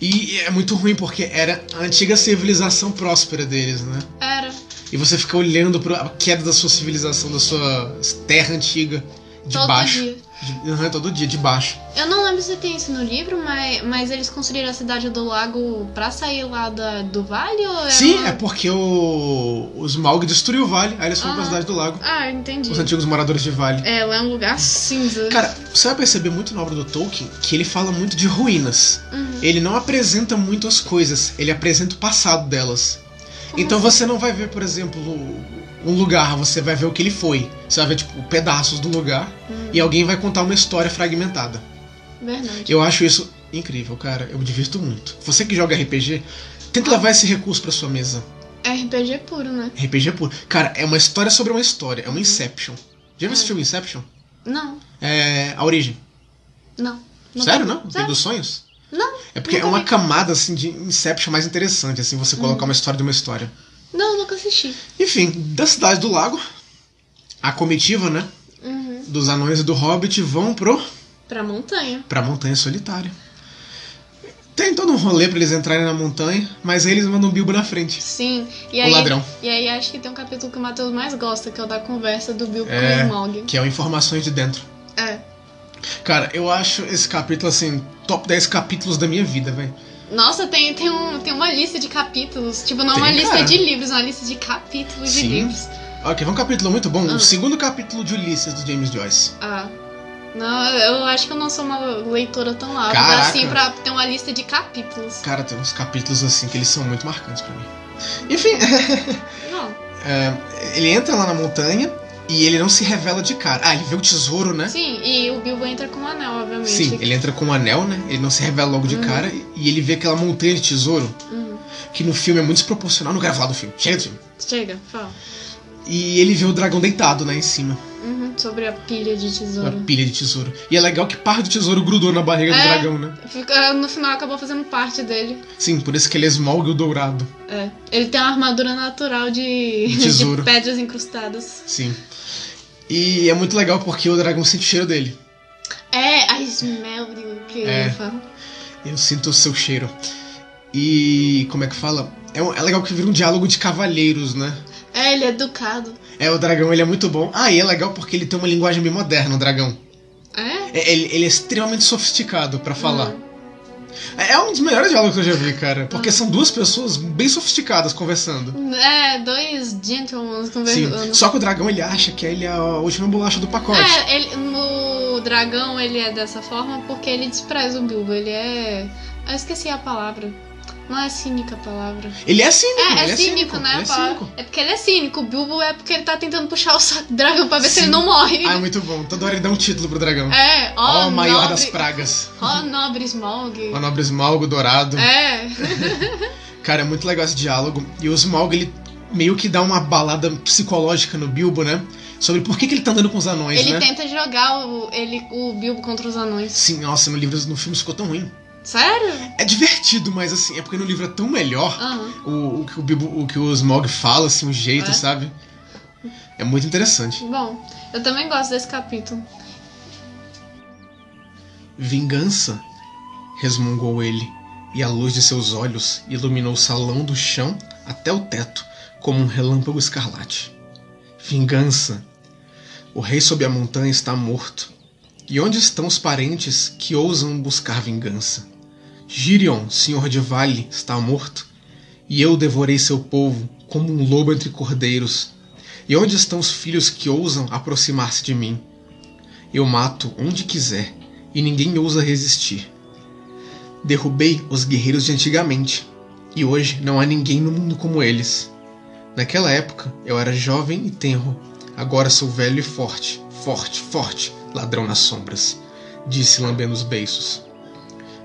Speaker 1: E é muito ruim porque era a antiga civilização próspera deles, né?
Speaker 3: Era.
Speaker 1: E você fica olhando pra queda da sua civilização, da sua terra antiga, de
Speaker 3: todo
Speaker 1: baixo.
Speaker 3: dia.
Speaker 1: De- aham, todo dia, de baixo.
Speaker 3: Eu não lembro se tem isso no livro, mas, mas eles construíram a cidade do lago pra sair lá da, do vale ou era-
Speaker 1: Sim, é porque o, o Smaug destruiu o vale, aí eles foram pra
Speaker 3: Ah.
Speaker 1: cidade do lago.
Speaker 3: Ah, entendi.
Speaker 1: Os antigos moradores de Vale.
Speaker 3: Ela é um lugar cinza.
Speaker 1: Cara, você vai perceber muito na obra do Tolkien que ele fala muito de ruínas.
Speaker 3: Uhum.
Speaker 1: Ele não apresenta muito as coisas, ele apresenta o passado delas.
Speaker 3: Como
Speaker 1: então
Speaker 3: assim?
Speaker 1: você não vai ver, por exemplo, um lugar, você vai ver o que ele foi. Você vai ver, tipo, pedaços do lugar
Speaker 3: Hum.
Speaker 1: e alguém vai contar uma história fragmentada.
Speaker 3: Verdade.
Speaker 1: Eu acho isso incrível, cara. Eu me divirto muito. Você que joga RPG, tenta levar esse recurso pra sua mesa.
Speaker 3: É RPG puro, né?
Speaker 1: RPG é puro. Cara, é uma história sobre uma história, é uma Inception. Já viu esse
Speaker 3: É.
Speaker 1: filme Inception?
Speaker 3: Não,
Speaker 1: É. A origem.
Speaker 3: não. não
Speaker 1: Sério,
Speaker 3: tem-
Speaker 1: não? Tem
Speaker 3: tá- Sério.
Speaker 1: dos sonhos?
Speaker 3: Não,
Speaker 1: É porque é
Speaker 3: nunca
Speaker 1: uma
Speaker 3: vi. Hum.
Speaker 1: camada assim de Inception mais interessante, assim, você colocar uma história de uma história.
Speaker 3: Não, nunca assisti.
Speaker 1: Enfim, da cidade do lago, a comitiva, né,
Speaker 3: Uhum.
Speaker 1: dos anões e do hobbit vão pro
Speaker 3: Pra montanha.
Speaker 1: pra montanha solitária. Tem todo um rolê pra eles entrarem na montanha, mas aí eles mandam o Bilbo na frente.
Speaker 3: Sim. E
Speaker 1: o
Speaker 3: aí,
Speaker 1: ladrão,
Speaker 3: E aí acho que tem um capítulo que o Matheus mais gosta, que é o da conversa do Bill
Speaker 1: É.
Speaker 3: com o Smaug.
Speaker 1: que é o Informações de Dentro.
Speaker 3: É.
Speaker 1: Cara, eu acho esse capítulo assim, top 10 capítulos da minha vida, velho.
Speaker 3: Nossa, tem, tem, um, tem uma lista de capítulos. Tipo, não é
Speaker 1: Tem,
Speaker 3: uma lista
Speaker 1: cara.
Speaker 3: de livros, é uma lista de capítulos de
Speaker 1: Sim.
Speaker 3: livros.
Speaker 1: Ok, é um capítulo muito bom.
Speaker 3: Ah.
Speaker 1: O segundo capítulo de Ulisses, do James Joyce.
Speaker 3: Ah. Não, eu acho que eu não sou uma leitora tão ávida
Speaker 1: Caraca.
Speaker 3: assim pra ter uma lista de capítulos.
Speaker 1: Cara, tem uns capítulos assim que eles são muito marcantes pra mim. Enfim, *laughs*
Speaker 3: Não.
Speaker 1: ele entra lá na montanha e ele não se revela de cara. Ah, ele vê o tesouro, né?
Speaker 3: Sim, e o Bilbo entra com o anel, obviamente.
Speaker 1: Sim, ele entra com um anel, né? Ele não se revela logo de
Speaker 3: Uhum.
Speaker 1: cara e ele vê aquela montanha de tesouro
Speaker 3: Uhum.
Speaker 1: que no filme é muito desproporcional. Não quero falar do filme, chega do filme.
Speaker 3: Chega, fala.
Speaker 1: E ele vê o dragão deitado lá em cima,
Speaker 3: Uhum, Sobre a pilha de
Speaker 1: uma
Speaker 3: tesouro.
Speaker 1: pilha de tesouro. E é legal que parte do tesouro grudou na barriga do
Speaker 3: É.
Speaker 1: dragão, né?
Speaker 3: Fica- No final acabou fazendo parte dele.
Speaker 1: Sim, por isso que ele é Smaug o Dourado.
Speaker 3: É. Ele tem uma armadura natural *laughs* de,
Speaker 1: De tesouro.
Speaker 3: de pedras incrustadas.
Speaker 1: Sim. E é muito legal porque o dragão sente o cheiro dele.
Speaker 3: É, I smell you, que
Speaker 1: É.
Speaker 3: ele fala.
Speaker 1: Eu sinto o seu cheiro. E como é que fala? É, um- é legal que vira um diálogo de cavalheiros, né?
Speaker 3: É, ele é educado.
Speaker 1: É, o dragão ele é muito bom. Ah, e é legal porque ele tem uma linguagem bem moderna, o dragão.
Speaker 3: É?
Speaker 1: É- ele, ele é extremamente sofisticado pra falar.
Speaker 3: Hum.
Speaker 1: É, é um dos melhores diálogos que eu já vi, cara. Porque são duas pessoas bem sofisticadas conversando.
Speaker 3: É, dois gentlemen
Speaker 1: Sim.
Speaker 3: conversando.
Speaker 1: Só que o dragão ele acha que ele é a última bolacha do pacote.
Speaker 3: É, ele, o dragão ele é dessa forma porque ele despreza o Bilbo. Ele é. Eu esqueci a palavra. Não é cínica a palavra.
Speaker 1: Ele é cínico,
Speaker 3: É,
Speaker 1: ele
Speaker 3: é cínico, né?
Speaker 1: Ele
Speaker 3: a
Speaker 1: é
Speaker 3: palavra.
Speaker 1: cínico.
Speaker 3: é porque ele é cínico. O Bilbo é porque ele tá tentando puxar o saco do dragão pra ver se
Speaker 1: Sim.
Speaker 3: ele não morre.
Speaker 1: Ah, é muito bom. Toda hora ele dá um título pro dragão.
Speaker 3: É, ó,
Speaker 1: Ó, o maior
Speaker 3: nobre,
Speaker 1: das pragas.
Speaker 3: Ó, nobre Smaug.
Speaker 1: O nobre esmalgo dourado.
Speaker 3: É.
Speaker 1: Cara, é muito legal esse diálogo. E o Smaug, ele meio que dá uma balada psicológica no Bilbo, né? Sobre por que, que ele tá andando com os anões,
Speaker 3: Ele
Speaker 1: né?
Speaker 3: tenta jogar o, ele, o Bilbo contra os anões.
Speaker 1: Sim, nossa, no livro, no filme ficou tão ruim.
Speaker 3: Sério?
Speaker 1: É divertido, mas assim, é porque no livro é tão melhor
Speaker 3: Aham.
Speaker 1: o, o que o Bilbo, o que o Smaug fala, assim, o jeito,
Speaker 3: É.
Speaker 1: sabe? É muito interessante.
Speaker 3: Bom, eu também gosto desse capítulo.
Speaker 1: Vingança, resmungou ele, e a luz de seus olhos iluminou o salão do chão até o teto, como um relâmpago escarlate. Vingança! O rei sob a montanha está morto. E onde estão os parentes que ousam buscar vingança? Girion, senhor de Vale, está morto, e eu devorei seu povo como um lobo entre cordeiros. E onde estão os filhos que ousam aproximar-se de mim? Eu mato onde quiser, e ninguém ousa resistir. Derrubei os guerreiros de antigamente, e hoje não há ninguém no mundo como eles. Naquela época eu era jovem e tenro, agora sou velho e forte, forte, forte, ladrão nas sombras, disse lambendo os beiços.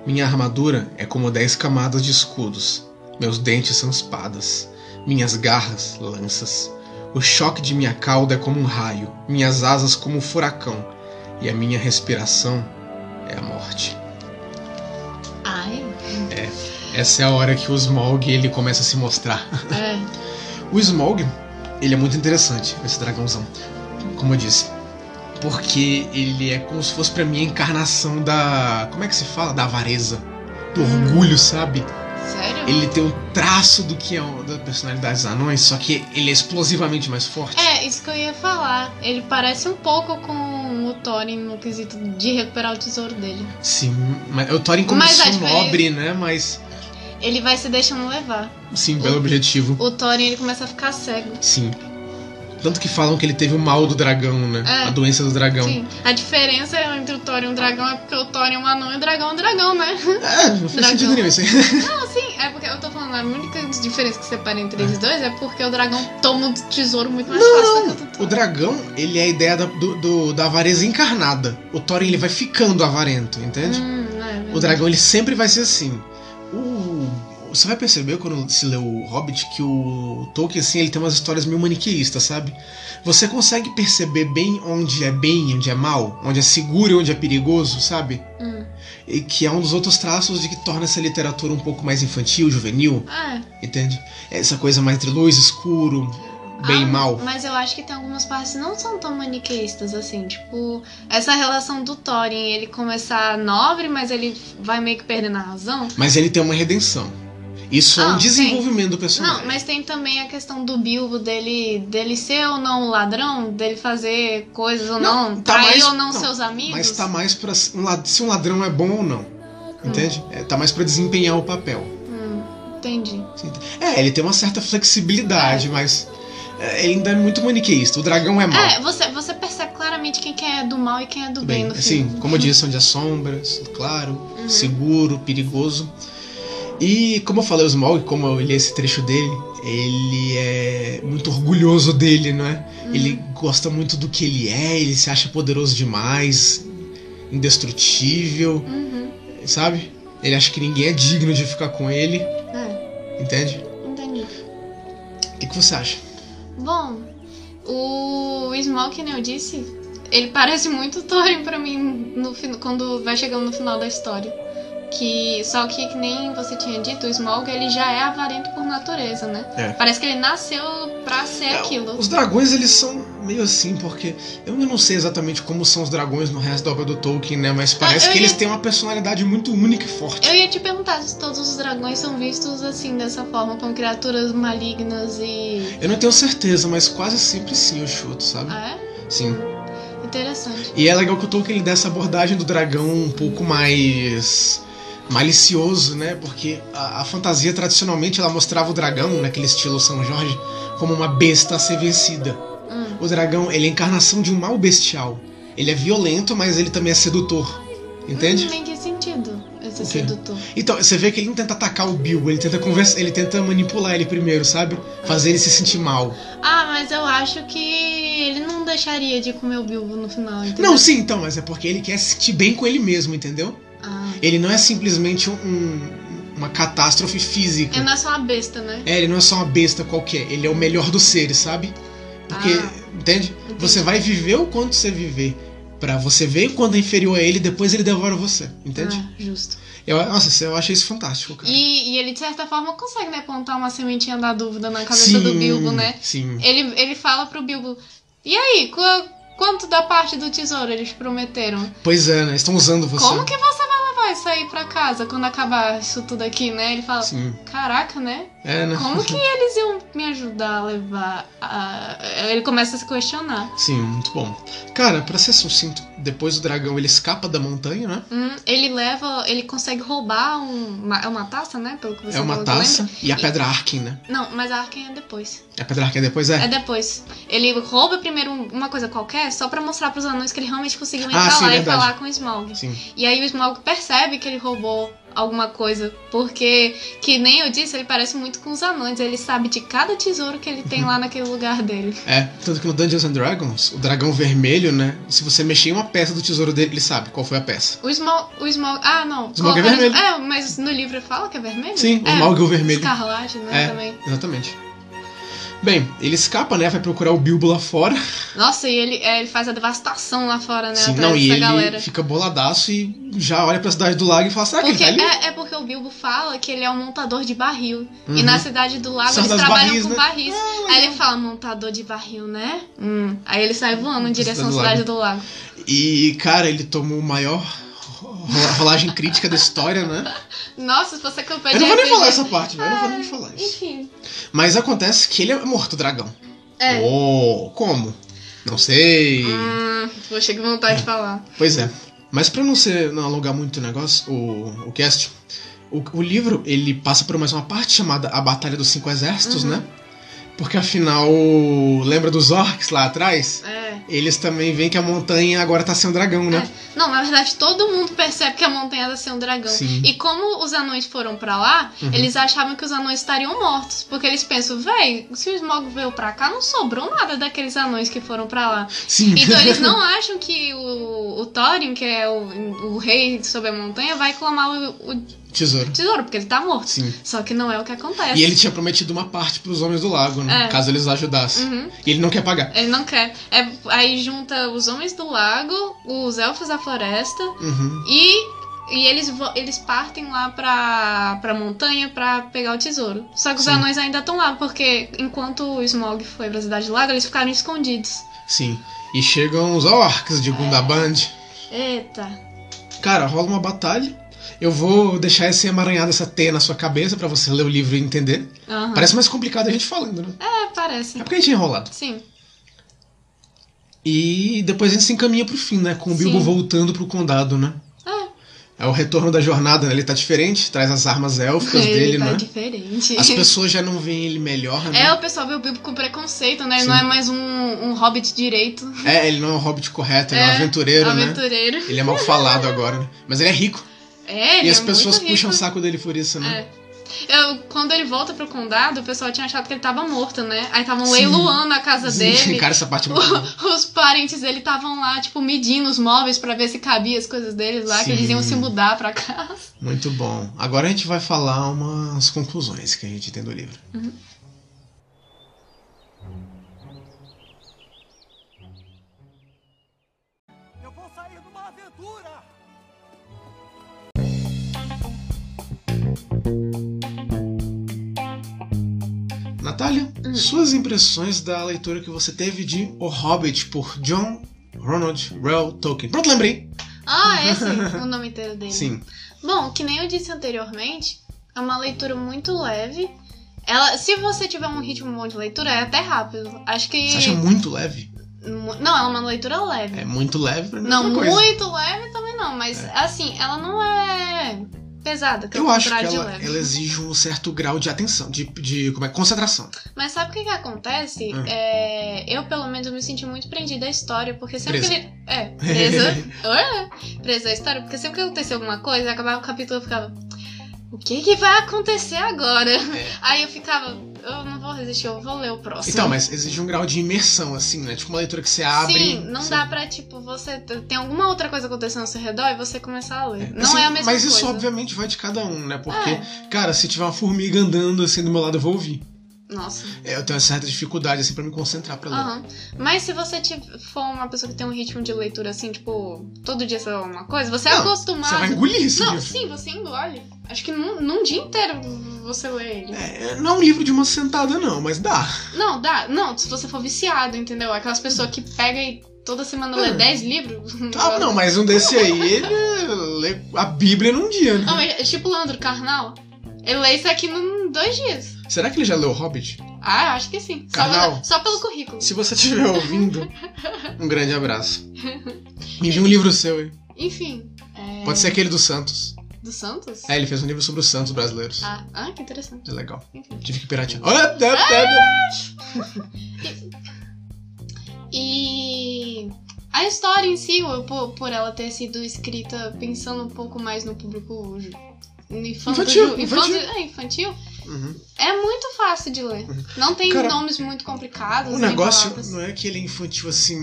Speaker 1: Minha armadura é como dez camadas de escudos, meus dentes são espadas, minhas garras, lanças. O choque de minha cauda é como um raio, minhas asas como um furacão, e a minha respiração é a morte.
Speaker 3: Ai.
Speaker 1: Essa é a hora que o Smaug ele começa a se mostrar.
Speaker 3: É.
Speaker 1: O Smaug, ele é muito interessante, esse dragãozão. Como eu disse. Porque ele é como se fosse pra mim a encarnação da. Como é que se fala? Da avareza. Do
Speaker 3: Hum.
Speaker 1: orgulho, sabe?
Speaker 3: Sério?
Speaker 1: Ele tem o traço do que é o- da personalidade dos anões, só que ele é explosivamente mais forte.
Speaker 3: É, isso que eu ia falar. Ele parece um pouco com o Thorin no quesito de recuperar o tesouro dele.
Speaker 1: Sim, mas o Thorin começou
Speaker 3: Mas a diferença-
Speaker 1: nobre, né? Mas,
Speaker 3: Ele vai se deixando levar.
Speaker 1: sim, pelo
Speaker 3: O-
Speaker 1: objetivo.
Speaker 3: O Thorin ele começa a ficar cego.
Speaker 1: Sim. Tanto que falam que ele teve o mal do dragão, né?
Speaker 3: É.
Speaker 1: A doença do dragão.
Speaker 3: Sim. A diferença entre o Thorin e um dragão é porque o Thorin é um anão e o dragão é um dragão, né?
Speaker 1: É, não
Speaker 3: *laughs*
Speaker 1: faz
Speaker 3: Dragão.
Speaker 1: sentido nenhum isso aí.
Speaker 3: *laughs* Não, sim, é porque eu tô falando, a única diferença que separa entre eles dois é porque o dragão toma o tesouro muito mais fácil do que o
Speaker 1: O
Speaker 3: Thorin.
Speaker 1: dragão, ele é a ideia da, do, do- da avareza encarnada. O Thorin, ele vai ficando avarento, entende?
Speaker 3: Hum, é verdade.
Speaker 1: O dragão, ele sempre vai ser assim. O- Você vai perceber quando se lê o Hobbit que o Tolkien, assim, ele tem umas histórias meio maniqueístas, sabe? Você consegue perceber bem onde é bem e onde é mal, onde é seguro e onde é perigoso, sabe?
Speaker 3: Hum.
Speaker 1: E que é um dos outros traços de que torna essa literatura um pouco mais infantil, juvenil,
Speaker 3: Ah, é.
Speaker 1: entende? Essa coisa mais entre luz, escuro, bem e
Speaker 3: Ah,
Speaker 1: mal.
Speaker 3: Mas eu acho que tem algumas partes que não são tão maniqueístas assim. Tipo, essa relação do Thorin, ele começar nobre, mas ele vai meio que perdendo a razão.
Speaker 1: Mas ele tem uma redenção. Isso é
Speaker 3: Ah,
Speaker 1: um
Speaker 3: sim.
Speaker 1: desenvolvimento do personagem.
Speaker 3: Não, mas tem também a questão do Bilbo dele, dele ser ou não ladrão, dele fazer coisas ou
Speaker 1: Não,
Speaker 3: não,
Speaker 1: tá
Speaker 3: trair
Speaker 1: mais-
Speaker 3: ou não,
Speaker 1: não,
Speaker 3: seus amigos.
Speaker 1: Mas tá mais pra se um lad- se um ladrão é bom ou não. Entende? É, tá mais pra desempenhar o papel.
Speaker 3: Hum, entendi.
Speaker 1: É, ele tem uma certa flexibilidade, mas é, ele ainda é muito maniqueísta. O dragão é mau.
Speaker 3: É, você, você percebe claramente quem que é do mal e quem é do
Speaker 1: Tudo
Speaker 3: bem,
Speaker 1: bem,
Speaker 3: no
Speaker 1: assim,
Speaker 3: fim.
Speaker 1: como eu disse, onde há sombras, claro,
Speaker 3: Uhum.
Speaker 1: seguro, perigoso. E como eu falei, o Smaug, como eu li esse trecho dele, ele é muito orgulhoso dele, não é?
Speaker 3: Uhum.
Speaker 1: Ele gosta muito do que ele é, ele se acha poderoso demais, indestrutível,
Speaker 3: Uhum.
Speaker 1: sabe? Ele acha que ninguém é digno de ficar com ele,
Speaker 3: É,
Speaker 1: entende?
Speaker 3: entendi.
Speaker 1: O que, que você acha?
Speaker 3: Bom, o Smaug, que nem eu disse, ele parece muito o Thorin pra mim no, fin- quando vai chegando no final da história. Que, só que, que nem você tinha dito, o Smaug ele já é avarento por natureza, né?
Speaker 1: É.
Speaker 3: Parece que ele nasceu pra ser
Speaker 1: É,
Speaker 3: aquilo.
Speaker 1: Os dragões, eles são meio assim, porque eu ainda não sei exatamente como são os dragões no resto da obra do Tolkien, né? Mas parece
Speaker 3: Ah, eu
Speaker 1: que
Speaker 3: ia-
Speaker 1: eles têm uma personalidade muito única e forte.
Speaker 3: Eu ia te perguntar se todos os dragões são vistos assim, dessa forma, como criaturas malignas e.
Speaker 1: Eu não tenho certeza, mas quase sempre sim eu chuto, sabe?
Speaker 3: Ah, é?
Speaker 1: Sim.
Speaker 3: Interessante.
Speaker 1: E é legal que o Tolkien ele dá essa abordagem do dragão um pouco mais malicioso, né? Porque a, a fantasia tradicionalmente ela mostrava o dragão, naquele estilo São Jorge, como uma besta a ser vencida.
Speaker 3: Hum,
Speaker 1: O dragão, ele é a encarnação de um mal bestial. Ele é violento, mas ele também é sedutor. Entende?
Speaker 3: Hum, Tem que sentido esse
Speaker 1: Entendo.
Speaker 3: sedutor.
Speaker 1: Então, você vê que ele não tenta atacar o Bilbo, ele tenta conversa, ele tenta manipular ele primeiro, sabe? Fazer ele se sentir mal.
Speaker 3: Ah, mas eu acho que ele não deixaria de comer o Bilbo no final, entendeu?
Speaker 1: Não, sim, então, mas é porque ele quer se sentir bem com ele mesmo, entendeu?
Speaker 3: Ah.
Speaker 1: Ele não é simplesmente um- um- uma catástrofe física.
Speaker 3: Ele não é só uma besta, né?
Speaker 1: É, ele não é só uma besta qualquer, ele é o melhor dos seres, sabe? Porque,
Speaker 3: Ah.
Speaker 1: entende?
Speaker 3: Entendi.
Speaker 1: Você vai viver o quanto você viver. Pra você ver quando é inferior a ele, depois ele devora você, entende?
Speaker 3: Ah, justo.
Speaker 1: Eu, nossa, eu achei isso fantástico, cara.
Speaker 3: E, e ele, de certa forma, consegue, né, plantar uma sementinha da dúvida na cabeça do Bilbo, né?
Speaker 1: Sim.
Speaker 3: Ele, ele fala pro Bilbo, e aí, qu- quanto da parte do tesouro eles prometeram?
Speaker 1: Pois é, né? Eles Estão usando você.
Speaker 3: Como que você vai levar isso aí pra casa quando acabar isso tudo aqui, né? Ele fala,
Speaker 1: Sim.
Speaker 3: caraca, né?
Speaker 1: É, né? *laughs*
Speaker 3: Como que eles iam me ajudar a levar a... Ele começa a se questionar.
Speaker 1: Sim, muito bom. Cara, pra ser sucinto, depois o dragão ele escapa da montanha, né?
Speaker 3: Hum, ele leva, ele consegue roubar um, uma, é uma taça, né? Pelo que você
Speaker 1: é uma
Speaker 3: falou que eu
Speaker 1: taça e a pedra Arkin, né?
Speaker 3: lembro. Não, mas a Arken é depois.
Speaker 1: A pedra Arkin depois é.
Speaker 3: É depois. Ele rouba primeiro um- uma coisa qualquer só pra mostrar pros anões que ele realmente conseguiu entrar
Speaker 1: Ah, sim,
Speaker 3: lá e
Speaker 1: verdade.
Speaker 3: falar com o Smaug.
Speaker 1: Sim.
Speaker 3: E aí o Smaug percebe que ele roubou alguma coisa, porque, que nem eu disse, ele parece muito com os anões. Ele sabe de cada tesouro que ele
Speaker 1: *laughs*
Speaker 3: tem lá naquele lugar dele.
Speaker 1: É, tanto que no Dungeons and Dragons, o dragão vermelho, né? Se você mexer em uma peça do tesouro dele, ele sabe qual foi a peça.
Speaker 3: O Smaug. O Smaug ah, não.
Speaker 1: Smaug é
Speaker 3: Colocaram-
Speaker 1: vermelho.
Speaker 3: É, mas no livro fala que é vermelho?
Speaker 1: Sim, o
Speaker 3: é,
Speaker 1: Smaug é o vermelho.
Speaker 3: Escarlate, né?
Speaker 1: É.
Speaker 3: Também.
Speaker 1: Exatamente. Bem, ele escapa, né? Vai procurar o Bilbo lá fora.
Speaker 3: Nossa, e ele, é, ele faz a devastação lá fora, né?
Speaker 1: Sim,
Speaker 3: atrás
Speaker 1: não, e
Speaker 3: dessa
Speaker 1: ele
Speaker 3: galera.
Speaker 1: fica boladaço e já olha pra cidade do lago e fala: será que
Speaker 3: Porque,
Speaker 1: ele tá ali?
Speaker 3: é, é porque o Bilbo fala que ele é um montador de barril.
Speaker 1: Uhum.
Speaker 3: E na cidade do lago
Speaker 1: São
Speaker 3: eles
Speaker 1: das
Speaker 3: trabalham
Speaker 1: barris,
Speaker 3: com
Speaker 1: né?
Speaker 3: barris. Aí ele fala, montador de barril, né? Hum. Aí ele sai voando em direção à cidade
Speaker 1: Cidade
Speaker 3: do lago.
Speaker 1: E, cara, ele tomou o maior rola- rolagem crítica da história, né?
Speaker 3: Nossa, se fosse a campanha
Speaker 1: Eu
Speaker 3: de
Speaker 1: não vou nem
Speaker 3: RPG.
Speaker 1: falar essa parte, velho. Eu não vou nem falar isso.
Speaker 3: Enfim.
Speaker 1: Mas acontece que ele é morto, o dragão.
Speaker 3: É.
Speaker 1: Oh, como? Não sei.
Speaker 3: Hum, vou chegar com vontade de falar.
Speaker 1: Pois é. Mas pra não ser não alongar muito o negócio, o, o cast, o, o livro ele passa por mais uma parte chamada A Batalha dos Cinco Exércitos,
Speaker 3: Uhum.
Speaker 1: né? Porque afinal, lembra dos orcs lá atrás?
Speaker 3: É.
Speaker 1: Eles também veem que a montanha agora tá sem um dragão, né?
Speaker 3: Não, na verdade, todo mundo percebe que a montanha tá sendo um dragão.
Speaker 1: Sim.
Speaker 3: E como os anões foram pra lá,
Speaker 1: Uhum.
Speaker 3: eles achavam que os anões estariam mortos. Porque eles pensam, véi, se o Smog veio pra cá, não sobrou nada daqueles anões que foram pra lá.
Speaker 1: Sim.
Speaker 3: Então eles não acham que o, o Thorin, que é o, o rei sobre a montanha, vai clamar o, o
Speaker 1: *laughs* Tesouro.
Speaker 3: tesouro, porque ele tá morto.
Speaker 1: Sim.
Speaker 3: Só que não é o que acontece.
Speaker 1: E ele tinha prometido uma parte pros homens do lago, né?
Speaker 3: É.
Speaker 1: Caso eles ajudassem.
Speaker 3: Uhum,
Speaker 1: E ele não quer pagar.
Speaker 3: ele não quer. É, aí junta os homens do lago, os elfos da floresta
Speaker 1: Uhum.
Speaker 3: e E eles, vo- eles partem lá pra, pra montanha pra pegar o tesouro. Só que os
Speaker 1: Sim.
Speaker 3: anões ainda estão lá, porque enquanto o Smog foi pra Cidade Lago, eles ficaram escondidos.
Speaker 1: Sim. E chegam os orcs de
Speaker 3: É.
Speaker 1: Gundaband.
Speaker 3: Eita.
Speaker 1: Cara, rola uma batalha. Eu vou deixar esse emaranhado, essa T na sua cabeça pra você ler o livro e entender.
Speaker 3: Aham.
Speaker 1: Parece mais complicado a gente falando, né?
Speaker 3: É, parece.
Speaker 1: É porque a gente é enrolado.
Speaker 3: Sim.
Speaker 1: E depois a gente se encaminha pro fim, né? Com o Bilbo
Speaker 3: Sim.
Speaker 1: voltando pro condado, né?
Speaker 3: É,
Speaker 1: É o retorno da jornada, né? Ele tá diferente, traz as armas élficas
Speaker 3: ele
Speaker 1: dele,
Speaker 3: tá
Speaker 1: né?
Speaker 3: diferente. *laughs*
Speaker 1: As pessoas já não veem ele melhor,
Speaker 3: É,
Speaker 1: né?
Speaker 3: o pessoal vê o Bilbo com preconceito, né? Ele
Speaker 1: Sim.
Speaker 3: não é mais um, um hobbit direito,
Speaker 1: É, ele não é um hobbit correto, ele é, um
Speaker 3: É,
Speaker 1: aventureiro, né?
Speaker 3: aventureiro.
Speaker 1: Ele é mal falado agora, né? Mas ele é rico.
Speaker 3: É, ele
Speaker 1: e as
Speaker 3: é muito
Speaker 1: pessoas
Speaker 3: rico.
Speaker 1: puxam o saco dele por isso, né?
Speaker 3: É. Eu, quando ele volta pro condado, o pessoal tinha achado que ele tava morto, né? Aí estavam
Speaker 1: Sim.
Speaker 3: leiloando a
Speaker 1: *laughs*
Speaker 3: casa dele.
Speaker 1: Cara, essa parte é
Speaker 3: *laughs*
Speaker 1: muito boa.
Speaker 3: O- Os parentes dele estavam lá, tipo, medindo os móveis pra ver se cabia as coisas deles lá, que eles iam
Speaker 1: Sim.
Speaker 3: se mudar pra casa.
Speaker 1: Muito bom. Agora a gente vai falar umas conclusões que a gente tem do livro.
Speaker 5: Eu vou sair numa aventura!
Speaker 1: Natália,
Speaker 3: Hum.
Speaker 1: suas impressões da leitura que você teve de O Hobbit por John Ronald Reuel Tolkien. Pronto, lembrei.
Speaker 3: Ah, esse é o nome inteiro dele.
Speaker 1: Sim.
Speaker 3: Bom, que nem eu disse anteriormente, é uma leitura muito leve. Ela, se você tiver um ritmo bom de leitura, é até rápido. Acho que.
Speaker 1: Você acha muito leve?
Speaker 3: mu- Não, ela é uma leitura leve.
Speaker 1: É muito leve pra mim. é
Speaker 3: Não,
Speaker 1: outra coisa.
Speaker 3: muito leve também não, mas assim, ela não é pesada, que é o
Speaker 1: Eu acho que
Speaker 3: contrário de
Speaker 1: ela,
Speaker 3: leve.
Speaker 1: ela exige um certo grau de atenção, de, de como é, concentração.
Speaker 3: Mas sabe o que que acontece?
Speaker 1: Hum.
Speaker 3: É, eu, pelo menos, me senti muito prendida à história, porque sempre
Speaker 1: Presa.
Speaker 3: que ele...
Speaker 1: *laughs*
Speaker 3: É, presa. Ah, presa à história, porque sempre que acontecia alguma coisa, acabava o capítulo eu ficava... O que que vai acontecer agora?
Speaker 1: É.
Speaker 3: Aí eu ficava... Eu não vou resistir, eu vou ler o próximo.
Speaker 1: Então, mas exige um grau de imersão, assim, né? Tipo uma leitura que você abre.
Speaker 3: Sim, não
Speaker 1: você-
Speaker 3: dá pra, tipo, você... Tem alguma outra coisa acontecendo ao seu redor e você começar a ler. não
Speaker 1: Assim,
Speaker 3: é a mesma
Speaker 1: Mas
Speaker 3: coisa. É,
Speaker 1: isso, obviamente, vai de cada um, né? Porque, cara, se tiver uma formiga andando assim do meu lado, eu vou ouvir.
Speaker 3: Nossa.
Speaker 1: É, Eu tenho uma certa dificuldade, assim, pra me concentrar pra ler.
Speaker 3: Aham. Mas se você tiver- for uma pessoa que tem um ritmo de leitura assim, tipo, todo dia você lê alguma coisa, você é
Speaker 1: Não,
Speaker 3: acostumado.
Speaker 1: Você vai engolir isso.
Speaker 3: Não, sim, você engole. Acho que num, num dia inteiro você lê ele.
Speaker 1: É, não é um livro de uma sentada, não, mas dá.
Speaker 3: Não, dá. Não, se você for viciado, entendeu? Aquelas pessoas que pegam e toda semana lê
Speaker 1: Hum.
Speaker 3: 10 livros.
Speaker 1: Ah, não, mas um desse aí, ele lê a Bíblia num dia, né?
Speaker 3: Não, mas é tipo Leandro Carnal. Ele lê isso aqui em dois dias.
Speaker 1: Será que ele já leu O Hobbit?
Speaker 3: Ah, acho que sim. Só,
Speaker 1: Karnal?
Speaker 3: pela- só pelo currículo.
Speaker 1: Se você estiver ouvindo, um grande abraço. Me envia um livro seu, hein?
Speaker 3: Enfim. é,
Speaker 1: Pode ser aquele do Santos.
Speaker 3: Do Santos?
Speaker 1: É, ele fez um livro sobre os Santos brasileiros.
Speaker 3: Ah, ah, que interessante.
Speaker 1: É legal.
Speaker 3: Enfim.
Speaker 1: Tive que piratear. Olha, tá, tá,
Speaker 3: E a história em si, eu- por, por ela ter sido escrita pensando um pouco mais no público ju- infanto,
Speaker 1: Infantil,
Speaker 3: ju-
Speaker 1: infantil.
Speaker 3: infanto- é, infantil,
Speaker 1: tá. Uhum.
Speaker 3: é muito fácil de ler. Não tem
Speaker 1: Cara,
Speaker 3: nomes muito complicados.
Speaker 1: O
Speaker 3: nem
Speaker 1: negócio
Speaker 3: palavras.
Speaker 1: não é que ele é infantil assim.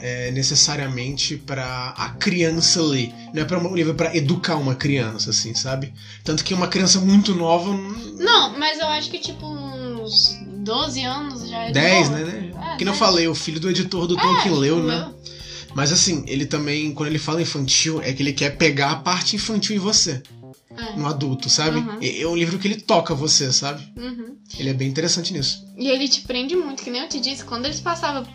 Speaker 1: é, necessariamente pra a criança ler, não é para um livro pra educar uma criança assim, sabe? Tanto que uma criança muito nova, hum,
Speaker 3: Não, mas eu acho que tipo uns 12 anos já é de
Speaker 1: 10,
Speaker 3: boa.
Speaker 1: né, né?
Speaker 3: É,
Speaker 1: Que não
Speaker 3: 10.
Speaker 1: falei, o filho do editor do Tolkien leu, né?
Speaker 3: Leu.
Speaker 1: Mas assim, ele também, quando ele fala infantil, é que ele quer pegar a parte infantil em você,
Speaker 3: É.
Speaker 1: no um adulto, sabe?
Speaker 3: Uhum.
Speaker 1: É é um livro que ele toca você, sabe?
Speaker 3: Uhum.
Speaker 1: Ele é bem interessante nisso.
Speaker 3: E ele te prende muito, que nem eu te disse, quando eles passavam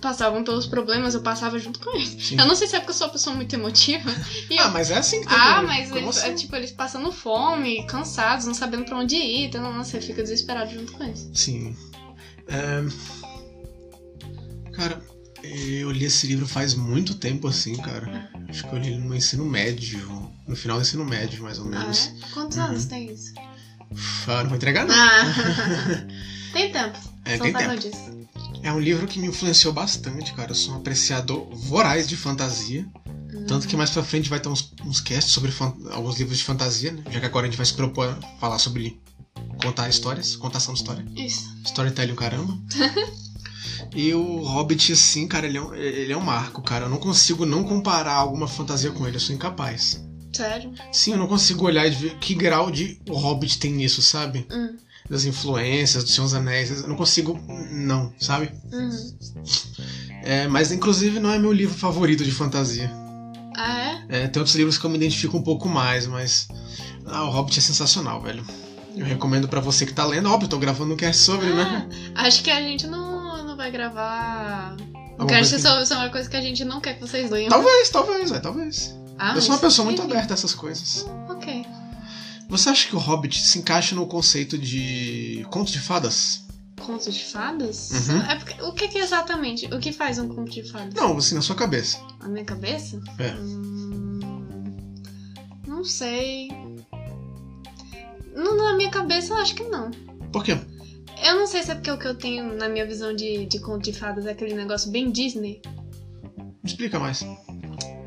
Speaker 3: passavam pelos problemas, eu passava junto com eles.
Speaker 1: Sim.
Speaker 3: Eu não sei se é porque eu sou uma pessoa muito emotiva. *laughs* E
Speaker 1: Ah,
Speaker 3: eu-
Speaker 1: mas é assim que tem
Speaker 3: Ah,
Speaker 1: que-
Speaker 3: mas
Speaker 1: como
Speaker 3: eles,
Speaker 1: assim?
Speaker 3: é, tipo, eles passando fome, cansados, não sabendo pra onde ir, então nossa, você fica desesperado junto com eles.
Speaker 1: Sim. Ahn, Cara, eu li esse livro faz muito tempo assim, cara. Acho que eu li ele no ensino médio. No final do ensino médio, mais ou
Speaker 3: Ah,
Speaker 1: menos.
Speaker 3: é? Quantos
Speaker 1: Uhum.
Speaker 3: anos tem isso?
Speaker 1: Ah, não vou entregar, não.
Speaker 3: Ah, *laughs* tem tempo.
Speaker 1: *laughs* É,
Speaker 3: só tá
Speaker 1: tem
Speaker 3: sabe
Speaker 1: tempo.
Speaker 3: eu disse.
Speaker 1: É um livro que me influenciou bastante, cara. Eu sou um apreciador voraz de fantasia. Tanto que mais pra frente vai ter uns, uns casts sobre fan- alguns livros de fantasia, né? Já que agora a gente vai se propor a falar sobre contar histórias, contação de história.
Speaker 3: Isso.
Speaker 1: Storytelling, caramba. e o Hobbit, assim, cara, ele é, um, ele é um marco, cara. Eu não consigo não comparar alguma fantasia com ele, eu sou incapaz.
Speaker 3: Sério?
Speaker 1: Sim, eu não consigo olhar e ver que grau de o Hobbit tem nisso, sabe?
Speaker 3: Hum.
Speaker 1: Das influências, dos seus anéis, eu não consigo não, sabe?
Speaker 3: Uhum.
Speaker 1: É, mas inclusive não é meu livro favorito de fantasia.
Speaker 3: Ah, é?
Speaker 1: É, tem outros livros que eu me identifico um pouco mais, mas. Ah, o Hobbit é sensacional, velho. Eu recomendo pra você que tá lendo. Óbvio, tô gravando um cast sobre, né?
Speaker 3: Ah, acho que a gente não, não vai gravar.
Speaker 1: Alguma
Speaker 3: O cara
Speaker 1: coisa
Speaker 3: isso
Speaker 1: que-
Speaker 3: é uma coisa que a gente não quer que vocês leiam.
Speaker 1: Talvez, talvez, é, talvez.
Speaker 3: um. Ah,
Speaker 1: eu
Speaker 3: mas-
Speaker 1: sou uma pessoa muito aberta a essas coisas.
Speaker 3: Ok.
Speaker 1: Você acha que o Hobbit se encaixa no conceito de conto de fadas?
Speaker 3: Conto de fadas?
Speaker 1: Uhum.
Speaker 3: É porque- o que, que é exatamente? O que faz um conto de fadas?
Speaker 1: Não, assim, na sua cabeça.
Speaker 3: Na minha cabeça?
Speaker 1: É.
Speaker 3: Hum, não sei. Não, na minha cabeça eu acho que não.
Speaker 1: Por quê?
Speaker 3: Eu não sei se é porque o que eu tenho na minha visão de, de conto de fadas é aquele negócio bem Disney.
Speaker 1: Me explica mais.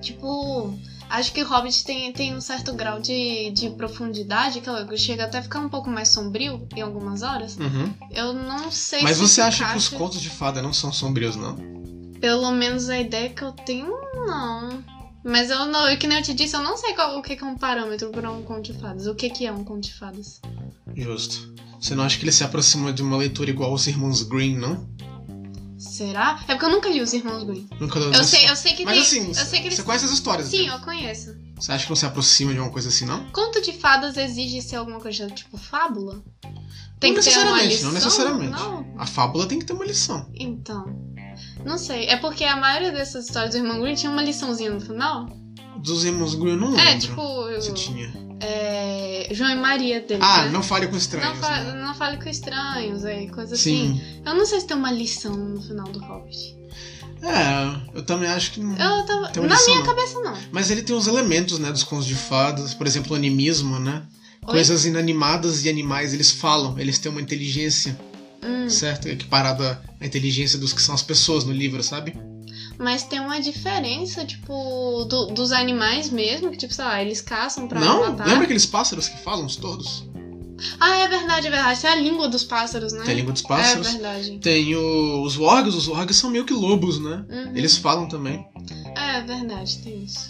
Speaker 3: Tipo, acho que Hobbit tem, tem um certo grau de, de profundidade, que eu- chega até a ficar um pouco mais sombrio em algumas horas.
Speaker 1: Uhum.
Speaker 3: Eu não sei
Speaker 1: Mas
Speaker 3: se
Speaker 1: você
Speaker 3: se
Speaker 1: acha que os
Speaker 3: encaixa.
Speaker 1: contos de fada não são sombrios, não?
Speaker 3: Pelo menos a ideia que eu tenho, não. Mas eu não, e que nem eu te disse, eu não sei qual, o que, que é um parâmetro para um conto de fadas. O que, que é um conto de fadas?
Speaker 1: Justo. Você não acha que ele se aproxima de uma leitura igual aos Irmãos Green, não?
Speaker 3: Será? É porque eu nunca li os Irmãos Grimm.
Speaker 1: Nunca leu
Speaker 3: Eu
Speaker 1: isso?
Speaker 3: sei, eu sei que
Speaker 1: um Mas
Speaker 3: tem.
Speaker 1: assim,
Speaker 3: eu sei que eles...
Speaker 1: você conhece as histórias
Speaker 3: Sim,
Speaker 1: dele?
Speaker 3: eu conheço.
Speaker 1: Você acha que não se aproxima de uma coisa assim, não?
Speaker 3: Conto de fadas exige ser alguma coisa tipo fábula? Tem
Speaker 1: Não
Speaker 3: que ter uma
Speaker 1: necessariamente,
Speaker 3: lição?
Speaker 1: não necessariamente.
Speaker 3: Não?
Speaker 1: A fábula tem que ter uma lição.
Speaker 3: Então. Não sei. É porque a maioria dessas histórias do Irmão Grimm tinha uma liçãozinha no final.
Speaker 1: Dos Irmãos Green eu não lembro.
Speaker 3: É, tipo.
Speaker 1: Se tinha.
Speaker 3: é, João e Maria dele.
Speaker 1: Ah,
Speaker 3: né?
Speaker 1: não fale com
Speaker 3: Não,
Speaker 1: estranhos.
Speaker 3: fa-
Speaker 1: né?
Speaker 3: não fale com estranhos, aí, coisa assim.
Speaker 1: Sim.
Speaker 3: Eu não sei se tem uma lição no final do Hobbit.
Speaker 1: É, eu também acho que não.
Speaker 3: Eu tava.
Speaker 1: Tem uma
Speaker 3: Na
Speaker 1: lição,
Speaker 3: minha
Speaker 1: não.
Speaker 3: cabeça, não.
Speaker 1: Mas ele tem uns elementos, né, dos contos de fadas, por exemplo, o animismo, né?
Speaker 3: Oi?
Speaker 1: Coisas inanimadas e animais, eles falam, eles têm uma inteligência,
Speaker 3: Hum,
Speaker 1: certo? Equiparada à inteligência dos que são as pessoas no livro, sabe?
Speaker 3: mas tem uma diferença, tipo, do- dos animais mesmo, que, tipo, sei lá, eles caçam pra
Speaker 1: não?
Speaker 3: matar.
Speaker 1: Lembra aqueles pássaros que falam, os tordos?
Speaker 3: Ah, é verdade, é verdade. Tem a língua dos pássaros, né?
Speaker 1: Tem a língua dos
Speaker 3: É
Speaker 1: pássaros.
Speaker 3: verdade.
Speaker 1: tem o- os wargs, os wargs são meio que lobos, né?
Speaker 3: Uhum.
Speaker 1: Eles falam também.
Speaker 3: É verdade, tem isso.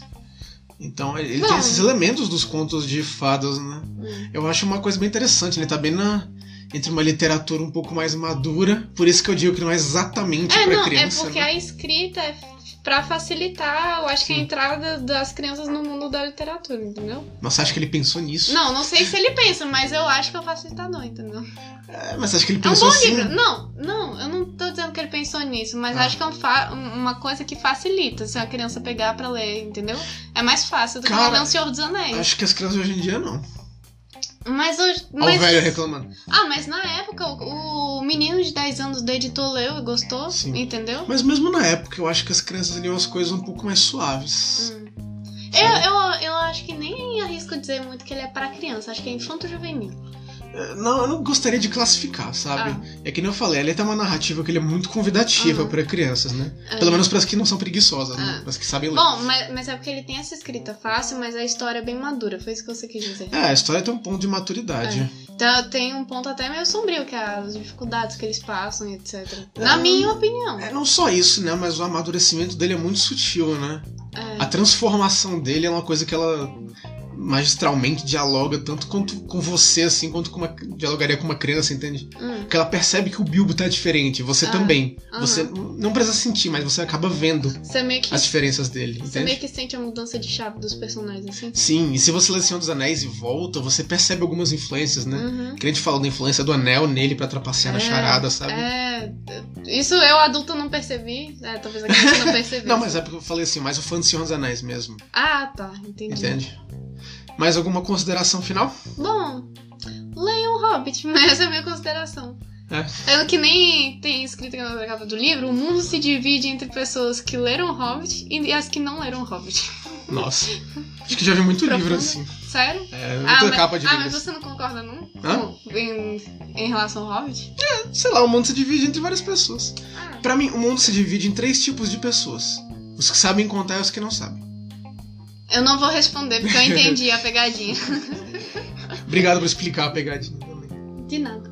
Speaker 1: Então ele
Speaker 3: Bom.
Speaker 1: tem esses elementos dos contos de fadas, né?
Speaker 3: Hum.
Speaker 1: Eu acho uma coisa bem interessante, ele tá bem na. Entre uma literatura um pouco mais madura, por isso que eu digo que não é exatamente
Speaker 3: É,
Speaker 1: pra
Speaker 3: não,
Speaker 1: criança.
Speaker 3: é porque
Speaker 1: né?
Speaker 3: a escrita é f- pra facilitar, eu acho que a
Speaker 1: Sim.
Speaker 3: entrada das crianças no mundo da literatura, entendeu?
Speaker 1: Nossa, acha que ele pensou nisso?
Speaker 3: Não, não sei se ele pensa, mas eu acho que é o facilitador, entendeu?
Speaker 1: É, mas acho que ele
Speaker 3: É um
Speaker 1: pensou
Speaker 3: bom
Speaker 1: assim?
Speaker 3: livro. Não, não, eu não tô dizendo que ele pensou nisso, mas
Speaker 1: Ah.
Speaker 3: acho que é um fa- uma coisa que facilita se a criança pegar pra ler, entendeu? É mais fácil do
Speaker 1: Cara,
Speaker 3: que ler O Senhor dos Anéis.
Speaker 1: Acho que as crianças hoje em dia não.
Speaker 3: Mas hoje.
Speaker 1: Olha
Speaker 3: Mas...
Speaker 1: o velho reclamando.
Speaker 3: Ah, mas na época o, o menino de 10 anos do editor leu e gostou,
Speaker 1: Sim.
Speaker 3: entendeu?
Speaker 1: Mas mesmo na época, eu acho que as crianças liam as coisas um pouco mais suaves.
Speaker 3: Hum. Eu,
Speaker 1: sabe?
Speaker 3: eu, eu acho que nem arrisco dizer muito que ele é pra criança, acho que é infanto juvenil.
Speaker 1: É, Não, eu não gostaria de classificar, sabe?
Speaker 3: Ah.
Speaker 1: É que nem eu falei, ele tem uma narrativa que ele é muito convidativa
Speaker 3: Aham.
Speaker 1: pra crianças, né?
Speaker 3: Ah,
Speaker 1: Pelo menos pras que não são preguiçosas, né?
Speaker 3: Ah.
Speaker 1: Pras que sabem ler.
Speaker 3: Bom, mas, mas é porque ele tem essa escrita fácil, mas a história é bem madura, foi isso que você quis dizer.
Speaker 1: É, a história tem um ponto de maturidade.
Speaker 3: Então tem um ponto até meio sombrio, que é as dificuldades que eles passam, e etc.
Speaker 1: É.
Speaker 3: Na minha opinião.
Speaker 1: É não só isso, né? Mas o amadurecimento dele é muito sutil, né?
Speaker 3: É.
Speaker 1: A transformação dele é uma coisa que ela magistralmente dialoga tanto quanto com você, assim, quanto com uma, dialogaria com uma criança, entende?
Speaker 3: Hum,
Speaker 1: Porque ela percebe que o Bilbo tá diferente, você
Speaker 3: Ah,
Speaker 1: também.
Speaker 3: aham.
Speaker 1: Você não precisa sentir, mas você acaba vendo
Speaker 3: Você meio que.
Speaker 1: as diferenças dele,
Speaker 3: Você
Speaker 1: entende?
Speaker 3: meio que sente a mudança de chave dos personagens, assim.
Speaker 1: Sim, e se você lê Senhor dos Anéis e volta, você percebe algumas influências, né?
Speaker 3: Uhum.
Speaker 1: Que a gente fala da influência do anel nele pra trapacear na
Speaker 3: É,
Speaker 1: charada, sabe?
Speaker 3: É. Isso eu adulta não percebi. É, talvez a criança
Speaker 1: *laughs*
Speaker 3: não percebesse.
Speaker 1: Não, mas é porque eu falei assim, mais o fã de Senhor dos Anéis mesmo.
Speaker 3: Ah, tá. Entendi.
Speaker 1: Entende? Mais alguma consideração final?
Speaker 3: Bom, leiam o Hobbit, *laughs* mas essa é a minha consideração.
Speaker 1: É.
Speaker 3: É que nem tem escrito na capa do livro, o mundo se divide entre pessoas que leram o Hobbit e as que não leram o Hobbit. *laughs*
Speaker 1: Nossa. Acho que já vi muito livro
Speaker 3: Profunda.
Speaker 1: assim.
Speaker 3: Sério?
Speaker 1: É,
Speaker 3: Ah,
Speaker 1: muita
Speaker 3: mas,
Speaker 1: capa de
Speaker 3: ah,
Speaker 1: livro.
Speaker 3: mas você não concorda não?
Speaker 1: Hã?
Speaker 3: Com- Em, em relação ao Hobbit?
Speaker 1: assim. Sei lá, o mundo se divide entre várias pessoas.
Speaker 3: Ah,
Speaker 1: Pra mim, o mundo se divide em três tipos de pessoas: os que sabem contar e os que não sabem.
Speaker 3: eu não vou responder porque eu entendi a pegadinha.
Speaker 1: Obrigado por explicar a pegadinha também.
Speaker 3: *laughs* De nada.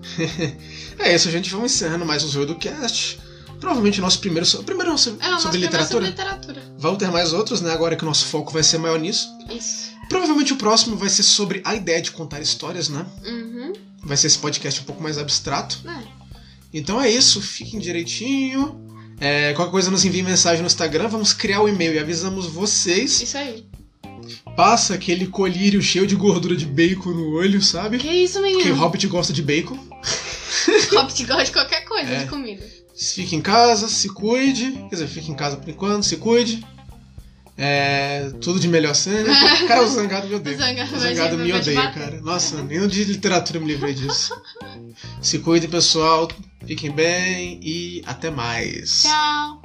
Speaker 1: É isso, gente. Vamos encerrando mais um Zoio do Cast. Provavelmente o nosso primeiro, so- primeiro nosso
Speaker 3: É, o nosso
Speaker 1: sobre
Speaker 3: tema é
Speaker 1: literatura.
Speaker 3: sobre literatura.
Speaker 1: Vão ter mais outros, né? Agora que o nosso foco vai ser maior nisso.
Speaker 3: Isso.
Speaker 1: Provavelmente o próximo vai ser sobre a ideia de contar histórias, né?
Speaker 3: Uhum.
Speaker 1: Vai ser esse podcast um pouco mais abstrato.
Speaker 3: É.
Speaker 1: Então é isso, fiquem direitinho. É, qualquer coisa nos envie mensagem no Instagram, vamos criar o e-mail e avisamos vocês.
Speaker 3: Isso aí.
Speaker 1: Passa aquele colírio cheio de gordura de bacon no olho, sabe?
Speaker 3: Que isso,
Speaker 1: Porque o
Speaker 3: menino?
Speaker 1: Hobbit gosta de bacon.
Speaker 3: *laughs* Hobbit gosta de qualquer coisa
Speaker 1: É.
Speaker 3: de comida.
Speaker 1: Fique em casa, se cuide. Quer dizer, fique em casa por enquanto, se cuide. É, tudo de melhor sempre. Cara, o Zangado me odeia.
Speaker 3: Zangado,
Speaker 1: O Zangado me
Speaker 3: vai te
Speaker 1: odeia,
Speaker 3: bater.
Speaker 1: cara. Nossa, nem no de literatura eu me livrei disso. se cuidem, pessoal. Fiquem bem e até mais.
Speaker 3: Tchau.